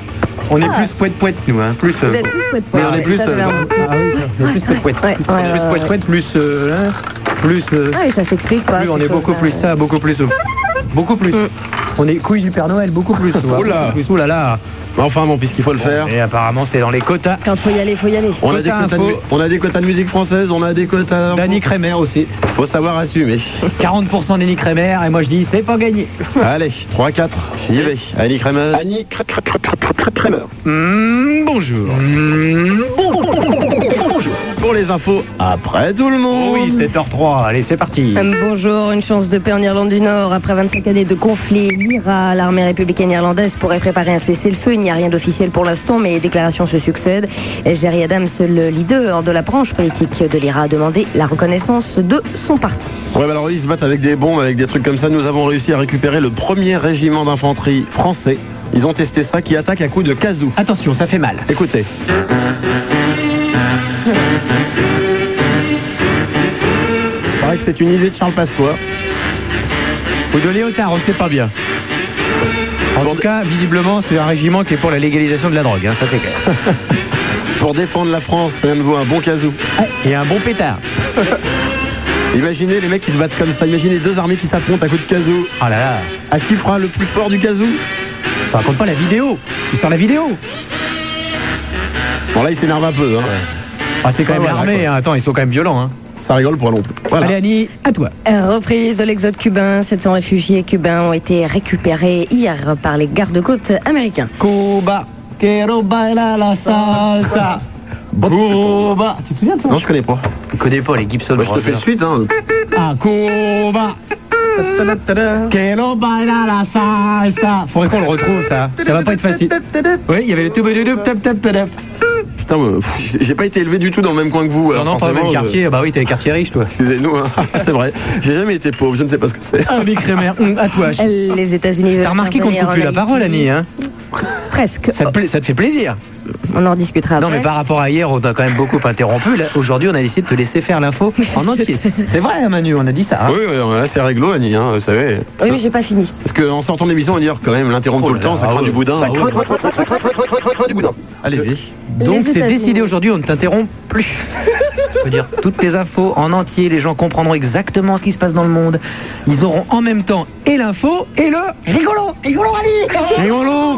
Speaker 4: On est plus poète-poète, nous, hein. Plus.
Speaker 10: Ah. Vous êtes plus
Speaker 4: Mais
Speaker 10: poète-poète,
Speaker 4: on
Speaker 10: ouais,
Speaker 4: est plus.
Speaker 10: ça, j'avais un doute.
Speaker 4: Ah oui, le plus poète-poète. On est
Speaker 10: ouais,
Speaker 4: plus
Speaker 10: ouais,
Speaker 4: poète-poète, plus. euh, hein, Plus. euh,
Speaker 10: Ah oui, ça s'explique pas.
Speaker 4: plus on
Speaker 10: ces
Speaker 4: est beaucoup
Speaker 10: choses-là.
Speaker 4: plus ça, beaucoup plus. euh, Beaucoup plus.
Speaker 10: Mm.
Speaker 4: On est couille du Père Noël, beaucoup plus.
Speaker 3: Oh là.
Speaker 4: Plus, oh là là.
Speaker 3: Enfin bon, puisqu'il faut le faire.
Speaker 4: Et apparemment, c'est dans les quotas.
Speaker 10: Quand faut y aller, faut y aller.
Speaker 3: On a, des quotas de, mu- on a des quotas de musique française, on a des quotas.
Speaker 4: Danny Kremer aussi.
Speaker 3: Faut savoir assumer.
Speaker 28: 40% d'Annie Kremer et moi je dis c'est pas gagné.
Speaker 3: Allez, 3-4, j'y vais. Annie Kremer. Annie Kremer.
Speaker 4: Hmm, bonjour.
Speaker 3: Bonjour. Pour les infos, après tout le monde.
Speaker 4: Oui, 7h03. Allez, c'est parti.
Speaker 10: Hum, Bonjour, une chance de paix en Irlande du Nord. Après 25 années de conflit, l'IRA, l'armée républicaine irlandaise, pourrait préparer un cessez-le-feu. Il n'y a rien d'officiel pour l'instant, mais les déclarations se succèdent. Jerry Adams, le leader de la branche politique de l'IRA, a demandé la reconnaissance de son parti.
Speaker 3: Ouais, bah alors ils se battent avec des bombes, avec des trucs comme ça. Nous avons réussi à récupérer le premier régiment d'infanterie français. Ils ont testé ça, qui attaque à coups de kazoo.
Speaker 28: Attention, ça fait mal.
Speaker 3: Écoutez. Paraît que c'est une idée de Charles Pasqua.
Speaker 4: Ou de Léotard, on ne sait pas bien. En tout cas, visiblement, c'est un régiment qui est pour la légalisation de la drogue, hein, ça c'est <laughs> clair.
Speaker 3: Pour défendre la France, même vous un bon kazoo.
Speaker 4: Et un bon pétard.
Speaker 3: Imaginez les mecs qui se battent comme ça. Imaginez deux armées qui s'affrontent à coups de kazoo.
Speaker 4: Ah là là.
Speaker 3: À qui fera le plus fort du kazoo
Speaker 4: Par contre, pas la vidéo. Il sort la vidéo.
Speaker 3: Bon, là, ils s'énervent un peu. hein.
Speaker 4: Ah, c'est quand même
Speaker 3: Ouais, voilà,
Speaker 4: l'armée. hein. Attends, ils sont quand même violents. Hein.
Speaker 3: Ça rigole pour l'ombre. Voilà.
Speaker 4: Allez, Annie, à toi.
Speaker 10: Reprise de l'exode cubain, 700 réfugiés cubains ont été récupérés hier par les gardes-côtes américains.
Speaker 28: Cuba, quiero bailar la salsa. Cuba. Tu te souviens de ça
Speaker 3: Non, je connais pas.
Speaker 4: Tu connais pas les Gibson
Speaker 3: Bah, je te fais de suite. Hein.
Speaker 28: Ah, Cuba. Quiero bailar la salsa.
Speaker 4: Faudrait qu'on le retrouve, ça. Ça va pas être facile. Oui, il y avait le tubadudub, tap tap tap.
Speaker 3: Putain, euh, pff, j'ai- j'ai pas été élevé du tout dans le même coin que vous.
Speaker 4: Non,
Speaker 3: alors
Speaker 4: non, pas le même
Speaker 3: forcément,
Speaker 4: quartier. Bah oui, t'es les quartiers riches, toi.
Speaker 3: je-
Speaker 4: <laughs>
Speaker 3: Excusez-nous, hein. c'est vrai. J'ai jamais été pauvre, je ne sais pas ce que c'est.
Speaker 4: Annie Kremer, hum, à toi.
Speaker 10: Les États-Unis veulent
Speaker 4: T'as remarqué qu'on ne
Speaker 10: intervenir
Speaker 4: coupe plus
Speaker 10: en
Speaker 4: la parole,
Speaker 10: Haïti.
Speaker 4: Annie, hein
Speaker 10: Presque.
Speaker 4: ça te, pla- ça te fait plaisir
Speaker 10: On en discutera
Speaker 4: Non,
Speaker 10: après.
Speaker 4: mais par rapport à hier, on t'a quand même beaucoup interrompu. Là, Aujourd'hui, on a décidé de te laisser faire l'info en entier. <laughs> C'est vrai, hein, Manu, on a dit ça. hein.
Speaker 3: Oui, oui, ouais, là, c'est réglo, Annie, hein, vous savez.
Speaker 10: Oui, mais j'ai pas fini.
Speaker 3: Parce qu'en sortant de l'émission, on va dire quand même l'interrompre
Speaker 4: Oh
Speaker 3: tout le temps, ça craint du boudin.
Speaker 4: Ça
Speaker 3: Ah,
Speaker 4: craint,
Speaker 3: oui.
Speaker 4: craint, craint, craint, craint, craint, craint, craint, craint du boudin.
Speaker 3: Allez-y.
Speaker 4: Donc,
Speaker 10: Les
Speaker 4: c'est
Speaker 10: États-Unis.
Speaker 4: décidé aujourd'hui, on ne t'interrompt plus. Je veux dire, toutes les infos en entier, les gens comprendront exactement ce qui se passe dans le monde. Ils auront en même temps et l'info et le rigolo. Rigolo, Ali
Speaker 3: Rigolo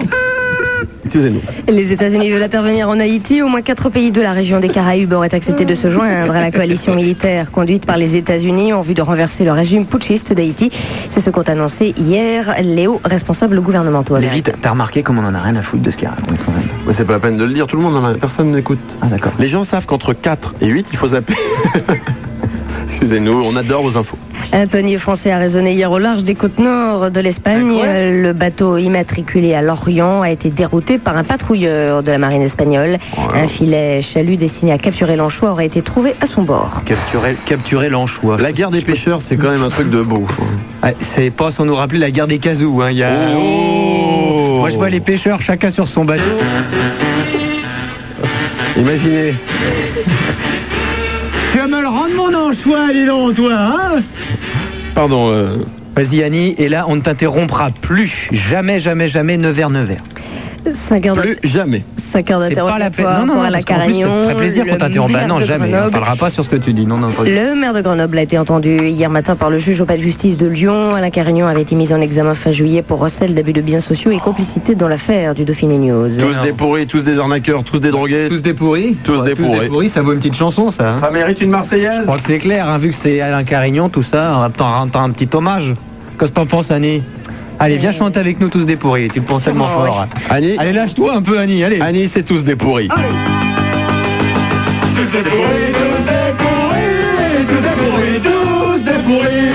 Speaker 3: Excusez-nous.
Speaker 10: Les États-Unis veulent intervenir en Haïti. Au moins quatre pays de la région des Caraïbes auraient accepté de se joindre à la coalition militaire conduite par les États-Unis en vue de renverser le régime putschiste d'Haïti. C'est ce qu'ont annoncé hier les hauts responsables gouvernementaux.
Speaker 4: Mais
Speaker 10: américains.
Speaker 4: vite, t'as remarqué comme on en a rien à foutre de ce qui arrive quand même.
Speaker 3: Mais c'est pas la peine de le dire, tout le monde en a, personne n'écoute.
Speaker 4: Ah, d'accord.
Speaker 3: Les gens savent qu'entre 4 et 8, il faut zapper. <laughs> Excusez-nous, on adore vos infos.
Speaker 10: Un tonnier français a raisonné hier au large des côtes nord de l'Espagne. Euh, Le bateau immatriculé à Lorient a été dérouté par un patrouilleur de la marine espagnole. Un filet chalut destiné à capturer l'anchois aurait été trouvé à son bord.
Speaker 4: Capturer, capturer l'anchois.
Speaker 3: La guerre des pêcheurs, c'est quand même un truc de beau.
Speaker 4: Ah, c'est pas sans nous rappeler la guerre des casous. Hein. il Y a... Oh. Moi, je vois les pêcheurs, chacun sur son bateau.
Speaker 3: Imaginez.
Speaker 28: Tu vas me le rendre mon anchois, dis donc, toi, hein
Speaker 3: pardon. euh,
Speaker 4: Vas-y Annie, et là on ne t'interrompra plus. Jamais, jamais, jamais, Nevers, Nevers.
Speaker 10: 5
Speaker 4: bah,
Speaker 10: heures
Speaker 3: Plus jamais.
Speaker 10: Cinq heures
Speaker 4: C'est pas la peine.
Speaker 10: d'interrogatoire
Speaker 4: Non, non,
Speaker 10: pour
Speaker 4: non,
Speaker 10: Alain
Speaker 4: parce qu'en plus, ça
Speaker 10: Carignon.
Speaker 4: te ferait plaisir qu'on
Speaker 10: le
Speaker 4: t'interrompe. Bah
Speaker 10: maire
Speaker 4: non,
Speaker 10: de
Speaker 4: jamais. On
Speaker 10: Grenoble.
Speaker 4: parlera pas sur ce que tu dis. Non, non, pas du tout.
Speaker 10: Le maire de Grenoble a été entendu hier matin par le juge au palais de justice de Lyon. Alain Carignon avait été mis en examen fin juillet pour recel d'abus de biens sociaux et complicité dans l'affaire du Dauphiné News.
Speaker 3: Tous des pourris, tous des arnaqueurs, tous des drogués. Tous
Speaker 4: des pourris
Speaker 3: Tous des
Speaker 4: Tous des
Speaker 3: pourris.
Speaker 4: pourris, ça vaut une petite chanson, ça. hein.
Speaker 3: Ça mérite une Marseillaise
Speaker 4: Je crois que c'est clair, hein, vu que c'est Alain Carignon, tout ça, on va t'en rendre un petit hommage. Qu'est-ce que t'en penses, Annie Allez, viens chanter avec nous tous des pourris, tu le penses tellement
Speaker 3: Sûrement,
Speaker 4: fort.
Speaker 3: ouais. Annie
Speaker 4: Allez, lâche-toi un peu, Annie, allez.
Speaker 3: Annie, c'est tous des pourris.
Speaker 29: Tous des pourris, tous des pourris, tous des pourris, tous des pourris.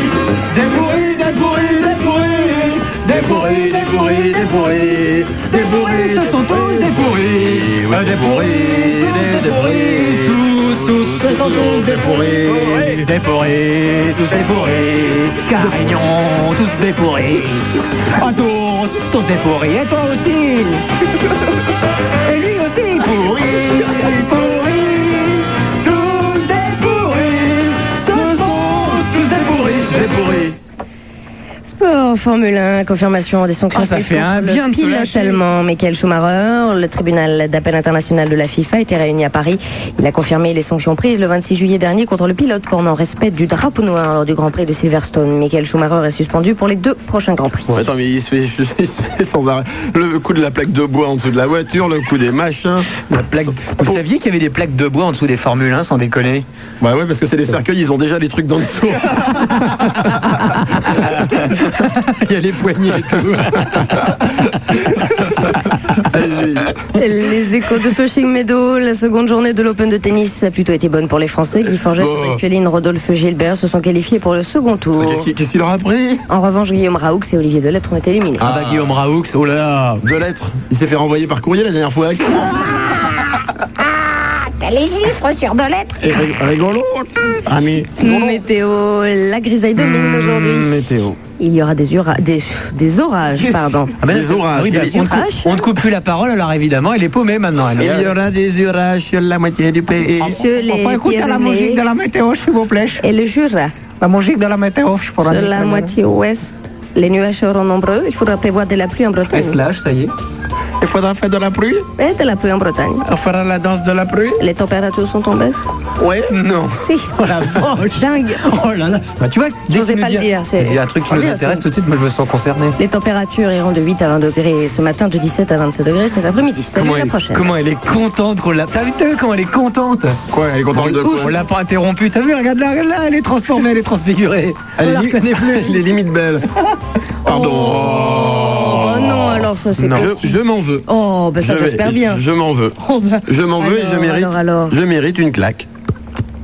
Speaker 29: Des pourris, des pourris, des pourris. Des pourris, des pourris, des pourris. Des pourris, ce sont tous des pourris. Des pourris, tous des pourris, tous, tous, ce sont tous des pourris. Des pourris, tous des pourris.
Speaker 4: Carignon, tous des pourris. À tous, tous des pourris, et toi aussi.
Speaker 29: Et lui aussi, pourri, pourri, tous des pourris, ce sont tous des pourris, des pourris.
Speaker 10: Sport Formule 1, confirmation des sanctions
Speaker 4: Ah, ça
Speaker 10: prises
Speaker 4: fait
Speaker 10: contre
Speaker 4: un
Speaker 10: le
Speaker 4: bien de se
Speaker 10: pilote
Speaker 4: lâcher.
Speaker 10: allemand Michael Schumacher. Le tribunal d'appel international de la FIFA était réuni à Paris. Il a confirmé les sanctions prises le 26 juillet dernier contre le pilote pour non-respect du drapeau noir lors du Grand Prix de Silverstone. Michael Schumacher est suspendu pour les deux prochains Grands Prix.
Speaker 3: Attends, mais il se, fait, <laughs> il se fait sans arrêt. Le coup de la plaque de bois en dessous de la voiture, le coup des machins.
Speaker 4: La plaque. Vous saviez qu'il y avait des plaques de bois en dessous des Formule 1, sans déconner
Speaker 3: Bah ouais, parce que c'est les cercueils, ils ont déjà les trucs dans le <laughs> dessous.
Speaker 4: Il y a les poignées et
Speaker 3: tout.
Speaker 10: Les échos de Flushing Meadow, la seconde journée de l'Open de tennis a plutôt été bonne pour les Français. Guy Forget, Cédric Pioline, Rodolphe Gilbert se sont qualifiés pour le second tour.
Speaker 3: Qu'est-ce qui- qu'est-ce qu'il leur a pris
Speaker 10: En revanche, Guillaume Raoux et Olivier Delettre ont été éliminés.
Speaker 4: Ah, bah Guillaume Raoux, oh là là
Speaker 3: De lettres. Il s'est fait renvoyer par courrier la dernière <laughs> fois.
Speaker 21: T'as les chiffres sur deux lettres
Speaker 3: Et rig- rigolo. Ami.
Speaker 10: Météo, la grisaille domine aujourd'hui.
Speaker 4: Mmh, Météo.
Speaker 10: Il y aura des, ura- des, des orages, pardon.
Speaker 4: Ah ben, oui, bah, on, ne coupe, on ne coupe plus la parole, alors évidemment, elle est euh, paumée maintenant. Elle
Speaker 3: Il y aura des orages sur la moitié du pays.
Speaker 10: Sur les Pyrénées
Speaker 4: météo, s'il vous plaît.
Speaker 10: Et le Jura.
Speaker 4: La musique de la météo, je
Speaker 10: Sur la moitié ouest, les nuages seront nombreux. Il faudra prévoir de la pluie en Bretagne.
Speaker 4: lâche, ça y est.
Speaker 3: Il faudra faire de la pluie
Speaker 10: Et de la pluie en Bretagne.
Speaker 4: Oh.
Speaker 3: On fera la danse de la pluie
Speaker 10: Les températures sont en baisse
Speaker 3: Ouais, non.
Speaker 10: Si.
Speaker 4: Oh la vache
Speaker 10: Dingue
Speaker 4: Oh là là Bah, tu vois, dès
Speaker 10: J'osais
Speaker 4: qu'il
Speaker 10: pas
Speaker 4: nous
Speaker 10: le
Speaker 4: dit-
Speaker 10: dire, c'est-
Speaker 4: Il y a un truc qui
Speaker 10: Ah,
Speaker 4: nous
Speaker 10: bien,
Speaker 4: intéresse
Speaker 10: c'est-
Speaker 4: tout de suite, moi je me sens concerné.
Speaker 10: Les températures iront de 8 à 20 degrés ce matin, de 17 à 27 degrés cet après-midi. Salut
Speaker 4: Comment
Speaker 10: à la
Speaker 4: elle,
Speaker 10: prochaine.
Speaker 4: comment elle est contente qu'on l'a. T'as vu, t'as vu comment elle est contente
Speaker 3: Quoi, elle est contente de quoi
Speaker 4: On l'a pas interrompue, t'as vu, regarde là, regarde là, elle est transformée, elle est transfigurée.
Speaker 3: Elle
Speaker 4: Elle
Speaker 3: est
Speaker 4: la
Speaker 3: li-
Speaker 4: reconnaît plus.
Speaker 3: <laughs> Elle est limite belle. Pardon.
Speaker 10: Oh non, alors ça c'est
Speaker 3: Non.
Speaker 10: pas-
Speaker 3: Je, je m'en veux.
Speaker 10: Oh, ben ça
Speaker 3: Je vais-
Speaker 10: j'espère bien.
Speaker 3: Je m'en veux.
Speaker 10: Oh,
Speaker 4: <laughs>
Speaker 10: bah.
Speaker 3: Je m'en veux et je
Speaker 10: Alors,
Speaker 3: mérite,
Speaker 10: alors, alors.
Speaker 3: Je mérite une claque.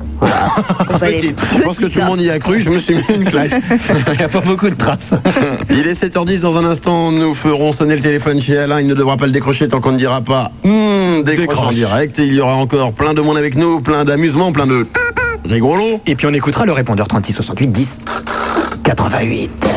Speaker 3: <laughs> Petite. Je pense que tout le monde y a cru, je me suis mis une claque. <laughs>
Speaker 4: Il n'y a pas beaucoup de traces.
Speaker 3: Il est 7h10, dans un instant, nous ferons sonner le téléphone chez Alain. Il ne devra pas le décrocher tant qu'on ne dira pas Hmm, décroche,
Speaker 4: Décroche.
Speaker 3: en direct. Et il y aura encore plein de monde avec nous, plein d'amusement, plein de rigolo.
Speaker 4: Et puis on écoutera le répondeur 36 68 10 88.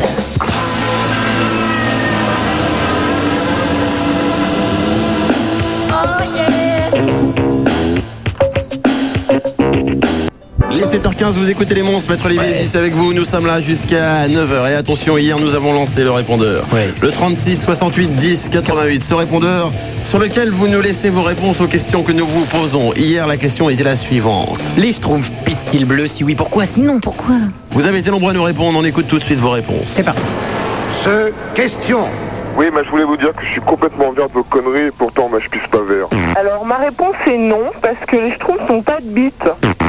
Speaker 3: Il est 7h15, vous écoutez les monstres, Maître Olivier Vézis avec vous, nous sommes là jusqu'à 9h. Et attention, hier nous avons lancé le répondeur. Le 36 68 10 88, ce répondeur sur lequel vous nous laissez vos réponses aux questions que nous vous posons. Hier la question était la suivante.
Speaker 30: Les schtroumpfs pistent-ils bleu Si oui, pourquoi Sinon, pourquoi
Speaker 3: Vous avez été nombreux à nous répondre, on écoute tout de suite vos réponses. C'est
Speaker 30: parti.
Speaker 5: Euh,
Speaker 12: Ce question. Oui, mais je voulais vous dire que je suis complètement vert de vos conneries et pourtant, moi, je pisse pas vert.
Speaker 17: Alors ma réponse est non, parce que les schtroumpfs n'ont pas de bite.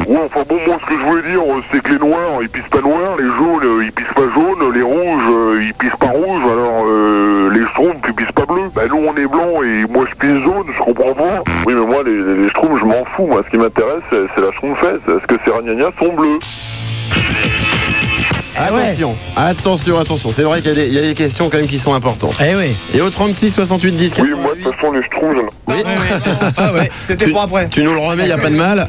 Speaker 12: Ouais, enfin bon, moi, ce que je voulais dire, euh, c'est que les noirs, ils pissent pas noirs, les jaunes, euh, ils pissent pas jaunes, les rouges, euh, ils pissent pas rouges, alors euh, les schtroumpfs, ils pissent pas bleus. Bah nous, on est blancs et moi, je pisse jaune, je comprends pas. Oui, mais moi, les, les schtroumpfs, je m'en fous. Moi, ce qui m'intéresse, c'est c'est la schtroumpfesse. Est-ce que ces ragnagnas sont bleus
Speaker 30: Ah
Speaker 3: Attention, attention, attention. C'est vrai qu'il y, a des- il y a des questions quand même qui sont importantes. Eh oui. Et au 36 68 10 88. Oui, moi de toute façon les
Speaker 4: Ah
Speaker 3: C'était pour après. Tu nous le remets, il n'y a pas de mal.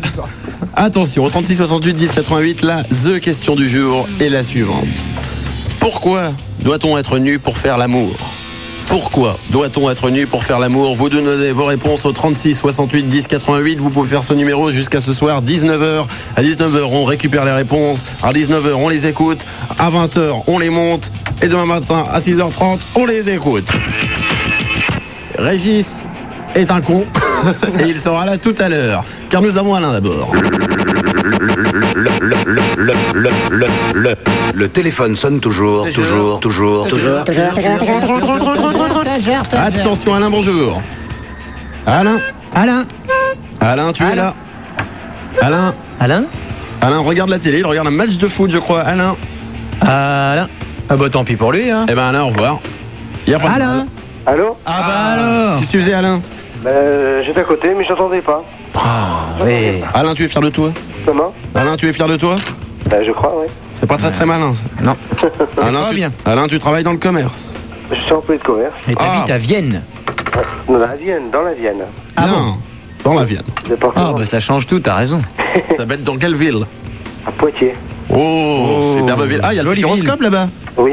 Speaker 3: Attention, au 36 68 10 88, la the question du jour est la suivante. Pourquoi doit-on être nu pour faire l'amour Pourquoi doit-on être nu pour faire l'amour Vous donnez vos réponses au 36 68 10 88. Vous pouvez faire ce numéro jusqu'à ce soir 19h. À 19h, on récupère les réponses. À 19h, on les écoute. À 20h, on les monte. Et demain matin, à 6h30, on les écoute. Régis est un con. <laughs> Et il sera là tout à l'heure. Car nous avons Alain d'abord.
Speaker 5: Le téléphone sonne toujours, toujours, toujours, toujours.
Speaker 3: Attention Alain, bonjour. Alain
Speaker 4: Alain
Speaker 3: Alain, tu es là Alain
Speaker 4: Alain
Speaker 3: Alain regarde la télé, il regarde un match de foot, je crois. Alain
Speaker 4: Alain Ah bah tant pis pour lui. Hein.
Speaker 3: Eh ben Alain, au revoir. Il y a pas de-
Speaker 4: Alain
Speaker 12: Allô
Speaker 3: Ah bah alors Qu'est-ce que tu faisais Alain
Speaker 12: Bah, j'étais à côté, mais j'entendais pas.
Speaker 4: Ah.
Speaker 3: Alain, tu es fier de toi
Speaker 12: Comment
Speaker 3: Alain, tu es fier de toi
Speaker 12: Bah, je crois, ouais.
Speaker 3: C'est pas très très malin. ça.
Speaker 4: Non.
Speaker 3: Alain, tu... Alain, tu travailles dans le commerce.
Speaker 12: Je suis employé de commerce.
Speaker 4: Et t'habites à Vienne.
Speaker 12: Dans la Vienne, dans la Vienne.
Speaker 3: Ah non. Dans la Vienne.
Speaker 4: Ah bah ça change tout, t'as <laughs> raison.
Speaker 3: Ça va être dans quelle ville
Speaker 12: À Poitiers.
Speaker 3: Oh, superbe ville. Ah, il y a le
Speaker 4: Jolie ville.
Speaker 3: futuroscope là-bas.
Speaker 12: Oui.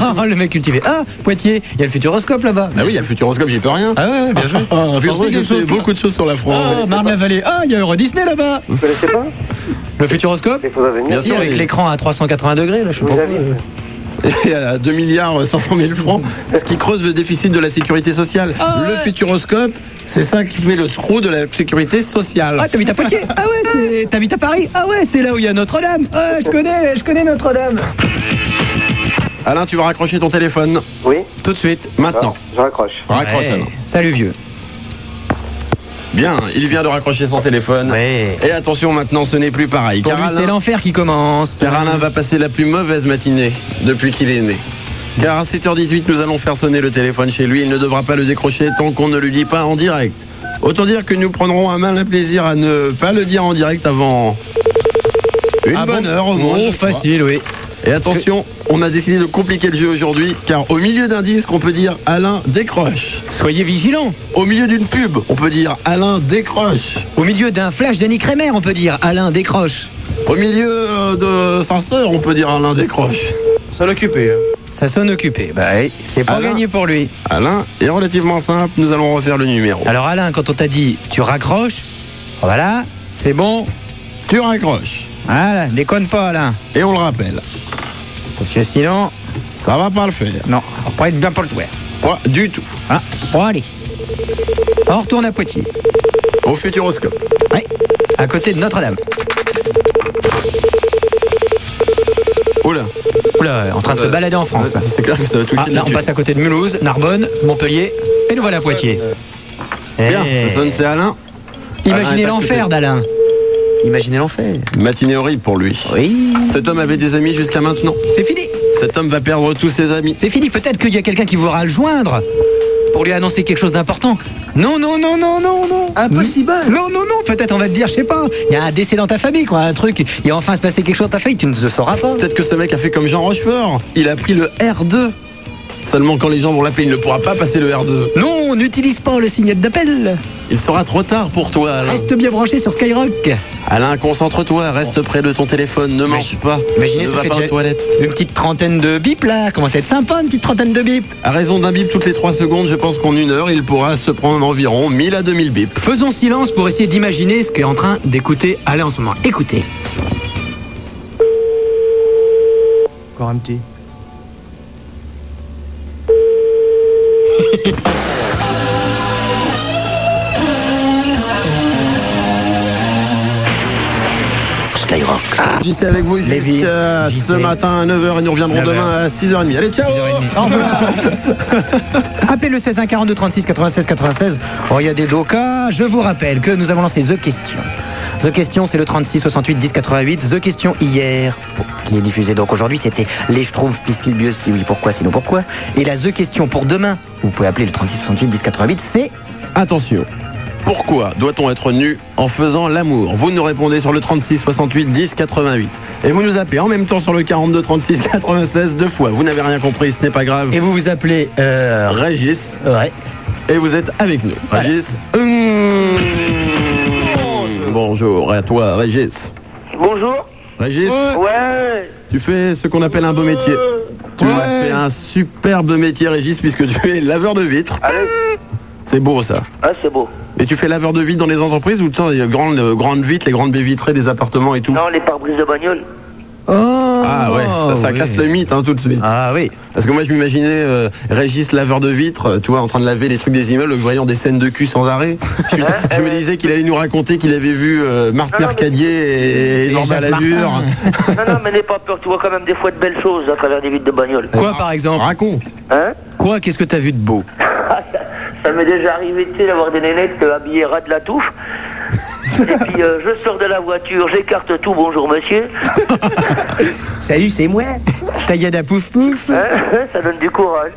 Speaker 4: Ah, le mec cultivé. Ah, Poitiers, il y a le futuroscope là-bas.
Speaker 3: Bah oui, il y a le futuroscope, j'y peux rien.
Speaker 4: Ah ouais, bien joué.
Speaker 3: Ah,
Speaker 4: Pensez
Speaker 3: Futuroscope,
Speaker 4: quelque chose,
Speaker 3: c'est
Speaker 4: toi.
Speaker 3: beaucoup de choses sur la France.
Speaker 4: Ah, Marne-la-Vallée. Ah, il y a Euro Disney là-bas.
Speaker 12: Vous connaissez pas
Speaker 4: Le futuroscope
Speaker 12: Il faudra venir.
Speaker 3: Bien
Speaker 4: Si,
Speaker 3: sûr,
Speaker 4: avec
Speaker 3: les-
Speaker 4: l'écran à 380 degrés, là, je sais pas. pourquoi.
Speaker 3: Et à 2 milliards 500 000 francs, ce qui creuse le déficit de la sécurité sociale.
Speaker 4: Ah
Speaker 3: le
Speaker 4: ouais.
Speaker 3: futuroscope, c'est ça qui fait le trou de la sécurité sociale.
Speaker 4: Ah, t'habites
Speaker 3: <laughs>
Speaker 4: à Poitiers Ah ouais, c'est- t'habites à Paris Ah ouais, c'est là où il y a Notre-Dame Ah, je connais, je connais Notre-Dame
Speaker 3: Alain, tu vas raccrocher ton téléphone
Speaker 12: Oui, Ah,
Speaker 3: tout de suite, maintenant.
Speaker 12: je raccroche.
Speaker 3: Raccroche
Speaker 4: Ouais.
Speaker 3: Alain.
Speaker 4: Eh, Salut vieux.
Speaker 3: Bien, il vient de raccrocher son téléphone. Et attention maintenant, ce n'est plus pareil.
Speaker 4: Pour
Speaker 3: car
Speaker 4: lui,
Speaker 3: Alain-
Speaker 4: c'est l'enfer qui commence.
Speaker 3: Car Alain va passer la plus mauvaise matinée depuis qu'il est né. Car à 7h18, nous allons faire sonner le téléphone chez lui. Il ne devra pas le décrocher tant qu'on ne le dit pas en direct. Autant dire que nous prendrons un malin plaisir à ne pas le dire en direct avant une
Speaker 4: Ah bon
Speaker 3: bonne heure au moins.
Speaker 4: Oh,
Speaker 3: je crois.
Speaker 4: facile, oui.
Speaker 3: Et attention, on a décidé de compliquer le jeu aujourd'hui, car au milieu d'un disque, on peut dire Alain décroche.
Speaker 4: Soyez vigilants.
Speaker 3: Au milieu d'une pub, on peut dire Alain décroche.
Speaker 4: Au milieu d'un flash d'Annie Kremer, on peut dire Alain décroche.
Speaker 3: Au milieu euh, de Censeur, on peut dire Alain décroche.
Speaker 31: Ça l'occupait.
Speaker 4: Ça sonne occupé. Bah, oui, c'est pas
Speaker 3: hein. Alain.
Speaker 4: gagné pour lui.
Speaker 3: Alain est relativement simple, nous allons refaire le numéro.
Speaker 4: Alors Alain, quand on t'a dit tu raccroches, voilà, c'est bon.
Speaker 3: Tu raccroches.
Speaker 4: Voilà, déconne pas Alain.
Speaker 3: Et on le rappelle,
Speaker 4: Parce que sinon,
Speaker 3: ça va pas le faire.
Speaker 4: non, on va pas être bien pour le jouer.
Speaker 3: Pas du tout.
Speaker 4: Hein bon, allez. On retourne à Poitiers.
Speaker 3: Au futuroscope.
Speaker 4: Ouais. À côté de Notre-Dame.
Speaker 3: Oula.
Speaker 4: Oula, en train de se
Speaker 3: Euh,
Speaker 4: balader en France.
Speaker 3: ça-
Speaker 4: là.
Speaker 3: C'est clair que ça va toucher
Speaker 4: Ah,
Speaker 3: le
Speaker 4: là, on
Speaker 3: cul.
Speaker 4: passe à côté de Mulhouse, Narbonne, Montpellier, et nous voilà à Poitiers.
Speaker 3: Bien,
Speaker 4: Eh.
Speaker 3: ça sonne, c'est Alain. Alain
Speaker 4: Imaginez
Speaker 3: est à
Speaker 4: l'enfer
Speaker 3: côté.
Speaker 4: d'Alain. Imaginez l'enfer.
Speaker 3: Matinée horrible pour lui.
Speaker 4: Oui.
Speaker 3: Cet homme avait des amis jusqu'à maintenant.
Speaker 4: C'est fini.
Speaker 3: Cet homme va perdre tous ses amis.
Speaker 4: C'est fini. Peut-être qu'il y a quelqu'un qui voudra le joindre pour lui annoncer quelque chose d'important. Non, non, non, non, non, non.
Speaker 32: Impossible.
Speaker 4: Non, non, non. Peut-être on va te dire, je sais pas. Il y a un décès dans ta famille, quoi. Un truc. Il va enfin se passer quelque chose dans ta famille. Tu ne le sauras pas.
Speaker 3: Peut-être que ce mec a fait comme Jean Rochefort. Il a pris le R2. Seulement quand les gens vont l'appeler, il ne pourra pas passer le R2.
Speaker 4: Non, n'utilise pas le signal d'appel.
Speaker 3: Il sera trop tard pour toi, Alain.
Speaker 4: Reste bien branché sur Skyrock.
Speaker 3: Alain, concentre-toi, reste près de ton téléphone, ne mange pas.
Speaker 4: Imaginez,
Speaker 3: ne
Speaker 4: ça
Speaker 3: va
Speaker 4: fait
Speaker 3: pas aux
Speaker 4: déjà
Speaker 3: toilettes.
Speaker 4: une petite trentaine de bips là. Commence à être sympa, une petite trentaine de bips.
Speaker 3: À raison d'un bip toutes les 3 secondes, je pense qu'en une heure, il pourra se prendre environ 1000 à 2000 bips.
Speaker 4: Faisons silence pour essayer d'imaginer ce qu'est en train d'écouter Alain en ce moment. Écoutez.
Speaker 31: Encore un petit.
Speaker 5: Skyrock.
Speaker 3: J'y suis avec vous jusqu'à
Speaker 4: Lévi,
Speaker 3: ce
Speaker 4: JC.
Speaker 3: matin à 9h et nous reviendrons
Speaker 4: 9h.
Speaker 3: demain à 6h30. Allez, ciao
Speaker 4: 6h30. Au revoir. <laughs> Appelez le 16 1 42 36 96 96. Oh, il y a des docas. Je vous rappelle que nous avons lancé The Question. The Question, c'est le 36 68 10 88. The Question hier, bon, qui est diffusé donc aujourd'hui, c'était les Schtroumpfs, Pistilbieux, si oui, pourquoi, sinon pourquoi. Et la The Question pour demain, vous pouvez appeler le 36 68 10 88, c'est
Speaker 3: Attention. Pourquoi doit-on être nu en faisant l'amour Vous nous répondez sur le 36 68 10 88. Et vous nous appelez en même temps sur le 42 36 96 deux fois. Vous n'avez rien compris, ce n'est pas grave.
Speaker 4: Et vous vous appelez. Euh...
Speaker 3: Régis,
Speaker 4: Ouais.
Speaker 3: et vous êtes avec nous. Régis. hum. Bonjour à toi, Régis.
Speaker 12: Bonjour
Speaker 3: Régis,
Speaker 12: Ouais
Speaker 1: Euh,
Speaker 3: tu fais ce qu'on appelle un beau métier. Tu as fait un superbe métier, Régis, puisque tu es laveur de vitres. C'est beau ça.
Speaker 17: Ah, c'est beau.
Speaker 3: Mais tu fais laveur de vitres dans les entreprises ou tu sais, il y a grandes, euh, grandes vitres, les grandes baies vitrées des appartements et tout
Speaker 17: Non, les pare-brises de bagnole.
Speaker 3: Ah ouais,
Speaker 4: Oh,
Speaker 3: ça, ça casse le mythe hein, tout de suite. Ah oui. Parce que moi je m'imaginais euh, Régis laveur de vitres, euh, tu vois, en train de laver les trucs des immeubles, voyant des scènes de cul sans arrêt. je, je me disais qu'il allait nous raconter qu'il avait vu euh, Marc Mercadier et, et Laure Balladur.
Speaker 17: non, non, mais n'aie pas peur, tu vois quand même des fois de belles choses à travers des vitres de bagnole.
Speaker 4: Quoi par exemple
Speaker 3: Raconte.
Speaker 17: Hein
Speaker 4: Quoi Qu'est-ce que t'as vu de beau
Speaker 17: Ça m'est déjà arrivé, tu sais, d'avoir des nénettes euh, habillées ras de la touffe. Et puis euh, je sors de la voiture, j'écarte tout, bonjour monsieur.
Speaker 4: Salut, c'est moi. Taillade à pouf pouf.
Speaker 17: Hein <laughs> Ça donne du courage.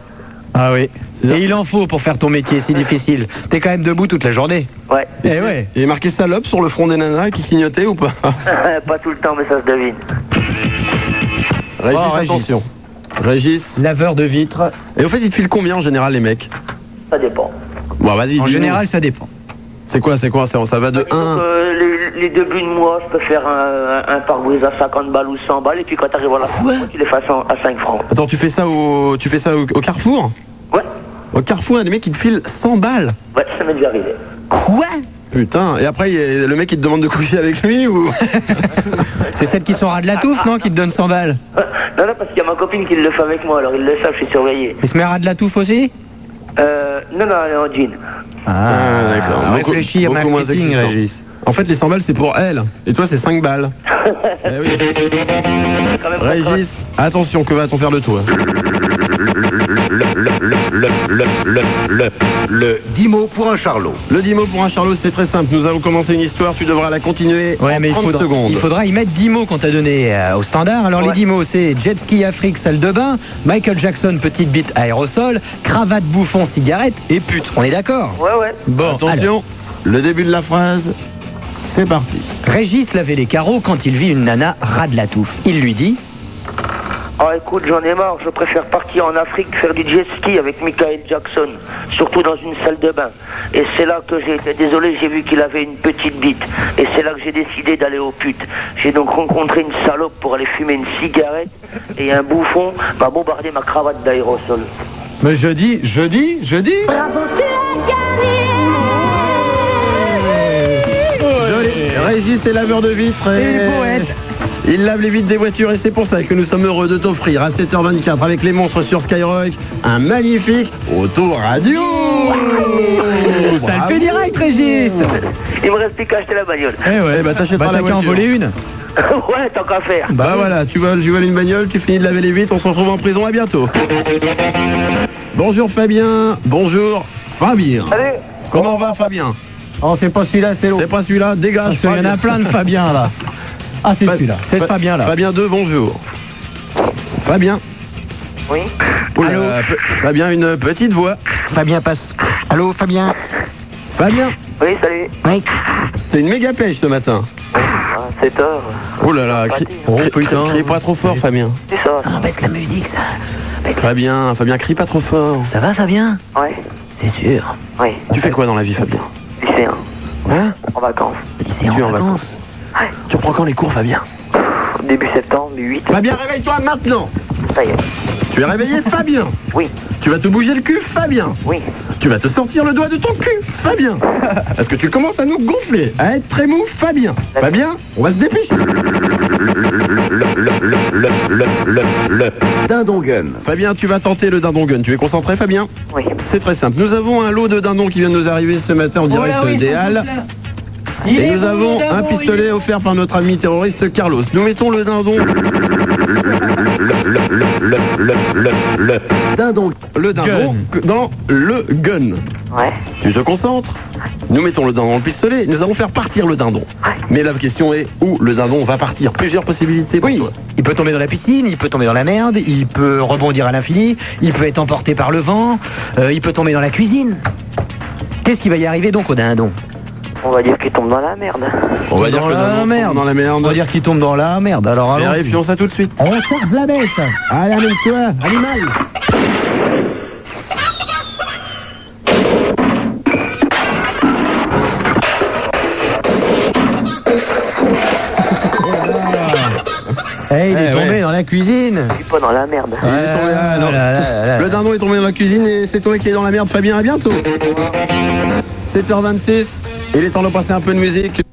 Speaker 4: Ah oui. Et il en faut pour faire ton métier si difficile. T'es quand même debout toute la journée.
Speaker 17: Ouais. <laughs>
Speaker 4: Eh ouais.
Speaker 3: Il y a marqué salope sur le front des nanas qui clignotaient ou pas
Speaker 17: pas tout le temps, mais ça se devine.
Speaker 3: Régis,
Speaker 4: Oh, Régis.
Speaker 3: attention. Régis.
Speaker 4: Laveur de vitres.
Speaker 3: Et au fait, ils te filent combien en général les mecs
Speaker 17: Ça dépend.
Speaker 3: Bon, vas-y.
Speaker 4: En
Speaker 3: dis-nous.
Speaker 4: général, ça dépend.
Speaker 3: C'est quoi, c'est quoi c'est- Ça va de 1
Speaker 17: Donc, euh, les, les débuts de mois, je peux faire un, un pare-brise à 50 balles ou 100 balles. Et puis quand t'arrives à la fin, tu les fasses en- à 5 francs.
Speaker 3: Attends, tu fais ça au, tu fais ça au, au Carrefour
Speaker 17: Ouais.
Speaker 3: Au Carrefour, il y a des mecs qui te filent 100 balles.
Speaker 17: Ouais, ça m'est déjà arrivé. <laughs>
Speaker 4: Quoi
Speaker 3: Putain, et après, il y a le mec qui te demande de coucher avec lui ou
Speaker 4: C'est celle qui sont ras de la touffe, non Qui te donne 100 balles.
Speaker 17: Non, non, parce qu'il y a ma copine qui le fait avec moi, alors ils le savent, je suis surveillé.
Speaker 4: Il se met ras de la touffe aussi
Speaker 17: Euh, non, non, elle est en jean.
Speaker 3: <laughs> Ah, d'accord. Beaucoup-
Speaker 4: réfléchir,
Speaker 3: beaucoup moins
Speaker 4: marketing,
Speaker 3: excitant.
Speaker 4: Régis.
Speaker 3: En fait, les 100 balles, c'est pour elle. Et toi, c'est 5
Speaker 4: <laughs>
Speaker 3: balles. Eh oui. Régis, attention, que va-t-on faire de toi
Speaker 33: Le, le, le, le, le
Speaker 3: 10 mots pour un charlot. Le 10 mots pour un charlot, c'est très simple. Nous allons commencer une histoire, tu devras la continuer
Speaker 4: Ouais,
Speaker 3: en
Speaker 4: mais il
Speaker 3: 30
Speaker 4: faudra,
Speaker 3: secondes.
Speaker 4: il faudra y mettre 10 mots qu'on t'a donné euh, au standard. Alors les 10 mots, c'est jet ski Afrique, salle de bain, Michael Jackson, petite bite aérosol, cravate bouffon, cigarette et pute. On est d'accord
Speaker 17: Ouais, ouais.
Speaker 4: Bon,
Speaker 3: Attention, le début de la phrase, c'est parti.
Speaker 4: Régis lavait les carreaux quand il vit une nana ras de la touffe. Il lui dit
Speaker 17: Ah, écoute, j'en ai marre, je préfère partir en Afrique faire du jet ski avec Michael Jackson, surtout dans une salle de bain. Et c'est là que j'ai été désolé, j'ai vu qu'il avait une petite bite. Et c'est là que j'ai décidé d'aller au pute. J'ai donc rencontré une salope pour aller fumer une cigarette, et un bouffon m'a bombardé ma cravate d'aérosol.
Speaker 4: Mais jeudi, jeudi, jeudi
Speaker 3: Joli. Régis est laveur de vitres. Et... Il lave les vitres des voitures et c'est pour ça que nous sommes heureux de t'offrir à 7h24 avec les monstres sur Skyrock un magnifique autoradio.
Speaker 4: Ça le fait direct, Régis
Speaker 17: Il me reste plus qu'à acheter la bagnole. <laughs>
Speaker 4: Eh ouais,
Speaker 3: Eh bah, t'achèteras
Speaker 4: Bah,
Speaker 3: la
Speaker 4: t'as qu'à en
Speaker 3: voiture.
Speaker 4: voler une
Speaker 17: ouais, tant qu'à faire.
Speaker 3: Bah voilà, tu voles, tu voles une bagnole, tu finis de laver les vitres, on se retrouve en prison, à bientôt. Bonjour Fabien, bonjour Fabien.
Speaker 34: Salut.
Speaker 3: Comment va Fabien
Speaker 35: Oh, c'est pas celui-là, c'est l'autre.
Speaker 3: C'est pas celui-là,
Speaker 35: Parce
Speaker 3: dégage.
Speaker 35: qu'il y en
Speaker 3: Fabien.
Speaker 35: a plein de Fabien, là. Ah, c'est
Speaker 3: Fa-
Speaker 35: celui-là. C'est ce
Speaker 3: Fa-
Speaker 35: Fabien, là.
Speaker 3: Fabien 2, bonjour. Fabien.
Speaker 17: Oui.
Speaker 3: Oula, P- Fabien, une petite voix.
Speaker 4: Fabien passe. Allô, Fabien
Speaker 3: Fabien,
Speaker 17: Oui, salut.
Speaker 4: Oui.
Speaker 3: t'as une méga pêche ce matin.
Speaker 17: Ah, c'est tort.
Speaker 3: Oh là là, crie, crie-
Speaker 35: Oh,
Speaker 4: putain.
Speaker 3: crie pas trop fort, Fabien.
Speaker 17: C'est ça.
Speaker 4: On baisse la musique, ça
Speaker 3: Fabien, Fabien, crie pas trop fort.
Speaker 4: Ça va, Fabien
Speaker 17: Ouais.
Speaker 4: C'est sûr.
Speaker 17: Oui,
Speaker 3: Tu fais quoi dans la vie, Fabien
Speaker 17: lycéen,
Speaker 3: Hein
Speaker 17: en vacances.
Speaker 4: Lycée en
Speaker 3: Tu es en
Speaker 4: vacances.
Speaker 3: Tu reprends quand les cours, Fabien
Speaker 17: Début septembre, 8.
Speaker 3: Fabien, réveille-toi maintenant
Speaker 17: Ça y est.
Speaker 3: Tu es
Speaker 17: <laughs>
Speaker 3: réveillé, Fabien
Speaker 17: Oui,
Speaker 3: Tu vas te bouger le cul, Fabien
Speaker 17: oui.
Speaker 3: Tu vas te sortir le doigt de ton cul,
Speaker 17: <laughs>
Speaker 3: Fabien Parce que tu commences à nous gonfler, à être très mou, Fabien Fabien, on va se dépêcher
Speaker 33: le, le, le, le.
Speaker 3: Dindongun. Fabien, tu vas tenter le dindongun. Tu es concentré, Fabien
Speaker 17: Oui.
Speaker 3: C'est très simple. Nous avons un lot de dindons qui vient de nous arriver ce matin
Speaker 17: Oh
Speaker 4: Oh
Speaker 3: en direct des Halles. Et nous avons un pistolet offert par notre ami terroriste Carlos. Nous mettons le dindon,
Speaker 33: Le, le, le, le, le, le.
Speaker 3: dindon. le dindon que- dans le gun.
Speaker 17: Ouais.
Speaker 3: Tu te concentres Nous mettons le dindon dans le pistolet. Nous allons faire partir le dindon. Mais la question est où le dindon va partir Plusieurs possibilités pour toi.
Speaker 4: Il peut tomber dans la piscine, il peut tomber dans la merde, il peut rebondir à l'infini, il peut être emporté par le vent, euh, il peut tomber dans la cuisine. Qu'est-ce qui va y arriver donc au dindon
Speaker 17: On va dire qu'il tombe dans la merde.
Speaker 3: On va dire
Speaker 4: Dans
Speaker 3: que le
Speaker 4: la
Speaker 3: dindon tombe
Speaker 4: merde.
Speaker 3: dans la merde.
Speaker 4: On va dire qu'il tombe dans la merde, alors allons-y.
Speaker 3: Vérifions ça tout de suite.
Speaker 4: On cherche la bête
Speaker 3: Allez, amène-toi, animal
Speaker 4: Eh, il est
Speaker 3: Eh,
Speaker 4: tombé
Speaker 3: ouais.
Speaker 4: dans la cuisine.
Speaker 17: Je suis pas dans la merde.
Speaker 3: Il est tombé- ah, non. Le dindon est tombé dans la cuisine et c'est toi qui es dans la merde, Fabien. À bientôt. 7h26, il est temps de passer un peu de musique.